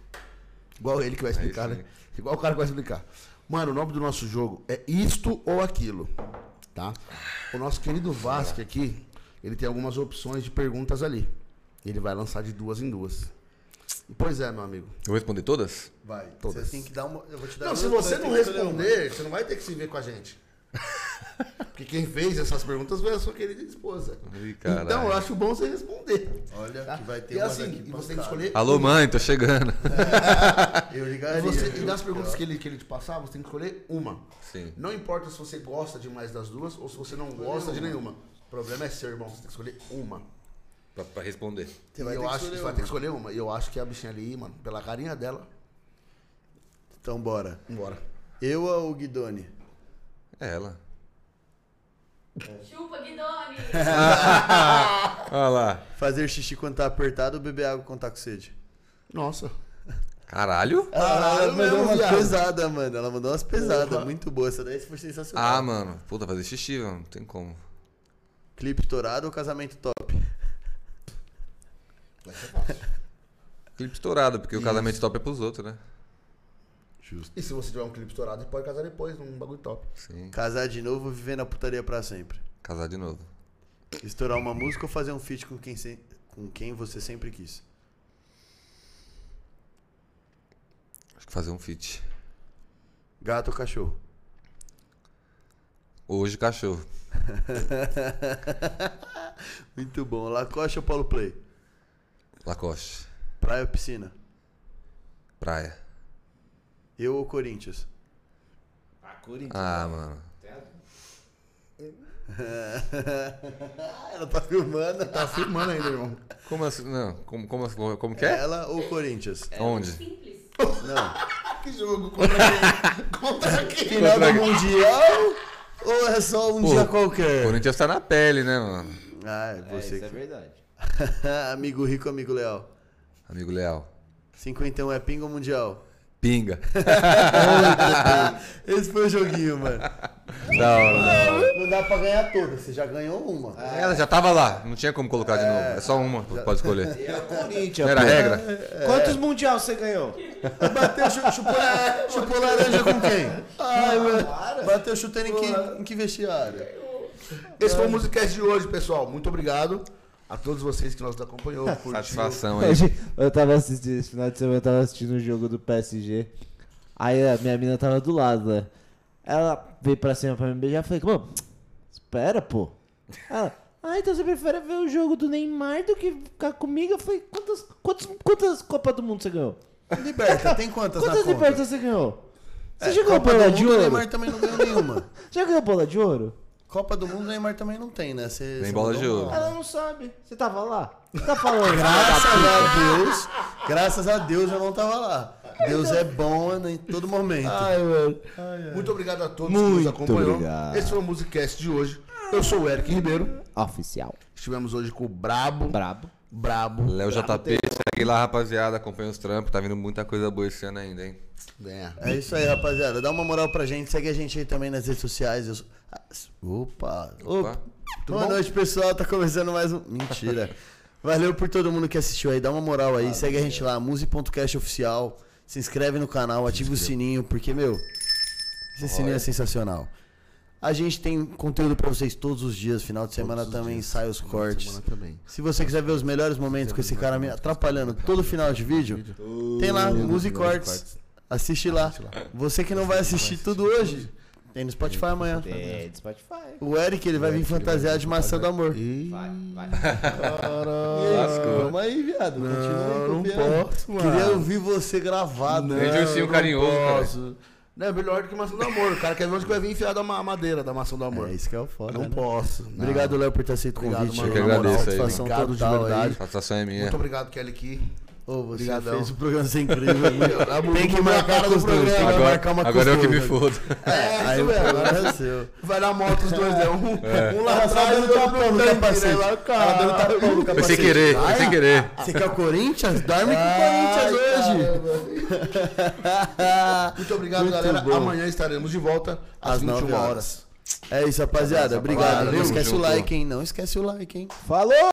[SPEAKER 5] Igual ele que vai explicar,
[SPEAKER 3] isso
[SPEAKER 5] né?
[SPEAKER 3] aí.
[SPEAKER 5] Igual o cara que vai explicar. Mano, o nome do nosso jogo é Isto ou Aquilo, tá? O nosso querido Vasque aqui, ele tem algumas opções de perguntas ali. Ele vai lançar de duas em duas. E, pois é, meu amigo.
[SPEAKER 3] Eu vou responder todas?
[SPEAKER 4] Vai.
[SPEAKER 5] Todas.
[SPEAKER 4] Você tem que dar uma... Eu vou te dar
[SPEAKER 5] Não,
[SPEAKER 4] duas
[SPEAKER 5] se você
[SPEAKER 4] opções,
[SPEAKER 5] não
[SPEAKER 4] tem que escolher uma.
[SPEAKER 5] responder, você não vai ter que se ver com a gente. Porque quem fez essas perguntas foi a sua querida esposa.
[SPEAKER 3] Ih, caralho.
[SPEAKER 5] Então, eu acho bom você responder.
[SPEAKER 4] Olha,
[SPEAKER 5] tá?
[SPEAKER 4] que vai ter
[SPEAKER 5] e
[SPEAKER 4] umas
[SPEAKER 5] assim,
[SPEAKER 4] aqui
[SPEAKER 5] e você tem que
[SPEAKER 4] pancada.
[SPEAKER 5] escolher
[SPEAKER 3] Alô, mãe, tô chegando.
[SPEAKER 4] Eu
[SPEAKER 5] E,
[SPEAKER 4] ligaria.
[SPEAKER 5] você- e
[SPEAKER 4] viu?
[SPEAKER 5] das perguntas
[SPEAKER 4] Eu-
[SPEAKER 5] que ele, que ele te passar, você tem que escolher uma.
[SPEAKER 3] Sim.
[SPEAKER 5] Não importa se você gosta de mais das duas ou se você não gosta de nenhuma. O problema é seu, irmão. Você tem que escolher uma.
[SPEAKER 3] Pra, pra responder.
[SPEAKER 5] E
[SPEAKER 4] Você vai ter
[SPEAKER 5] eu
[SPEAKER 4] que
[SPEAKER 5] acho que
[SPEAKER 4] escolher
[SPEAKER 5] você vai ter que
[SPEAKER 4] uma.
[SPEAKER 5] escolher uma. E eu acho que a bichinha ali, mano, pela carinha dela,
[SPEAKER 4] Então bora.
[SPEAKER 5] embora.
[SPEAKER 4] Eu ou o Guidoni?
[SPEAKER 3] É ela.
[SPEAKER 6] Chupa, Guidoni!
[SPEAKER 3] Olha lá.
[SPEAKER 4] Fazer xixi quando tá apertado ou beber água quando tá com sede?
[SPEAKER 5] Nossa.
[SPEAKER 3] Caralho?
[SPEAKER 4] Ah, ela mandou
[SPEAKER 5] mesmo,
[SPEAKER 4] umas
[SPEAKER 5] viado.
[SPEAKER 4] pesadas, mano. Ela mandou umas pesadas. Muito boa. Essa daí foi sensacional.
[SPEAKER 3] Ah, mano. Puta, fazer xixi, mano. Não tem como.
[SPEAKER 4] Clipe torado ou casamento top?
[SPEAKER 3] Clipe estourado, porque o casamento top é pros outros, né?
[SPEAKER 5] E se você tiver um clipe estourado, pode casar depois, num bagulho top.
[SPEAKER 3] Sim.
[SPEAKER 4] Casar de novo ou viver na putaria pra sempre?
[SPEAKER 3] Casar de novo.
[SPEAKER 4] Estourar uma música ou fazer um feat com quem, se- com quem você sempre quis?
[SPEAKER 3] Acho que fazer um feat.
[SPEAKER 4] Gato ou cachorro?
[SPEAKER 3] Hoje, cachorro.
[SPEAKER 4] Muito bom. Lacoste ou Paulo Play?
[SPEAKER 3] Lacoste.
[SPEAKER 4] Praia ou piscina?
[SPEAKER 3] Praia.
[SPEAKER 4] Eu ou Corinthians?
[SPEAKER 7] A Corinthians.
[SPEAKER 3] Ah, mano.
[SPEAKER 4] Ela tá filmando.
[SPEAKER 5] Tá filmando ainda, irmão.
[SPEAKER 3] Como assim? Não, como, como, assim- como que é?
[SPEAKER 4] Ela ou Corinthians?
[SPEAKER 3] Onde?
[SPEAKER 6] Simples.
[SPEAKER 4] Não.
[SPEAKER 5] Que jogo contra quem? contra quem?
[SPEAKER 4] Final do Mundial ou é só um
[SPEAKER 3] Pô,
[SPEAKER 4] dia qualquer?
[SPEAKER 3] Corinthians tá na pele, né, mano?
[SPEAKER 4] Ah, é
[SPEAKER 7] É,
[SPEAKER 4] você.
[SPEAKER 7] isso é
[SPEAKER 4] que-
[SPEAKER 7] verdade.
[SPEAKER 4] amigo rico, amigo leal.
[SPEAKER 3] Amigo leal.
[SPEAKER 4] 51 é pinga ou mundial?
[SPEAKER 3] Pinga.
[SPEAKER 4] Ah, Esse foi o joguinho, mano.
[SPEAKER 3] da hora, da hora.
[SPEAKER 4] Não dá pra ganhar todas, você já ganhou uma.
[SPEAKER 3] Ela já tava lá, não tinha como colocar de novo. É só uma que pode escolher.
[SPEAKER 1] É o Corinthians,
[SPEAKER 3] Não era
[SPEAKER 1] pô.
[SPEAKER 3] regra?
[SPEAKER 1] Quantos mundial você ganhou?
[SPEAKER 4] Bateu, chu- chupou, chupou laranja com quem? Ai, É, Ah, mano. Bateu chutando em que, em que vestiário?
[SPEAKER 5] Esse foi o Musicast de hoje, pessoal. Muito obrigado a todos vocês que nos acompanhou. curtiu.
[SPEAKER 3] Satisfação aí.
[SPEAKER 1] Hoje, eu tava assistindo, esse final de semana eu tava assistindo o jogo do PSG. Aí a minha mina tava do lado, né? Ela veio pra cima pra me beijar e falei, mano, espera, pô. Ela, Ah, então você prefere ver o jogo do Neymar do que ficar comigo? Eu falei, quantas, quantas, quantas Copas do Mundo você ganhou?
[SPEAKER 4] Liberta, tem quantas,
[SPEAKER 1] Quantas
[SPEAKER 4] na conta?
[SPEAKER 1] libertas você ganhou? Você
[SPEAKER 4] É,
[SPEAKER 1] já ganhou
[SPEAKER 4] Copa do
[SPEAKER 1] bola
[SPEAKER 4] Mundo,
[SPEAKER 1] de
[SPEAKER 4] O
[SPEAKER 1] ouro?
[SPEAKER 4] Neymar também não ganhou nenhuma.
[SPEAKER 1] Já ganhou bola de ouro?
[SPEAKER 4] Copa do Mundo, o Neymar também não tem, né? Cê,
[SPEAKER 3] Tem
[SPEAKER 4] cê
[SPEAKER 3] bola
[SPEAKER 4] mandou
[SPEAKER 3] de
[SPEAKER 4] um
[SPEAKER 3] ouro.
[SPEAKER 4] nome.
[SPEAKER 1] Ela não sabe. Você tava lá? Você tá falando?
[SPEAKER 4] Graças a Deus, graças a Deus eu não tava lá. Deus é bom em todo momento.
[SPEAKER 1] Ai, mano.
[SPEAKER 5] Muito obrigado a todos que nos
[SPEAKER 8] Muito
[SPEAKER 5] acompanhou.
[SPEAKER 8] obrigado.
[SPEAKER 5] Esse foi o Musicast de hoje. Eu sou o Eric Ribeiro.
[SPEAKER 8] Oficial.
[SPEAKER 5] Estivemos hoje com o Brabo.
[SPEAKER 8] Brabo.
[SPEAKER 5] Brabo.
[SPEAKER 3] Léo JP, segue lá, rapaziada. Acompanha os trampos. Tá vindo muita coisa boa esse ano ainda, hein?
[SPEAKER 5] É.
[SPEAKER 4] É isso aí, rapaziada. Dá uma moral pra gente. Segue a gente aí também nas redes sociais. Eu sou- Ah, s- Opa. Opa. Boa noite, pessoal. Tá começando mais um... Mentira. Valeu por todo mundo que assistiu aí. Dá uma moral aí. Segue a gente lá. Muse.cast oficial. Se inscreve no canal. Ativa o sininho. Porque, meu, esse sininho é sensacional. A gente tem conteúdo pra vocês todos os dias. Final de semana também sai os cortes.
[SPEAKER 5] Semana também.
[SPEAKER 4] Se você quiser ver os melhores momentos com esse cara me atrapalhando todo final de vídeo, tem lá, Music Cortes. Assiste lá. Você que não vai assistir tudo hoje, tem no Spotify amanhã.
[SPEAKER 1] É, de Spotify.
[SPEAKER 4] O Eric, ele vai vir fantasiado de maçã do amor.
[SPEAKER 5] E...
[SPEAKER 1] Vai, vai.
[SPEAKER 3] Lascou.
[SPEAKER 4] Vamos aí, viado. Continua aí
[SPEAKER 5] não
[SPEAKER 4] copiando.
[SPEAKER 5] posso, mano.
[SPEAKER 4] Queria ouvir você gravado.
[SPEAKER 3] Vem de ursinho carinhoso, cara.
[SPEAKER 5] Não, é melhor do que maçã do amor. O cara quer ver onde que vai vir enfiada a madeira da maçã do amor.
[SPEAKER 4] É isso que é o foda.
[SPEAKER 5] não
[SPEAKER 4] né?
[SPEAKER 5] posso. não.
[SPEAKER 4] Obrigado, Léo, por ter aceito o
[SPEAKER 5] Obrigado,
[SPEAKER 4] convite.
[SPEAKER 5] mano.
[SPEAKER 3] Eu que agradeço aí,
[SPEAKER 4] Satisfação
[SPEAKER 5] mano. Obrigado de
[SPEAKER 4] total aí.
[SPEAKER 5] verdade.
[SPEAKER 3] Satisfação é minha.
[SPEAKER 5] Muito obrigado, Kelly Ki.
[SPEAKER 4] Ô, você
[SPEAKER 5] Obrigadão.
[SPEAKER 4] fez o programa ser incrível.
[SPEAKER 5] Eu-
[SPEAKER 4] Tem que
[SPEAKER 5] eu-
[SPEAKER 4] marcar
[SPEAKER 5] eu-
[SPEAKER 4] com os dois. Tem que
[SPEAKER 3] Agora,
[SPEAKER 4] marcar uma
[SPEAKER 3] agora
[SPEAKER 4] com
[SPEAKER 3] eu
[SPEAKER 4] os
[SPEAKER 3] que me
[SPEAKER 4] dois.
[SPEAKER 3] foda.
[SPEAKER 4] É, aí
[SPEAKER 5] isso mesmo.
[SPEAKER 4] agora é seu.
[SPEAKER 5] Vai na moto os dois,
[SPEAKER 4] É.
[SPEAKER 5] né? Um, um lá
[SPEAKER 4] Ela
[SPEAKER 5] atrás e
[SPEAKER 4] dando tapão no
[SPEAKER 5] né?
[SPEAKER 4] capacete.
[SPEAKER 5] Lá,
[SPEAKER 4] Ela dando tapão no
[SPEAKER 3] Foi
[SPEAKER 4] capacete.
[SPEAKER 3] sem querer, foi sem querer.
[SPEAKER 4] Você quer o Corinthians? Dorme com o Corinthians hoje.
[SPEAKER 5] Muito obrigado,
[SPEAKER 4] Muito
[SPEAKER 5] galera.
[SPEAKER 4] bom.
[SPEAKER 5] Amanhã estaremos de volta às,
[SPEAKER 4] Às
[SPEAKER 5] 21
[SPEAKER 4] nove
[SPEAKER 5] horas.
[SPEAKER 4] horas. É isso, rapaziada. Obrigado.
[SPEAKER 3] Valeu,
[SPEAKER 4] Não esquece o
[SPEAKER 3] junto.
[SPEAKER 4] like, hein? Não esquece o like, hein?
[SPEAKER 8] Falou!